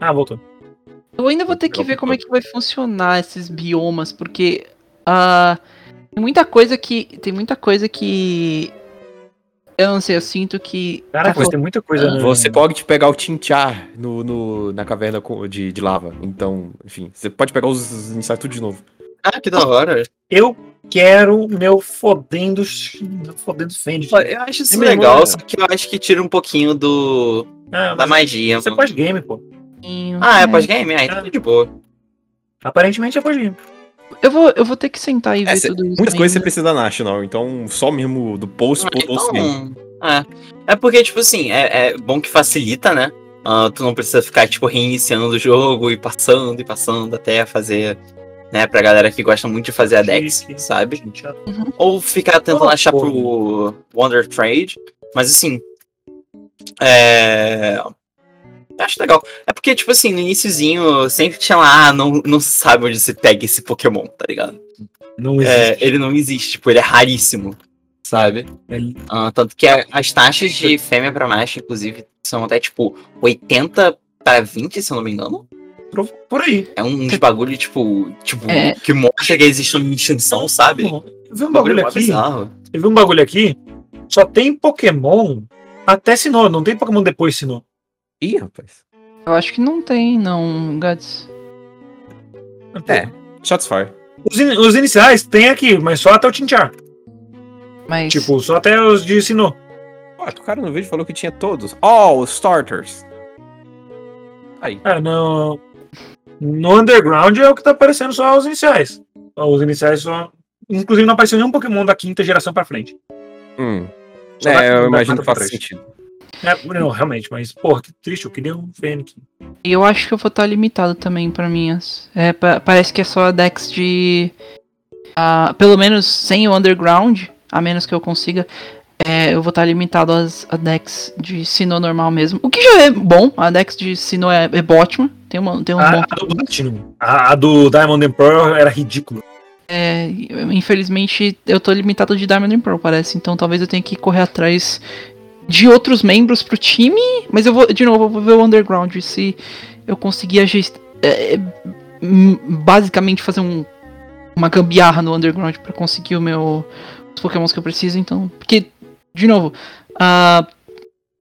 Ah, voltou. Eu ainda vou ter que ver como é que vai funcionar esses biomas, porque ah, tem muita coisa que tem muita coisa que eu não sei, eu sinto que Caraca, tá mas tem muita coisa. né? Você pode pegar o Tinchar no, no- na caverna com- de, de lava. Então, enfim, você pode pegar os, os insetos tudo de novo. Ah, que da hora. Eu quero o meu fodendo. ch- meu Fodendo Fendit. Eu acho isso É mesmo, legal, né? só que eu acho que tira um pouquinho do Ah, da mas magia. Isso é mano. pós-game, pô. falando. Ah, é pós-game? Ah, então tá de boa. Aparentemente é pós-game. Eu vou eu vou ter que sentar e É, ver cê- tudo isso. Muitas coisas você ainda. precisa da National, então só mesmo do post Ah, pro um post game. então, é. é porque, tipo assim, é, é bom que facilita, né? Ah, tu não precisa ficar, tipo, reiniciando o jogo e passando e passando até fazer, né? Pra galera que gosta muito de fazer a É Dex, Sim, sim. sabe? Ou ficar tentando Oh, achar porra. pro Wonder Trade. Mas assim. É. eu Acho legal. É porque, tipo assim, no iniciozinho sempre tinha lá, ah, não, não se sabe onde se pega esse Pokémon, tá ligado? Não É, ele não existe, tipo, ele é raríssimo, sabe? existe. Ah, tanto que a- as taxas de fêmea pra macho, inclusive, são até tipo 80 pra 20, se eu não me engano. Por- Por aí. É uns bagulho, tipo, tipo É. que mostra que existe uma extinção, sabe? Bom, eu vi um Um bagulho bagulho mó aqui. bizarro. Eu vi um bagulho aqui. Só tem Pokémon até Sinnoh. Não tem Pokémon depois de Sinnoh. Ih, rapaz. Eu acho que não tem não, Gats. É. Shots fire. Os, in- os iniciais tem aqui, mas só até o Tinchar. Mas Tipo, só até os de Sinnoh. Ué, Ah, o cara no vídeo falou que tinha todos. All starters. Ah, não. No Underground é o que tá aparecendo só os iniciais. Só Os iniciais só. Inclusive não apareceu nenhum Pokémon da quinta geração pra frente. Hum. Só da- É, da eu quarta imagino que pra faça frente. sentido. É, não, realmente, mas, porra, que triste, eu queria um Fênix. eu acho que eu vou estar limitado também pra minhas. É, pa- parece que é só a Dex de ah, pelo menos sem o Underground, a menos que eu consiga é, eu vou estar limitado às, a Dex de Sinnoh normal mesmo. O que já é bom, a Dex de Sinnoh é, é ótima. Tem, uma, tem um Ah, A, bom a do Platinum. A, a do Diamond and Pearl era ridícula. É, infelizmente eu tô limitado de Diamond and Pearl, parece. Então talvez eu tenha que correr atrás de outros membros pro time. Mas eu vou, de novo, eu vou ver o Underground se eu conseguir ajustar. é, é, m- basicamente fazer um, uma gambiarra no Underground pra conseguir o meu, os Pokémons que eu preciso. Então, porque, de novo, ah,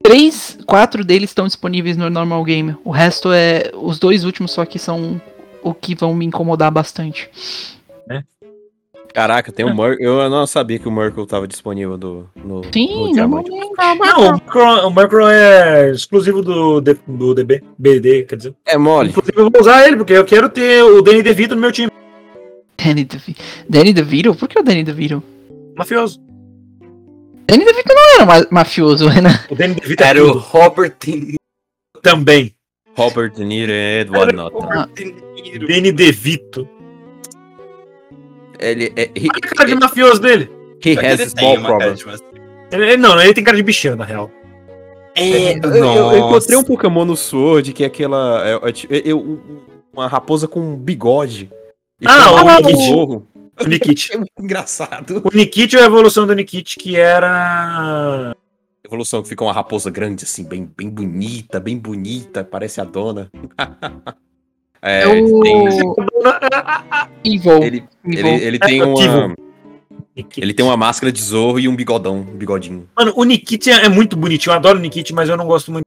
três, quatro deles estão disponíveis no normal game. O resto é. Os dois últimos só que são o que vão me incomodar bastante. Caraca, tem o Murkle. Eu não sabia que o Murkle tava disponível do, no. Sim, no Diamante. normalmente. Não, o Murkrow, o Murkrow é exclusivo do, D- do DB, BD, quer dizer. É mole. Inclusive eu vou usar ele, porque eu quero ter o Danny DeVito no meu time. Danny DeVito. Danny DeVito? Por que o Danny DeVito? Mafioso. Danny DeVito não era ma- mafioso, né? Renan. O Danny DeVito é Era o tudo. Robert De também. Robert De Niro e Edward Norton. Niro. Danny DeVito. Ele é. He, Olha a cara de mafioso dele. he Só que has ele tem small uma cara problems. de mas- Ele, ele- não, ele tem cara de bicheiro, na real. É, Eu, eu- eu encontrei um nossa. Pokémon no Sword que é aquela. é- é ti- é- eu- um- uma raposa com um bigode. E Ah, com uma o- boca de zorro. O Nikit. É muito engraçado. O Nikit é a evolução do Nikit, que era. Evolução que fica uma raposa grande, assim, bem, bem bonita, bem bonita, parece a dona. é, o tem- Evil. ele, ele, ele tem É, eu tive uma. Nikit. Ele tem uma máscara de zorro e um bigodão, um bigodinho. Mano, o Nikit é é muito bonitinho. Eu adoro o Nikit, mas eu não gosto muito.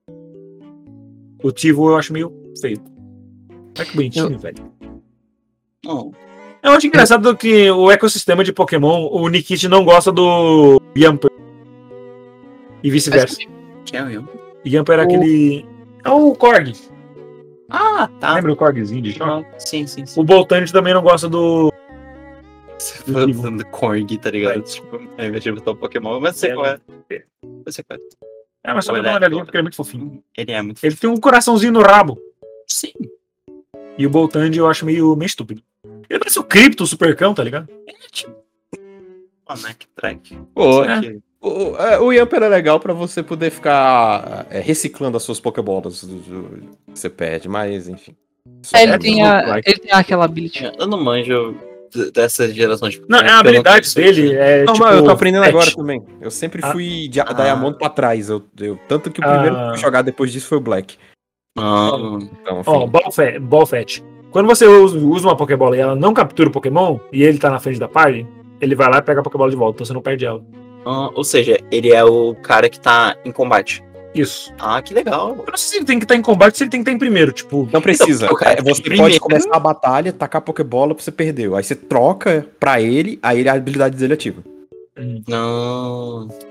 O Tivo eu acho meio feio. Olha que bonitinho, velho. Não. Eu acho engraçado que o ecossistema de Pokémon, o Nikit não gosta do Yamper. E vice-versa. Quem é o- Yamper era O- aquele. É o Korg. Ah, tá. Lembra o Korgzinho de choque? Ah, Sim, sim, sim. O Boltante também não gosta do. Você tá usando Korg, tá ligado? Tipo, ao invés de botar o Pokémon, mas sei qual é. Eu sei qual é. É, mas só pra Olha, dar uma olhadinha olha. porque ele é muito fofinho. Ele é muito Ele tem um coraçãozinho no rabo. Sim. E o Boltand eu acho meio, meio estúpido. Ele parece o Crypto, o Supercão, tá ligado? Ó, é tipo Mac Track. Pô, Só é. que- O, é, o Yamper é legal pra você poder ficar é, reciclando as suas Pokébolas do- do- que você perde, mas enfim. Só É, ele, pra- tem a- ele tem aquela habilidade. Eu é. não manjo d- dessa geração tipo, de. É, Não, é a habilidade dele é. Não, tipo, mas eu tô aprendendo pet. agora também. Eu sempre Ah. fui dia- Diamond pra trás. Eu, eu- tanto que o primeiro que eu Ah. fui jogar depois disso foi o Black. Ah, Então, Ó, enfim. ball, fe- ball fetch. Quando você usa, usa uma Pokébola e ela não captura o Pokémon e ele tá na frente da party, ele vai lá e pega a Pokébola de volta, então você não perde ela. ah, ou seja, ele é o cara que tá em combate. Isso. Ah, que legal. Eu não sei se ele tem que estar em combate, se ele tem que estar em primeiro, tipo. não precisa. Então, cara, É, você pode primeiro- começar a batalha, tacar a Pokébola, você perdeu. Aí você troca pra ele, aí ele- a habilidade dele é ativa. Não. Tá.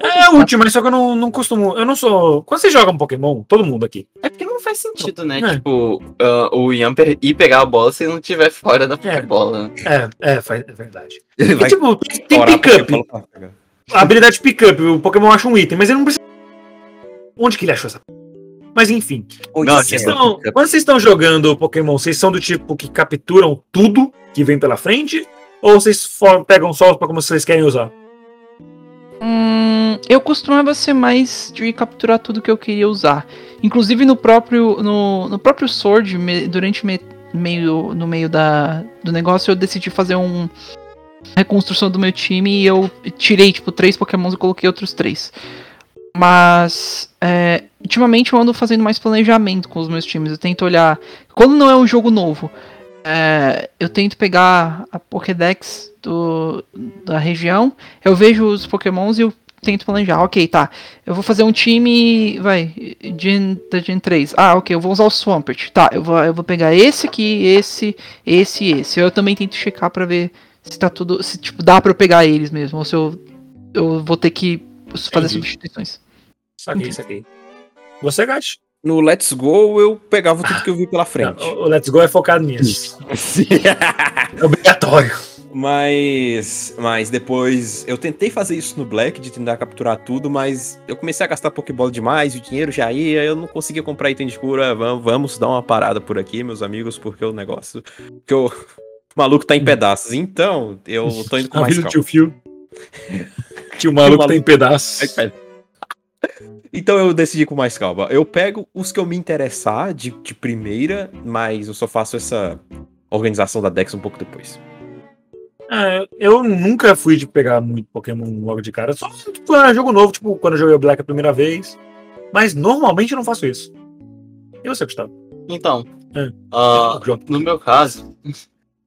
É útil, mas só que eu não, não costumo. Eu não sou. Quando você joga um Pokémon, todo mundo aqui. É porque não faz sentido, né? É. Tipo, ah, o Ian per- ir pegar a bola se não tiver fora da bola. né? É, é, faz- é verdade. Ele E, tipo, tem, tem orar a pick-up. Pokébola pra pegar. A habilidade pick-up, o Pokémon acha um item, mas ele não precisa. Onde que ele achou essa. Mas enfim. Não, É, Vocês estão- quando vocês estão jogando Pokémon, vocês são do tipo que capturam tudo que vem pela frente? Ou vocês for- pegam só os Pokémon que vocês querem usar? Hum, eu costumava ser mais de capturar tudo que eu queria usar. Inclusive no próprio no, no próprio Sword, me- durante me- meio, no meio da, do negócio, eu decidi fazer um reconstrução do meu time e eu tirei tipo três Pokémons e coloquei outros três. Mas é, ultimamente eu ando fazendo mais planejamento com os meus times. Eu tento olhar quando não é um jogo novo. é, eu tento pegar a Pokédex do, da região eu vejo os pokémons e eu tento planejar. Ok, tá. Eu vou fazer um time. Vai, Gen, da Gen 3. Ah, ok, eu vou usar o Swampert. Tá, eu vou, eu vou pegar esse aqui, esse, esse e esse. Eu também tento checar pra ver se tá tudo. Se tipo, dá pra eu pegar eles mesmo. Ou se eu, eu vou ter que fazer Entendi. substituições. Saquei, saquei. Você, Gat? No Let's Go, eu pegava tudo que eu vi pela frente. O o Let's Go é focado nisso. É obrigatório. Mas, mas depois eu tentei fazer isso no Black, de tentar capturar tudo, mas eu comecei a gastar Pokébola demais, o dinheiro já ia, eu não conseguia comprar item de cura. Vamos, vamos dar uma parada por aqui, meus amigos, porque o negócio. Porque o o maluco tá em pedaços. Então, eu tô indo com A mais vida do tio calma. Fio. Que o maluco maluco- tem pedaços. Então eu decidi com mais calma. Eu pego os que eu me interessar de, de primeira, mas eu só faço essa organização da Dex um pouco depois. Ah, eu nunca fui de pegar muito Pokémon logo de cara. Só tipo, quando era jogo novo, tipo, quando eu joguei o Black a primeira vez. Mas normalmente eu não faço isso. E você, Gustavo? Então. É. ah, Jo- no meu caso.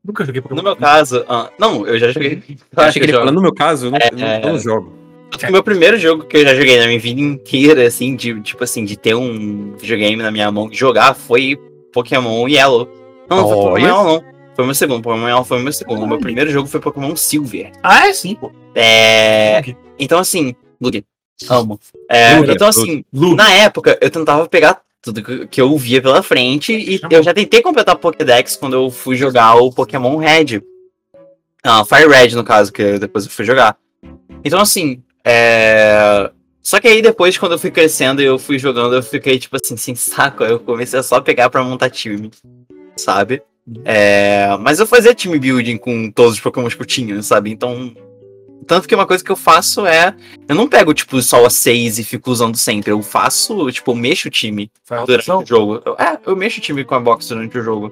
Nunca joguei Pokémon. No meu caso. ah, não, eu já joguei. Eu acho que eu ele fala, jogo. no meu caso, eu não, eu não- eu não É. jogo. Tanto que O meu primeiro jogo que eu já joguei na minha vida inteira, assim, de tipo assim, de ter um videogame na minha mão e jogar foi Pokémon Yellow. Não, não foi Pokémon Olha. Yellow, não. Foi o meu segundo. Pokémon Yellow foi o meu segundo. O meu primeiro jogo foi Pokémon Silver. Ah, é sim, pô. É. Lug. Então assim, Lug. Amo. É, Lug, então Lug. assim, Lug. Na época, eu tentava pegar tudo que- que eu via pela frente e Chama. eu já tentei completar o Pokédex quando eu fui jogar o Pokémon Red. Ah, Fire Red, no caso, que eu- depois eu fui jogar. Então, assim, é... Só que aí depois, quando eu fui crescendo e eu fui jogando, eu fiquei, tipo assim, sem saco. Eu comecei a só pegar pra montar time, sabe? É... Mas eu fazia time building com todos os Pokémon que eu tinha, sabe? Então... Tanto que uma coisa que eu faço é... Eu não pego, tipo, só a 6 e fico usando sempre. Eu faço, tipo, eu mexo o time Faz durante rotação? o jogo. Eu, é, eu mexo o time com a box durante o jogo.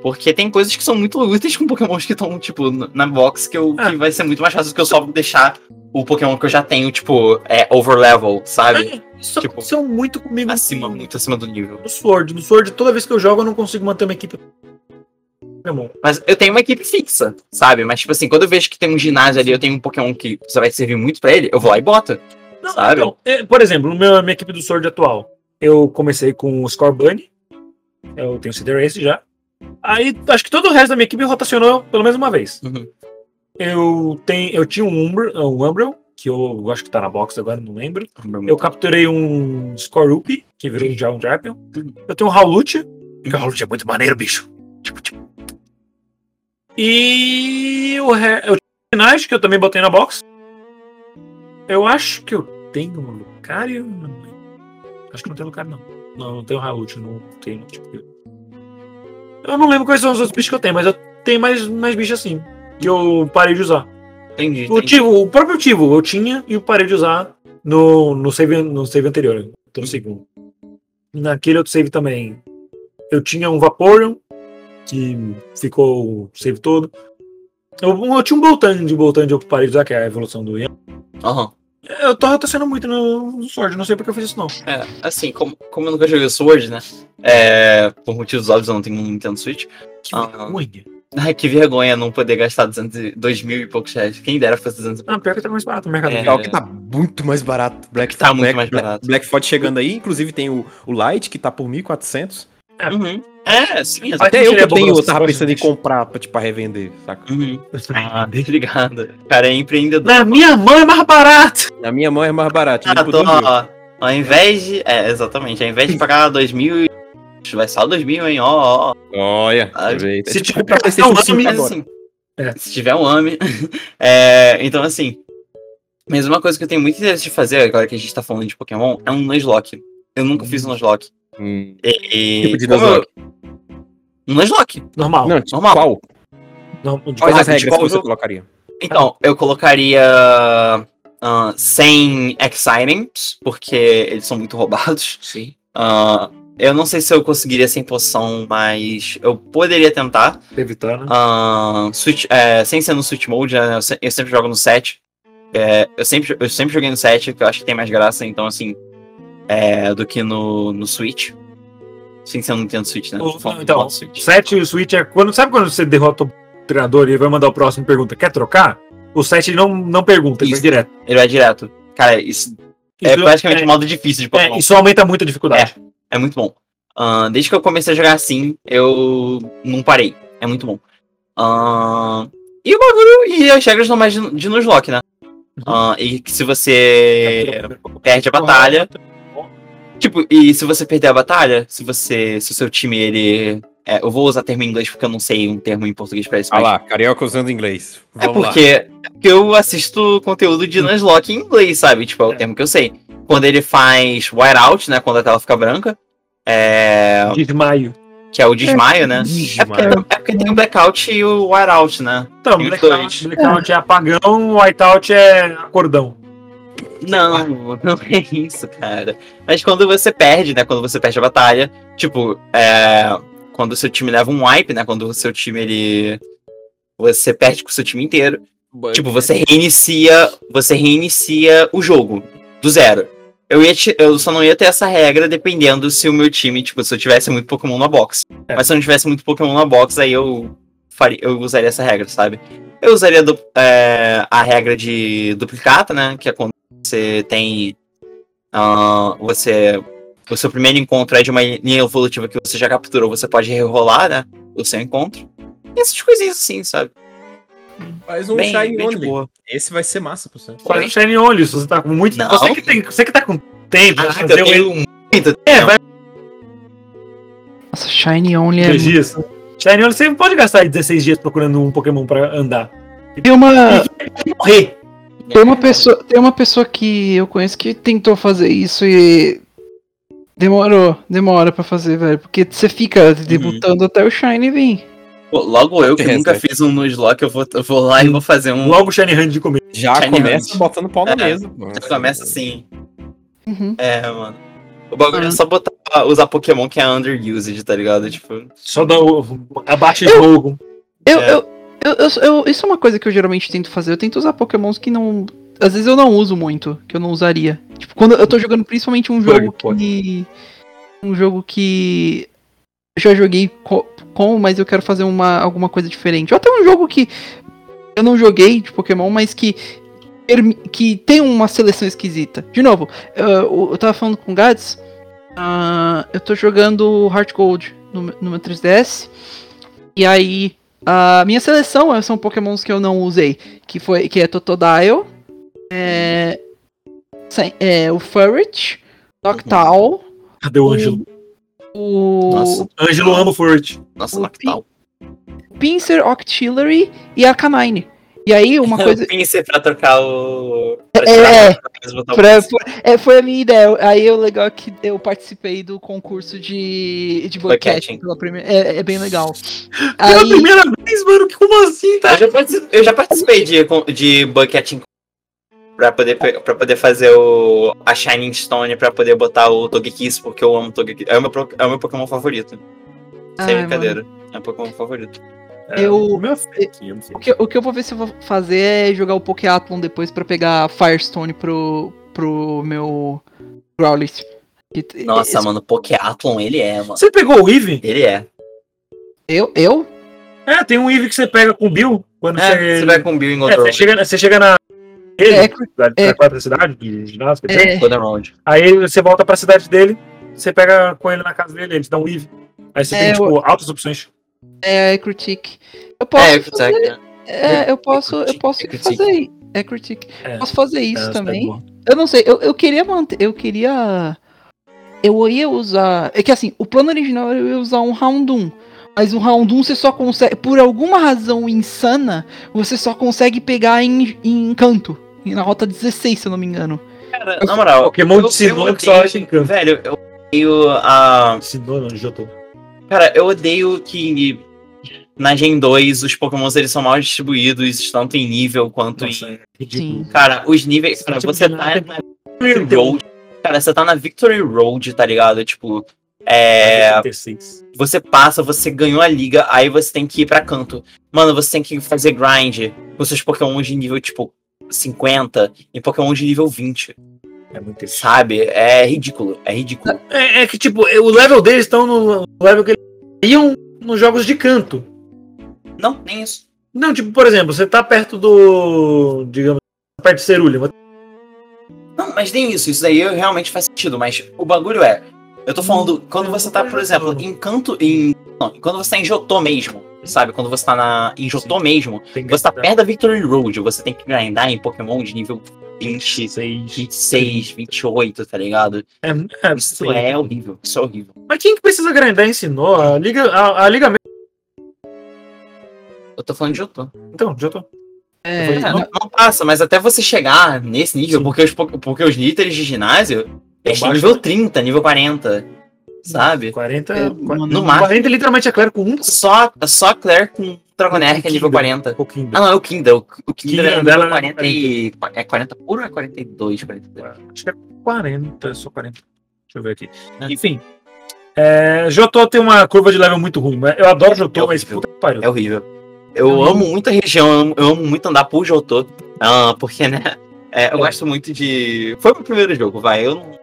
Porque tem coisas que são muito úteis com pokémons que estão, tipo, na na box, que, eu, Ah. que vai ser muito mais fácil do que eu só deixar o Pokémon que eu já tenho, tipo, é, overlevel, sabe? Isso Tipo, aconteceu muito comigo Acima, muito acima do nível. no Sword. No Sword, toda vez que eu jogo, eu não consigo manter uma equipe. Pokémon. Mas eu tenho uma equipe fixa, sabe? Mas, tipo assim, quando eu vejo que tem um ginásio ali, eu tenho um Pokémon que só vai servir muito pra ele, eu vou lá e boto. Não, Sabe? então, é, por exemplo, no meu, minha equipe do Sword atual, eu comecei com o Scorbunny. Eu tenho Cider Race já. Aí, acho que todo o resto da minha equipe rotacionou pelo menos uma vez. Uhum. Eu, tenho, eu tinha um, Umbr um Umbreon, que eu acho que tá na box agora, não lembro. Eu capturei um Scorupi, que virou já um Drapion. Eu tenho um Hawlucha, porque o Hawlucha é muito maneiro, bicho. Tipo, tipo. E o re... eu tinha o Knight, que eu também botei na box. Eu acho que eu tenho um Lucario. não lembro. Acho que não tem Lucario, não. Não, não tenho Hawlucha, não tenho. Tipo... Eu não lembro quais são os outros bichos que eu tenho, mas eu tenho mais, mais bichos assim, que eu parei de usar. Entendi, O, entendi. tivo, o próprio Tivo eu tinha e eu parei de usar no, no, save, no save anterior. Tô no segundo. Naquele outro save também. Eu tinha um Vaporeon, que ficou o save todo. Eu, eu tinha um Boltan de Boltan de Oco Parede lá, que é a evolução do Ian. Aham. Eu tô retorcendo muito no, no Sword, não sei porque eu fiz isso não. É, assim, como, como eu nunca joguei o Sword, né? É, por motivos óbvios eu não tenho um Nintendo Switch. Que Ah. vergonha. Ai, que vergonha não poder gastar 200 e- dois mil e poucos reais. Quem dera fosse 200 e poucos. Ah, pior que tá mais barato no mercado. É. É. Tal que tá muito mais barato. Black Tá muito Black, mais Black- barato. Black Friday chegando aí, inclusive tem o, o Light que tá por 1400. Uhum. É, sim, exato. Até eu seria que bom pra tenho, eu vocês tava pensando em fazerem. comprar pra, tipo, pra revender, saca? Uhum. Ah, obrigado. Cara, é empreendedor. Na minha mão é mais barato! A minha mão é mais barata. Ah, tipo, tô, dois mil. ó, ao invés de. É, exatamente. Ao invés de pagar 2 mil e. Vai só 2 mil, hein? Ó, ó, ó. Olha, Ah, tá vendo? Se É tipo tiver pra PlayStation gastar um 5 ano, Mas agora. assim. É. Se tiver um AME. é, então, assim. Mas uma coisa que eu tenho muito interesse de fazer agora que a gente tá falando de Pokémon é um Nuzlocke. Eu nunca fiz um Nuzlocke. Hum. E, Tipo de como eu- Nuzlocke? Um Nuzlocke. Normal. Não, tipo, normal. qual? Não, de Quais Ah, as de regras que qual você jogo? colocaria? Então, eu colocaria ah, sem Excitings, porque eles são muito roubados. Sim. eu não sei se eu conseguiria sem poção, mas eu poderia tentar. evitar, né? Ah, switch- é, sem ser no Switch Mode, né, eu, se- eu sempre jogo no 7. eu, sempre, eu sempre joguei no 7, que eu acho que tem mais graça, então assim, é, do que no, no Switch. Sem ser no Nintendo Switch, né? Ou- Tô falando do então, modo Switch. 7 e o Switch é quando. Sabe quando você derrota o treinador e ele vai mandar o próximo e pergunta, quer trocar? O 7 não, não pergunta, ele vai Isso. direto. ele vai direto. Cara, isso, é Isso praticamente um é, modo difícil de Pokémon. é, Isso aumenta muito a dificuldade. É muito bom. Ahn, desde que eu comecei a jogar assim, eu não parei. É muito bom. Ahn, e o bagulho e as regras são mais de, de Nuzlocke, né? Ahn, e que se É você perde a batalha. Tipo, e se você perder a batalha, se você. Se o seu time ele. é, eu vou usar termo em inglês porque eu não sei um termo em português pra isso. Olha mas- Ah lá, carioca usando inglês. é Vamos lá. Hum. porque, é porque eu assisto conteúdo de Nuzlocke em inglês, sabe? Tipo, é o termo que eu sei. Quando ele faz whiteout, né? Quando a tela fica branca. É Desmaio. que é o desmaio, né? É porque, é porque tem o blackout e o whiteout, né? Então, E os blackout, blackout é apagão, whiteout é acordão. Não, não é isso, cara. Mas quando você perde, né? Quando você perde a batalha, tipo, é, quando o seu time leva um wipe, né? Quando o seu time ele você perde com o seu time inteiro. Tipo, você reinicia, você reinicia o jogo do zero. Eu, ia ti- eu só não ia ter essa regra dependendo se o meu time, tipo, se eu tivesse muito Pokémon na box. É. Mas se eu não tivesse muito Pokémon na box, aí eu faria, eu usaria essa regra, sabe? Eu usaria du- é, a regra de duplicata, né? Que é quando você tem. ah, você. O seu primeiro encontro é de uma linha evolutiva que você já capturou, você pode rerolar, né? O seu encontro. E essas coisinhas assim, sabe? Faz um Bem, Shine bem de Only. boa. Esse vai ser massa pra você. Quase um Shiny Only, se você tá com muito Não. Você que, tem, você que tá com tempo, pra Caraca, Ah, eu fazer um tenho muito. É, vai Nossa, Shiny Only é. dois dias. Shiny Only, você pode gastar 16 dias procurando um Pokémon pra andar. Tem uma, Morrer. tem, uma pessoa, tem uma pessoa que eu conheço que tentou fazer isso e. Demorou, demora pra fazer, velho. Porque você fica debutando até o Shiny vir. Pô, Logo eu que Reset. nunca fiz um Nuzlocke, eu vou, eu vou lá e vou fazer um. Logo o Shiny Hand de comer. Já Ah, Shiny começa Hunt. botando pau na É, mesa. pô. Já começa assim. Uhum. É, mano. O bagulho Ah. é só botar, usar Pokémon que é underused, tá ligado? Tipo. Só dá o. Abaixa o jogo. Eu, É. eu, eu, eu- eu- isso é uma coisa que eu geralmente tento fazer. Eu tento usar pokémons que não. Às vezes eu não uso muito, que eu não usaria. Tipo, quando eu tô jogando principalmente um jogo que. Um jogo que. Eu já joguei co- com, mas eu quero fazer uma, alguma coisa diferente. Ou até um jogo que eu não joguei de Pokémon, mas que. permi- Que tem uma seleção esquisita. De novo, eu, eu- eu tava falando com o Gads. ah, eu tô jogando Heart Gold no, meu- no meu 3DS. E aí. A minha seleção é- são pokémons que eu não usei, que foi que é Totodile, é, sem- é, o Furret, Noctowl, Cadê o Ângelo? o Nossa. Ângelo ama o Furt. Nossa, O Noctal. Pinsir, Octillery e Arcanine. E aí uma coisa O Pinsir pra trocar o. Pra É, tirar mas botar o Pra- Pinsir. foi, é, foi a minha ideia. Aí o legal é que eu participei do concurso de, de Boycatting. boycatting pela primeira- É, é bem legal. Pela Aí, primeira vez, mano, que como assim, tá? Eu já partici- Eu já participei de, de bucketing pra poder, pe- pra poder fazer o, a Shining Stone, pra poder botar o Togekiss, porque eu amo Togekiss. É o meu, pro- é o meu Pokémon favorito. Sem Ai, brincadeira. É o Pokémon favorito. Eu- Meu filho, eu não sei. O que, o que eu vou ver se eu vou fazer é jogar o Pokéatlon depois pra pegar Firestone pro, pro meu Growlithe. E- Nossa, e- mano, Pokéatlon ele é, mano. Você pegou o Eve? Ele é. Eu? Eu? É, tem um Eve que você pega com o Bill. Quando É, você vai com o Bill e É, encontrou você chega, você chega na. Ele, É, da, é. da quarta cidade, de ginásio, É. Go the round. aí você volta pra cidade dele, você pega com ele na casa dele, ele te dá um Eve. Aí você É, tem, eu- tipo, altas opções. É Critique. Eu posso. É, fazer- você- é, eu posso, eu Critique, posso Critique. fazer. i- É Critique. É. Posso fazer isso É, também. você pega Eu não sei, eu, eu queria manter. Eu queria. Eu ia usar. É que assim, o plano original era eu ia usar um round 1. Mas um round 1 você só consegue. Por alguma razão insana, você só consegue pegar em, em canto. Na rota 16, se eu não me engano. Cara, na moral. Pokémon de eu- Sinnoh eu que só odeio- acha em campo. Velho, eu odeio a. o Sinnoh, não, um Jotô. Cara, eu odeio que na Gen 2 os Pokémons eles são mal distribuídos, tanto em nível quanto Nossa, em. é ridículo. um Cara, os níveis. Cara, tipo você de tá nada. na Victory Road. Cara, você tá na Victory Road, tá ligado? Tipo. É. 86. Você passa, você ganhou a liga, aí você tem que ir pra canto. Mano, você tem que fazer grind com seus Pokémon de nível, tipo, 50 e Pokémon de nível 20, É muito triste. sabe? É ridículo, é ridículo. É, é que, tipo, eu- o level deles estão no no level que eles iam nos jogos de canto. Não, nem isso. Não, tipo, por exemplo, você tá perto do. Digamos, perto de Cerulha. mas- Não, mas nem isso. Isso daí realmente faz sentido, mas o bagulho é. Eu tô falando, quando você tá, por exemplo, em canto. Em, não, quando você tá em Jotô mesmo, sabe? Quando você tá na, em Jotô mesmo, Tem você tá perto da Victory Road, você tem que grindar em Pokémon de nível 20, 26, 28, tá ligado? É, é, Isso é horrível, isso é horrível. Mas quem que precisa grindar ensinou? A liga, a, a liga mesmo. Eu tô falando de Jotô. Então, já tô. É, É, não, não passa, mas até você chegar nesse nível, porque os, po- porque os líderes de ginásio, eles baixo. têm né? nível 30, nível 40, sabe? 40. É, mano, No máximo. 40 literalmente é claro com um Só, só a Claire com Dragonite é nível Kindle. 40. pouquinho. Ah, não, é o Kindle. O Kindle, Kindle é dela nível é 40 e... É 40 puro ou é 42, 42? Acho que é 40, só 40. Deixa eu ver aqui. Enfim. É, Jotô tem uma curva de level muito ruim, mas eu adoro Jotô, É mas horrível. puta que pariu. É horrível. Eu amo muito a região, eu amo, eu amo muito andar por Jotô, ah, porque, né, é, eu gosto muito de... Foi o meu primeiro jogo, vai, eu não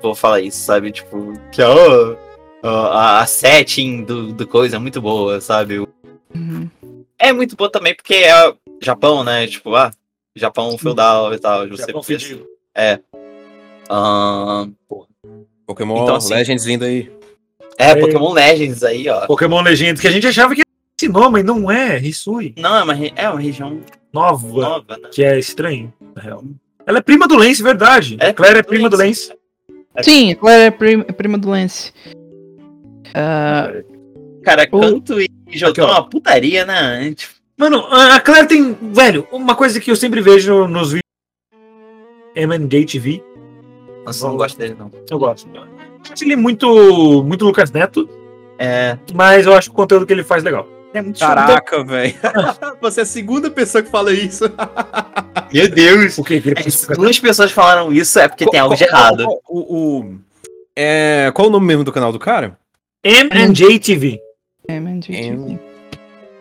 vou falar isso, sabe, tipo, que ó, ó, a, a setting do, do coisa é muito boa, sabe, Uhum. é muito boa também porque é Japão, né, tipo, ah, Japão feudal e tal, você Japão pensa- fedido. Ah, Pokémon Então, assim- Legends vindo aí. é, Aí. Pokémon Legends aí, ó. Pokémon Legends, que a gente achava que era esse nome, mas não é. Risui. Não, é uma, re- é uma região Nova. nova, né? Que é estranho, na real. Ela é prima do Lance, verdade. É a Claire é prima do Lance. Sim, a Clara é prim- prima do Lance. Ah, Cara, O- canto e Jotô é Aqui, ó. uma putaria, né, tipo... Mano, a a Claire tem. Velho, uma coisa que eu sempre vejo nos é vídeos. MNG TV. Nossa, eu não gosto dele, não. Eu gosto. Eu acho ele muito, muito Lucas Neto, É. mas eu acho o conteúdo que ele faz legal. É muito Caraca, velho. Você é a segunda pessoa que fala isso. Meu Deus! O que? É, se duas pessoas falaram isso é porque tem algo de errado. Qual, o, o- é, qual o nome mesmo do canal do cara? MNJ TV. é, mentira, enfim.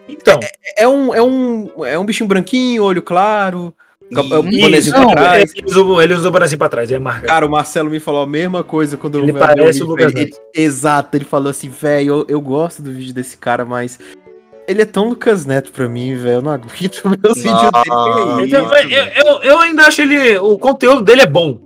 Então, É um, é um, é um bichinho branquinho, olho claro, ca- Ih, um bonezinho pra não, trás. ele usa o- ele usa o Brasil pra trás, é marca. Cara, o Marcelo me falou a mesma coisa quando Ele eu parece eu- o Lucas ele- Exato, ele falou assim, velho, eu, eu gosto do vídeo desse cara, mas ele é tão Lucas Neto pra mim, velho, eu não aguento o meu vídeo Ah, Não. dele. Então, eu, eu, eu ainda acho ele. O conteúdo dele é bom.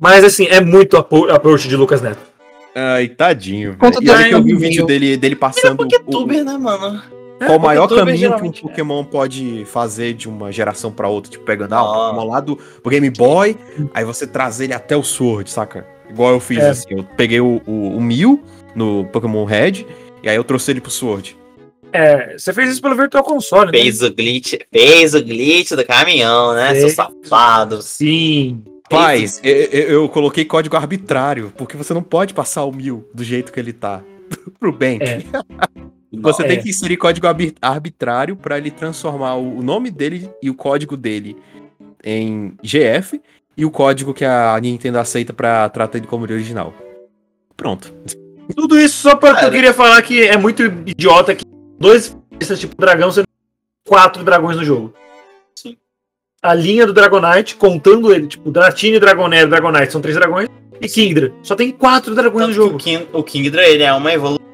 Mas assim, é muito apro- approach de Lucas Neto. Ai, tadinho, Conta velho. E olha também que eu vi um o vídeo e-mail. dele, dele passando o, Youtuber, é né, mano? qual o maior youtuber caminho geralmente, é. que um Pokémon pode fazer de uma geração pra outra, tipo, pegando ah, Ah. o Pokémon lá do do Game Boy, aí você traz ele até o Sword, saca? Igual eu fiz, É. assim, eu peguei o, o, o Mil no Pokémon Red, e aí eu trouxe ele pro Sword. É, você fez isso pelo Virtual Console, né? Fez o glitch, fez o glitch do caminhão, né? Fez. Seu safado. Sim. Pai, eu, eu- eu coloquei código arbitrário, porque você não pode passar o Mil do jeito que ele tá pro Bank. É. Você É. tem que inserir código abi- arbitrário pra ele transformar o o nome dele e o código dele em GF e o código que a Nintendo aceita pra tratar ele como de original. Pronto. Tudo isso só pra. Cara. Eu queria falar que é muito idiota que dois Esse é tipo dragão, você quatro dragões no jogo. Sim. A linha do Dragonite, contando ele, tipo, Dratini, Dragonair, Dragonite, são três dragões. E Kingdra. Só tem quatro dragões no Tanto jogo. que O, King, o Kingdra, ele é uma evolução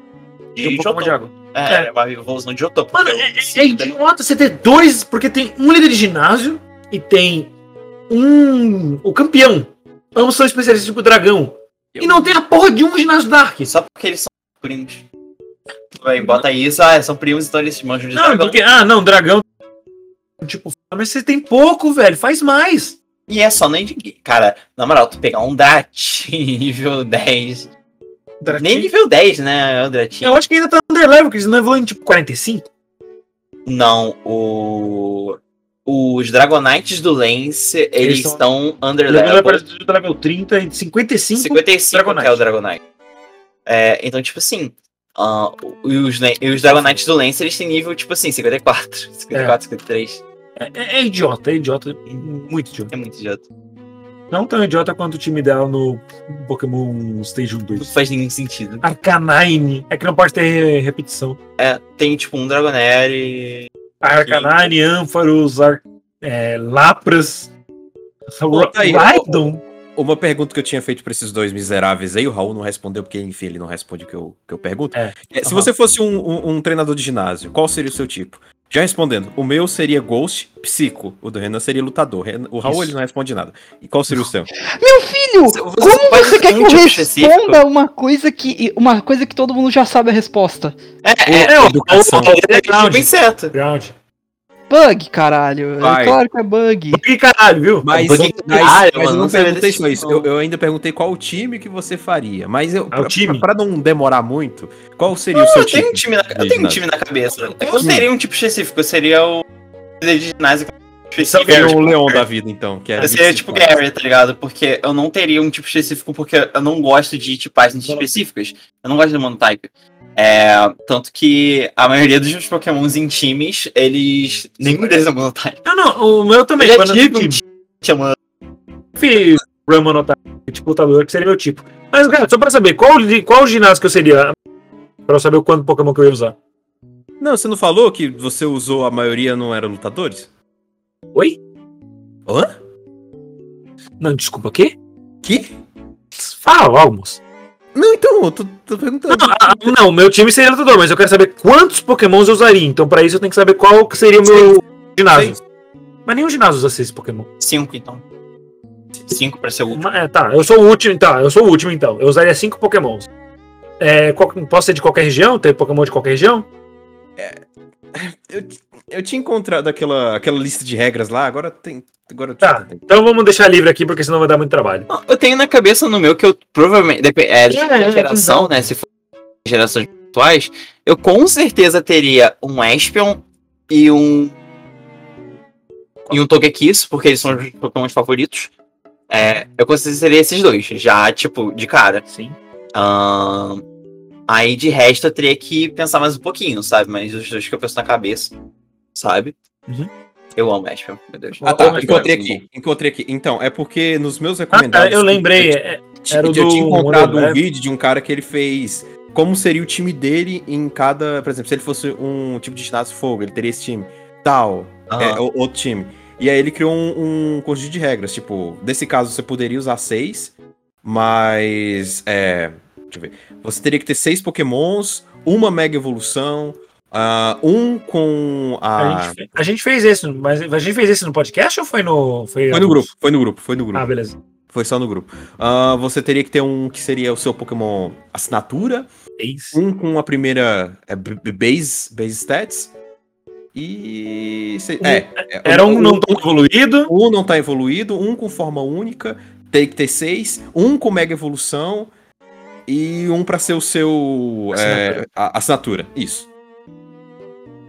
de Tem um Pokémon Jotun. de água. É, É. é uma evolução de Jotun. porque Mano, o é, é Kingdra- idiota você ter dois, porque tem um líder de ginásio e tem um. o campeão. Ambos são especialistas tipo dragão. E não tem a porra de um ginásio Dark. Só porque eles são primos. Véi, bota isso, ah, são primos, então eles manjam de Não, dragão. porque. Ah, não, dragão. Tipo, mas você tem pouco, velho. Faz mais. E é só nem de. Cara, na moral, tu pegar um Dratin nível 10. Nem nível 10, né? É o Dratin. Eu acho que ainda tá under level, porque eles não evoluem tipo 45. Não, o. Os Dragonites do Lance, eles, Eles são- estão under Ele vai level né? para o level 30 e 55. 55 Dragonite. que é o Dragonite. É, então, tipo assim, ah, e os, ne- e os Dragonites do Lance, eles têm nível, tipo assim, 54, 54, 53. É, é- é idiota, é idiota. Muito idiota. É muito idiota. Não tão idiota quanto o time dela no Pokémon Stage 1 Não 2. faz nenhum sentido. Arcanine. É que não pode ter repetição. É, tem, tipo, um Dragonair e Arcanine, Ânforos, Ar... é, Lapras. Bota tá aí, Raidon? Uma pergunta que eu tinha feito pra esses dois miseráveis aí, o Raul não respondeu, porque, enfim, ele não responde o que eu, que eu pergunto. É. É, se Aham. você fosse um, um- um treinador de ginásio, qual seria o seu tipo? Já respondendo, o meu seria Ghost, Psico. O do Renan seria lutador. Ren- O Raul Isso. ele não responde nada. E qual seria o seu? Meu filho, Você- você como faz você quer que um eu tipo responda específico? uma coisa que uma coisa que todo mundo já sabe a resposta? É, é, o- Educação. o- o- o- bem certo. Ground. Bug, caralho. Vai. É claro que é bug. Que caralho, viu? Mas, Porque, mas- mas caralho, eu mano, não não sei perguntei desse só isso. tipo, Eu, eu ainda perguntei qual o time que você faria. Mas eu, Ah, o time? pra não demorar muito, qual seria o seu Eu time? tenho um time na, eu tenho um time na cabeça. Eu não teria um tipo específico, eu seria o líder de ginásio um tipo específico. Seria é o Leon da vida, então. Que é Eu seria tipo Gary, tá ligado? Porque eu não teria um tipo específico, porque eu não gosto de tipagens específicas. Eu não gosto de monotype. É, tanto que a maioria dos meus pokémons em times, eles. Nenhum deles é monotype. Não, não, o meu também. Eu já Quando eu tive tive um Tinha uma- fiz Ramon Otávio, tipo lutador, que seria meu tipo. Mas, cara, só pra saber, qual, li- qual ginásio que eu seria? Pra eu saber o quanto Pokémon que eu ia usar. Não, você não falou que você usou a maioria não era lutadores? Oi? Hã? Não, desculpa, o quê? Que? Fala, almoço. Não, então, eu tô, tô perguntando. Ah, não, meu time seria lutador, mas eu quero saber quantos Pokémons eu usaria. Então, pra isso, eu tenho que saber qual que seria o meu ginásio. Mas nenhum ginásio usa seis Pokémon. Cinco, então. Cinco pra ser o último. Ma- é, tá, eu sou o último, tá, eu sou o último, então. Eu usaria cinco Pokémons. É, qual- posso ser de qualquer região? Ter Pokémon de qualquer região? Eu, eu tinha encontrado aquela, aquela lista de regras lá, agora tem. Agora eu Tá, tenho- então vamos deixar livre aqui, porque senão vai dar muito trabalho. Eu tenho na cabeça no meu que eu provavelmente. depe- É, de É, é, geração, né? Se for gerações virtuais, eu com certeza teria um Espion e um. E um Togekiss, porque eles são os meus Pokémon favoritos. É, eu com certeza teria esses dois, já, tipo, de cara. Sim. Ahn, aí de resto eu teria que pensar mais um pouquinho, sabe? Mas os dois que eu penso na cabeça, sabe? Uhum. Eu amo Espion, meu Deus. Ah, tá. Mas- Encontrei aqui. Encontrei aqui. Então, é porque nos meus Ah, tá, recomendados. eu lembrei. Eu, é- tinha- era o eu tinha do encontrado um Moreira. vídeo de um cara que ele fez. Como seria o time dele em cada. Por exemplo, se ele fosse um tipo de ginásio fogo, ele teria esse time. Tal. Aham. é, o- outro time. E aí ele criou um, um conjunto de regras. Tipo, nesse caso você poderia usar seis, mas. É, deixa eu ver. Você teria que ter seis Pokémons, uma Mega Evolução, ah, um com Ah, A, a. gente, fe- tá. a gente fez esse, mas a gente fez esse no podcast ou foi no. Foi no grupo, foi no grupo, foi no grupo. Ah, beleza. Foi só no grupo. Ah, você teria que ter um que seria o seu Pokémon assinatura, É um com a primeira é, b- b- base, base stats. E. se- é, é, Era um não tão evoluído. Um não tá evoluído, um com forma única, tem que ter seis, um com mega evolução e um pra ser o seu. é, a- assinatura. Isso.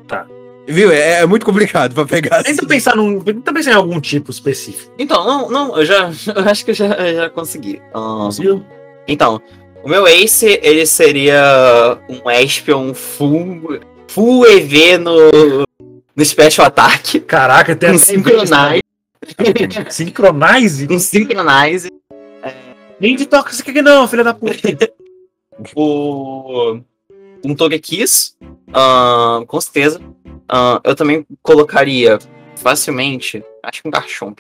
Tá. Viu? É, é muito complicado pra pegar. Tenta assim. pensar, num, tenta pensar em algum tipo específico. Então, não, não, eu já. Eu acho que eu já, eu já consegui. Ahn, então, o meu Ace, ele seria um Espion full, full EV no, no Special Attack. Caraca, tem Um até- Synchronize. Synchronize? Um Synchronize. Nem de toca isso aqui não, filha da puta. O, um Togekiss. Ahn, com certeza. Ahn, eu também colocaria facilmente. Acho que um Garchomp.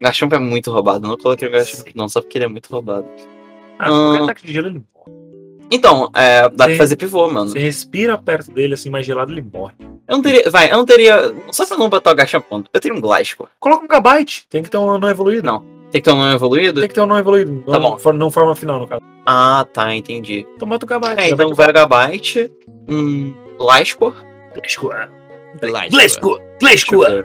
Garchomp é muito roubado. Eu não coloquei o Garchomp, não, só porque ele é muito roubado. Ah, qualquer ataque de gelo ele morre. Então, é, dá pra Sim. fazer pivô, mano. Você respira perto dele assim, mais gelado, ele morre. Eu não teria. Vai, eu não teria. Só pra não botar o Garchomp, ponto. Eu teria um Glasgow. Coloca um Gabite. Tem que ter um não evoluído. Não. Tem que ter um nome evoluído? Tem que ter um não evoluído. Tá não, bom. for- Não forma final, no caso. Ah, tá, entendi. Então bota o Gabite. É, então vai o Gabite, um Glasgow. Glasgow. Light, Glasgow. Glasgow. Ahn,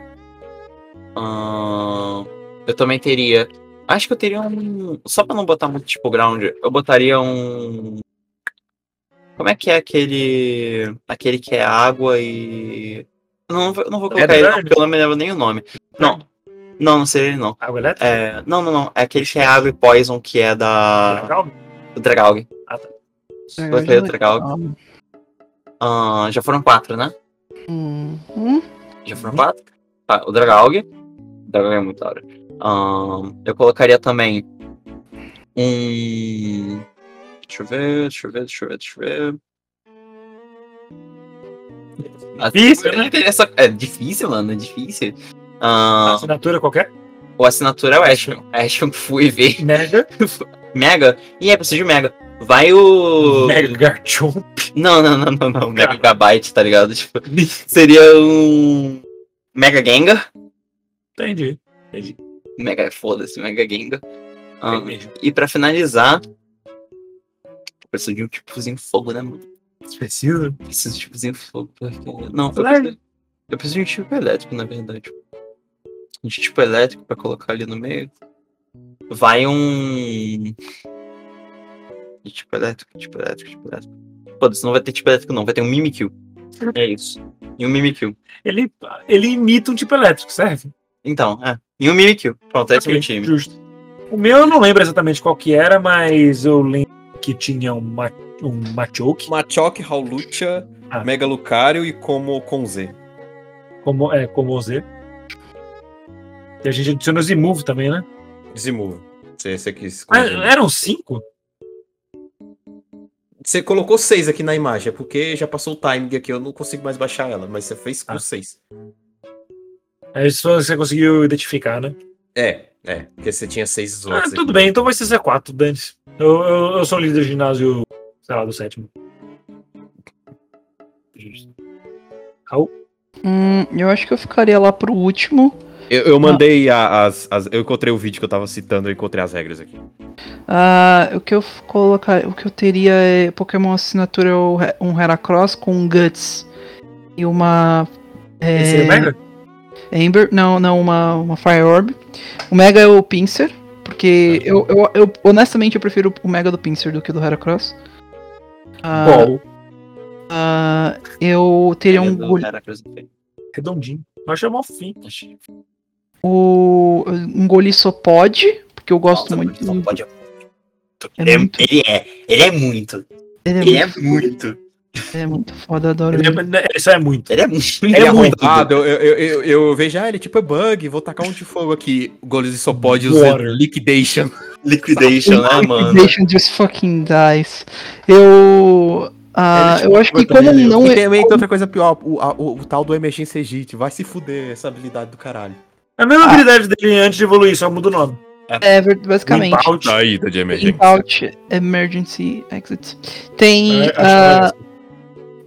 Ah, eu também teria. Acho que eu teria um. Só pra não botar muito tipo ground, eu botaria um. Como é que é aquele. Aquele que é água e. Não, não vou colocar ele, não, Edward? porque eu não me lembro nem o nome. Não. Não, não seria ele, não. Água elétrica? É, não, não, não. É aquele que é água e poison, que é da. Legal. do Dragalg. Ah, tá. Coloquei o Dragalg. Hum, Ah, já foram quatro, né? hum. Já Uhum. foram quatro? Tá, o Dragalg. Dragalg é muito da hora. Ahn, eu colocaria também um. Deixa eu ver, deixa eu ver, deixa eu ver, deixa eu ver. Difícil, né? Essa- É difícil, mano, é difícil. Ahn, Assinatura qualquer? o assinatura é o Ashton. Ashton fui ver. Mega. Mega? E é, preciso de Mega. Vai o. Mega Garchomp. Não, não, não, não, não. Mega Gabyte, tá ligado? Tipo, seria um. Mega Gengar. Entendi. Mega, foda-se, Mega Gengar. Ah, Entendi. e pra finalizar. eu Preciso de um tipozinho fogo, né, mano? Precisa? Preciso de um tipozinho fogo. Porque... Não, eu Claro. preciso, eu preciso de um tipo elétrico, na verdade. De tipo elétrico pra colocar ali no meio. Vai um. De tipo elétrico, tipo elétrico, tipo elétrico. Foda-se, não vai ter tipo elétrico, não. Vai ter um Mimikyu. É isso. E um Mimikyu. Ele, ele imita um tipo elétrico, serve? Então, é. E um Mimikyu. Pronto, esse é o Ok, meu time. Justo. O meu eu não lembro exatamente qual que era, mas eu lembro que tinha um, ma um Machoke. Machoke, Raulucha, Ah. Mega Lucario e como com Z. como, é, como o Z. E a gente adiciona os Imove também, né? Desimove. Você, você quis. Ah, Uhum. eram cinco? Você colocou seis aqui na imagem, é porque já passou o timing aqui, eu não consigo mais baixar ela, mas você fez com Ah. seis. É isso que você conseguiu identificar, né? É, é, porque você tinha seis Ah, slots. tudo bem, então vai ser Z4, dane eu, eu, eu sou o líder do ginásio, sei lá, do sétimo. Hum, eu acho que eu ficaria lá pro último. Eu, eu mandei a- as, as- Eu encontrei o vídeo que eu tava citando, eu encontrei as regras aqui. Ah, o que eu f- colocar, o que eu teria é Pokémon assinatura é o He- um Heracross com um Guts e uma Esse é o Mega? Ember, não, não, uma, uma Fire Orb. O Mega é o Pinsir, porque eu, eu, eu- honestamente eu prefiro o Mega do Pinsir do que do Heracross. Ah, Bom, É ah, eu teria um Gul- redondinho. Nós chamamos o fim. o, um Golissopod, porque eu gosto muito. do- Pode... É muito- Ele é, ele é muito. Ele é, Ele é muito, muito. ele é muito foda, eu adoro Ele ele. é- Isso é muito. Ele é muito. Ele um é muito. Errado, Ah, eu, eu, eu, eu, eu vejo, ah, ele tipo é bug, vou tacar um de fogo aqui. Goles e só pode usar Water. liquidation. Liquidation, um né, mano? Deixa just é fucking dies. Eu. ah, é eu acho que como não e é. também tem outra coisa pior, o, a- o- o tal do Emergência Egite. Vai se fuder essa habilidade do caralho. É a mesma habilidade dele antes de evoluir, só muda o nome. é ver- basicamente. Wipeout. Saída de Out Emergency Exit. Tem. É, acho que ah, não é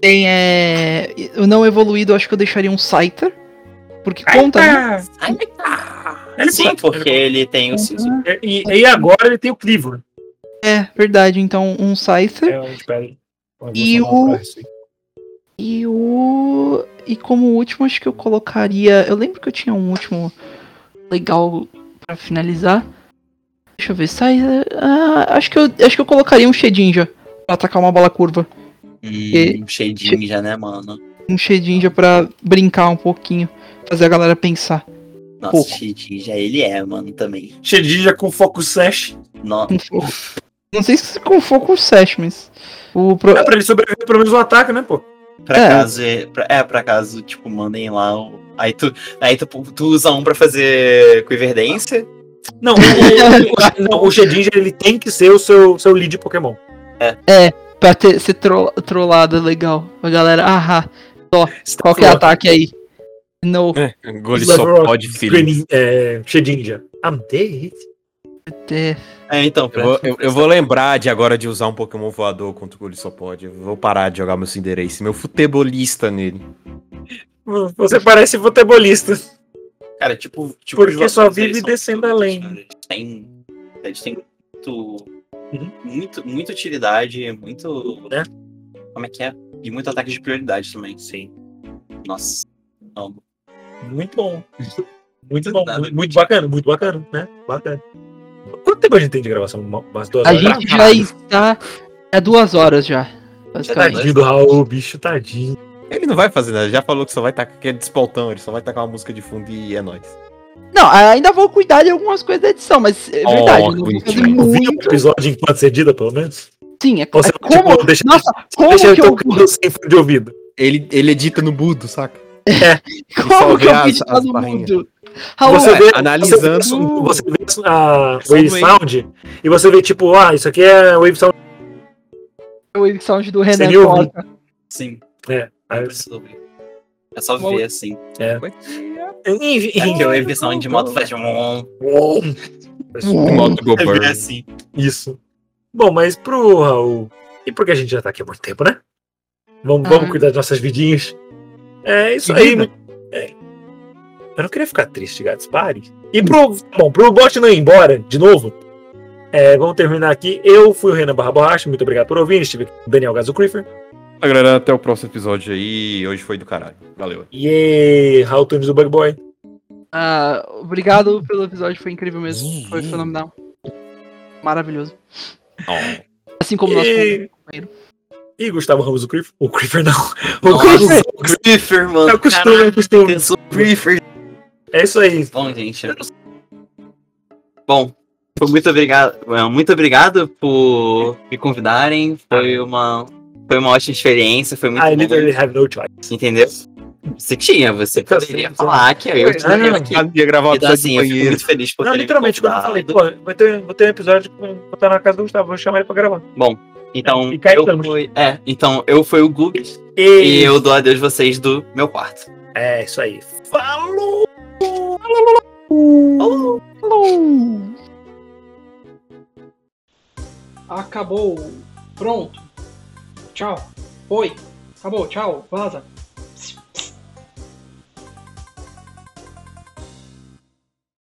tem. É, o não evoluído, eu acho que eu deixaria um Scyther. Porque conta. né? essa. Ah, Ele Sim, pode. É porque ele tem o Sisu. E, e- e agora ele tem o Cleaver. É, verdade. Então, um Scyther. É, a gente pega- Ó, eu vou E salvar o- pra isso aí. E o. E como último, acho que eu colocaria. Eu lembro que eu tinha um último legal pra finalizar. Deixa eu ver, sai. ah, acho, que eu, acho que eu colocaria um Shedinja pra atacar uma bola curva. Hum, cheio de já, né, mano? Um Shedinja pra brincar um pouquinho. Fazer a galera pensar. Nossa, Pouco. cheio de já ele é, mano, também. Shedinja com foco sash. No... Um foco. Não sei se é com foco o Sash, mas. O pro- É pra ele sobreviver pelo menos o ataque, né, pô? Pra É. caso. É pra, é, pra caso, tipo, mandem lá o. Aí tu, aí tu, tu usa um pra fazer Quiverdência. Não, o, o, o- não, o Shedinja ele tem que ser o seu, seu lead Pokémon. pra ter, ser tro, trollada legal. A galera, ahá, só, qual que é o ataque aí? No. É. Gole só Level up, pode, filho. Grenin- é, Shedinja. I'm dead. É, É, então, Eu vou, eu- eu vou lembrar de agora de usar um Pokémon voador contra o Gole só pode. Eu vou parar de jogar meu Cinderace, meu futebolista nele. Você parece futebolista. Cara, tipo. tipo Porque os jogos só vive deles são descendo muito a úteis, lane. né? Eles têm, eles têm muito, muito, muita utilidade, muito. Uhum. É. Como é que é? E muito ataque de prioridade também. Sim. Nossa. Não. Muito bom. Muito Não bom. dá, né? Muito, muito bacana, muito bacana, né? Bacana. Quanto tempo a gente tem de gravação? Uma- Umas duas a horas? gente já está há duas horas já. Basicamente. Tadinho do Raul, bicho, tadinho. Ele não vai fazer nada, ele já falou que só vai tacar aquele despoltão, ele só vai tacar uma música de fundo e é nóis. Não, ainda vou cuidar de algumas coisas da edição, mas é Oh, verdade. que não vou fazer bonitinho. Ouviu o muito. um episódio enquanto cedida, pelo menos? Sim, é, é Ou você como. continua deixando- nossa, como Deixa que eu. tocando sem fone de ouvido. Ele, ele edita no mudo, saca? Como que eu as- fiz pra as todo barrinhas. mundo? Raul, é. você vê, analisando- Você vê, você vê a Só Wave no Sound e você vê, tipo, ah, isso aqui é Wave Sound. é o sound do Renan me ouviu? Costa. Sim, É. não Aí- precisa ouvir. É só Bom, ver assim. Enfim, É que eu ouvi sound de moto flash. Bom, Hum. Modo Go é ver Bird. assim. Isso. Bom, mas pro Raul. E porque a gente já tá aqui há muito tempo, né? Vamos, vamos Ah. cuidar das nossas vidinhas. É isso Que aí. vida. É. Eu não queria ficar triste, gatos. Pare. E pro. Bom, pro bot não ir embora, de novo. é, vamos terminar aqui. Eu fui o Renan Barra Borracha. Muito obrigado por ouvir. Estive aqui com o Daniel Gazo Creeper. Ah, Galera, até o próximo episódio aí. Hoje foi do caralho. Valeu. E Raul Tunes do Bug Boy. Ah, obrigado pelo episódio, foi incrível mesmo. Foi fenomenal. Maravilhoso. Ó. Assim como o nosso. E... companheiro. e Gustavo Ramos do Creeper. O Creeper não. O Creeper. Nossa, o Griffer, mano. É o costume, é o costume. Pensou o Griffer. É isso aí. Bom, gente. Bom, foi muito obrigado. é, Muito obrigado por me convidarem. Foi uma, foi uma ótima experiência. Foi muito I bom. literally have no choice. Entendeu? Você tinha, você Eu sei, poderia eu sei. falar que eu Ah, não, tinha não. aqui. Ia gravar o Então, episódio assim, do eu fico banheiro. muito feliz Não, por terem me literalmente, quando eu falei, convidado. pô, vai ter, vai ter um episódio com vou estar na casa do Gustavo, vou chamar ele pra gravar. Bom, então E cá eu estamos. fui, é, então eu fui o Google e eu dou adeus vocês do meu quarto. É, isso aí. Acabou. Pronto. Tchau. Foi. Acabou. Tchau. Vaza.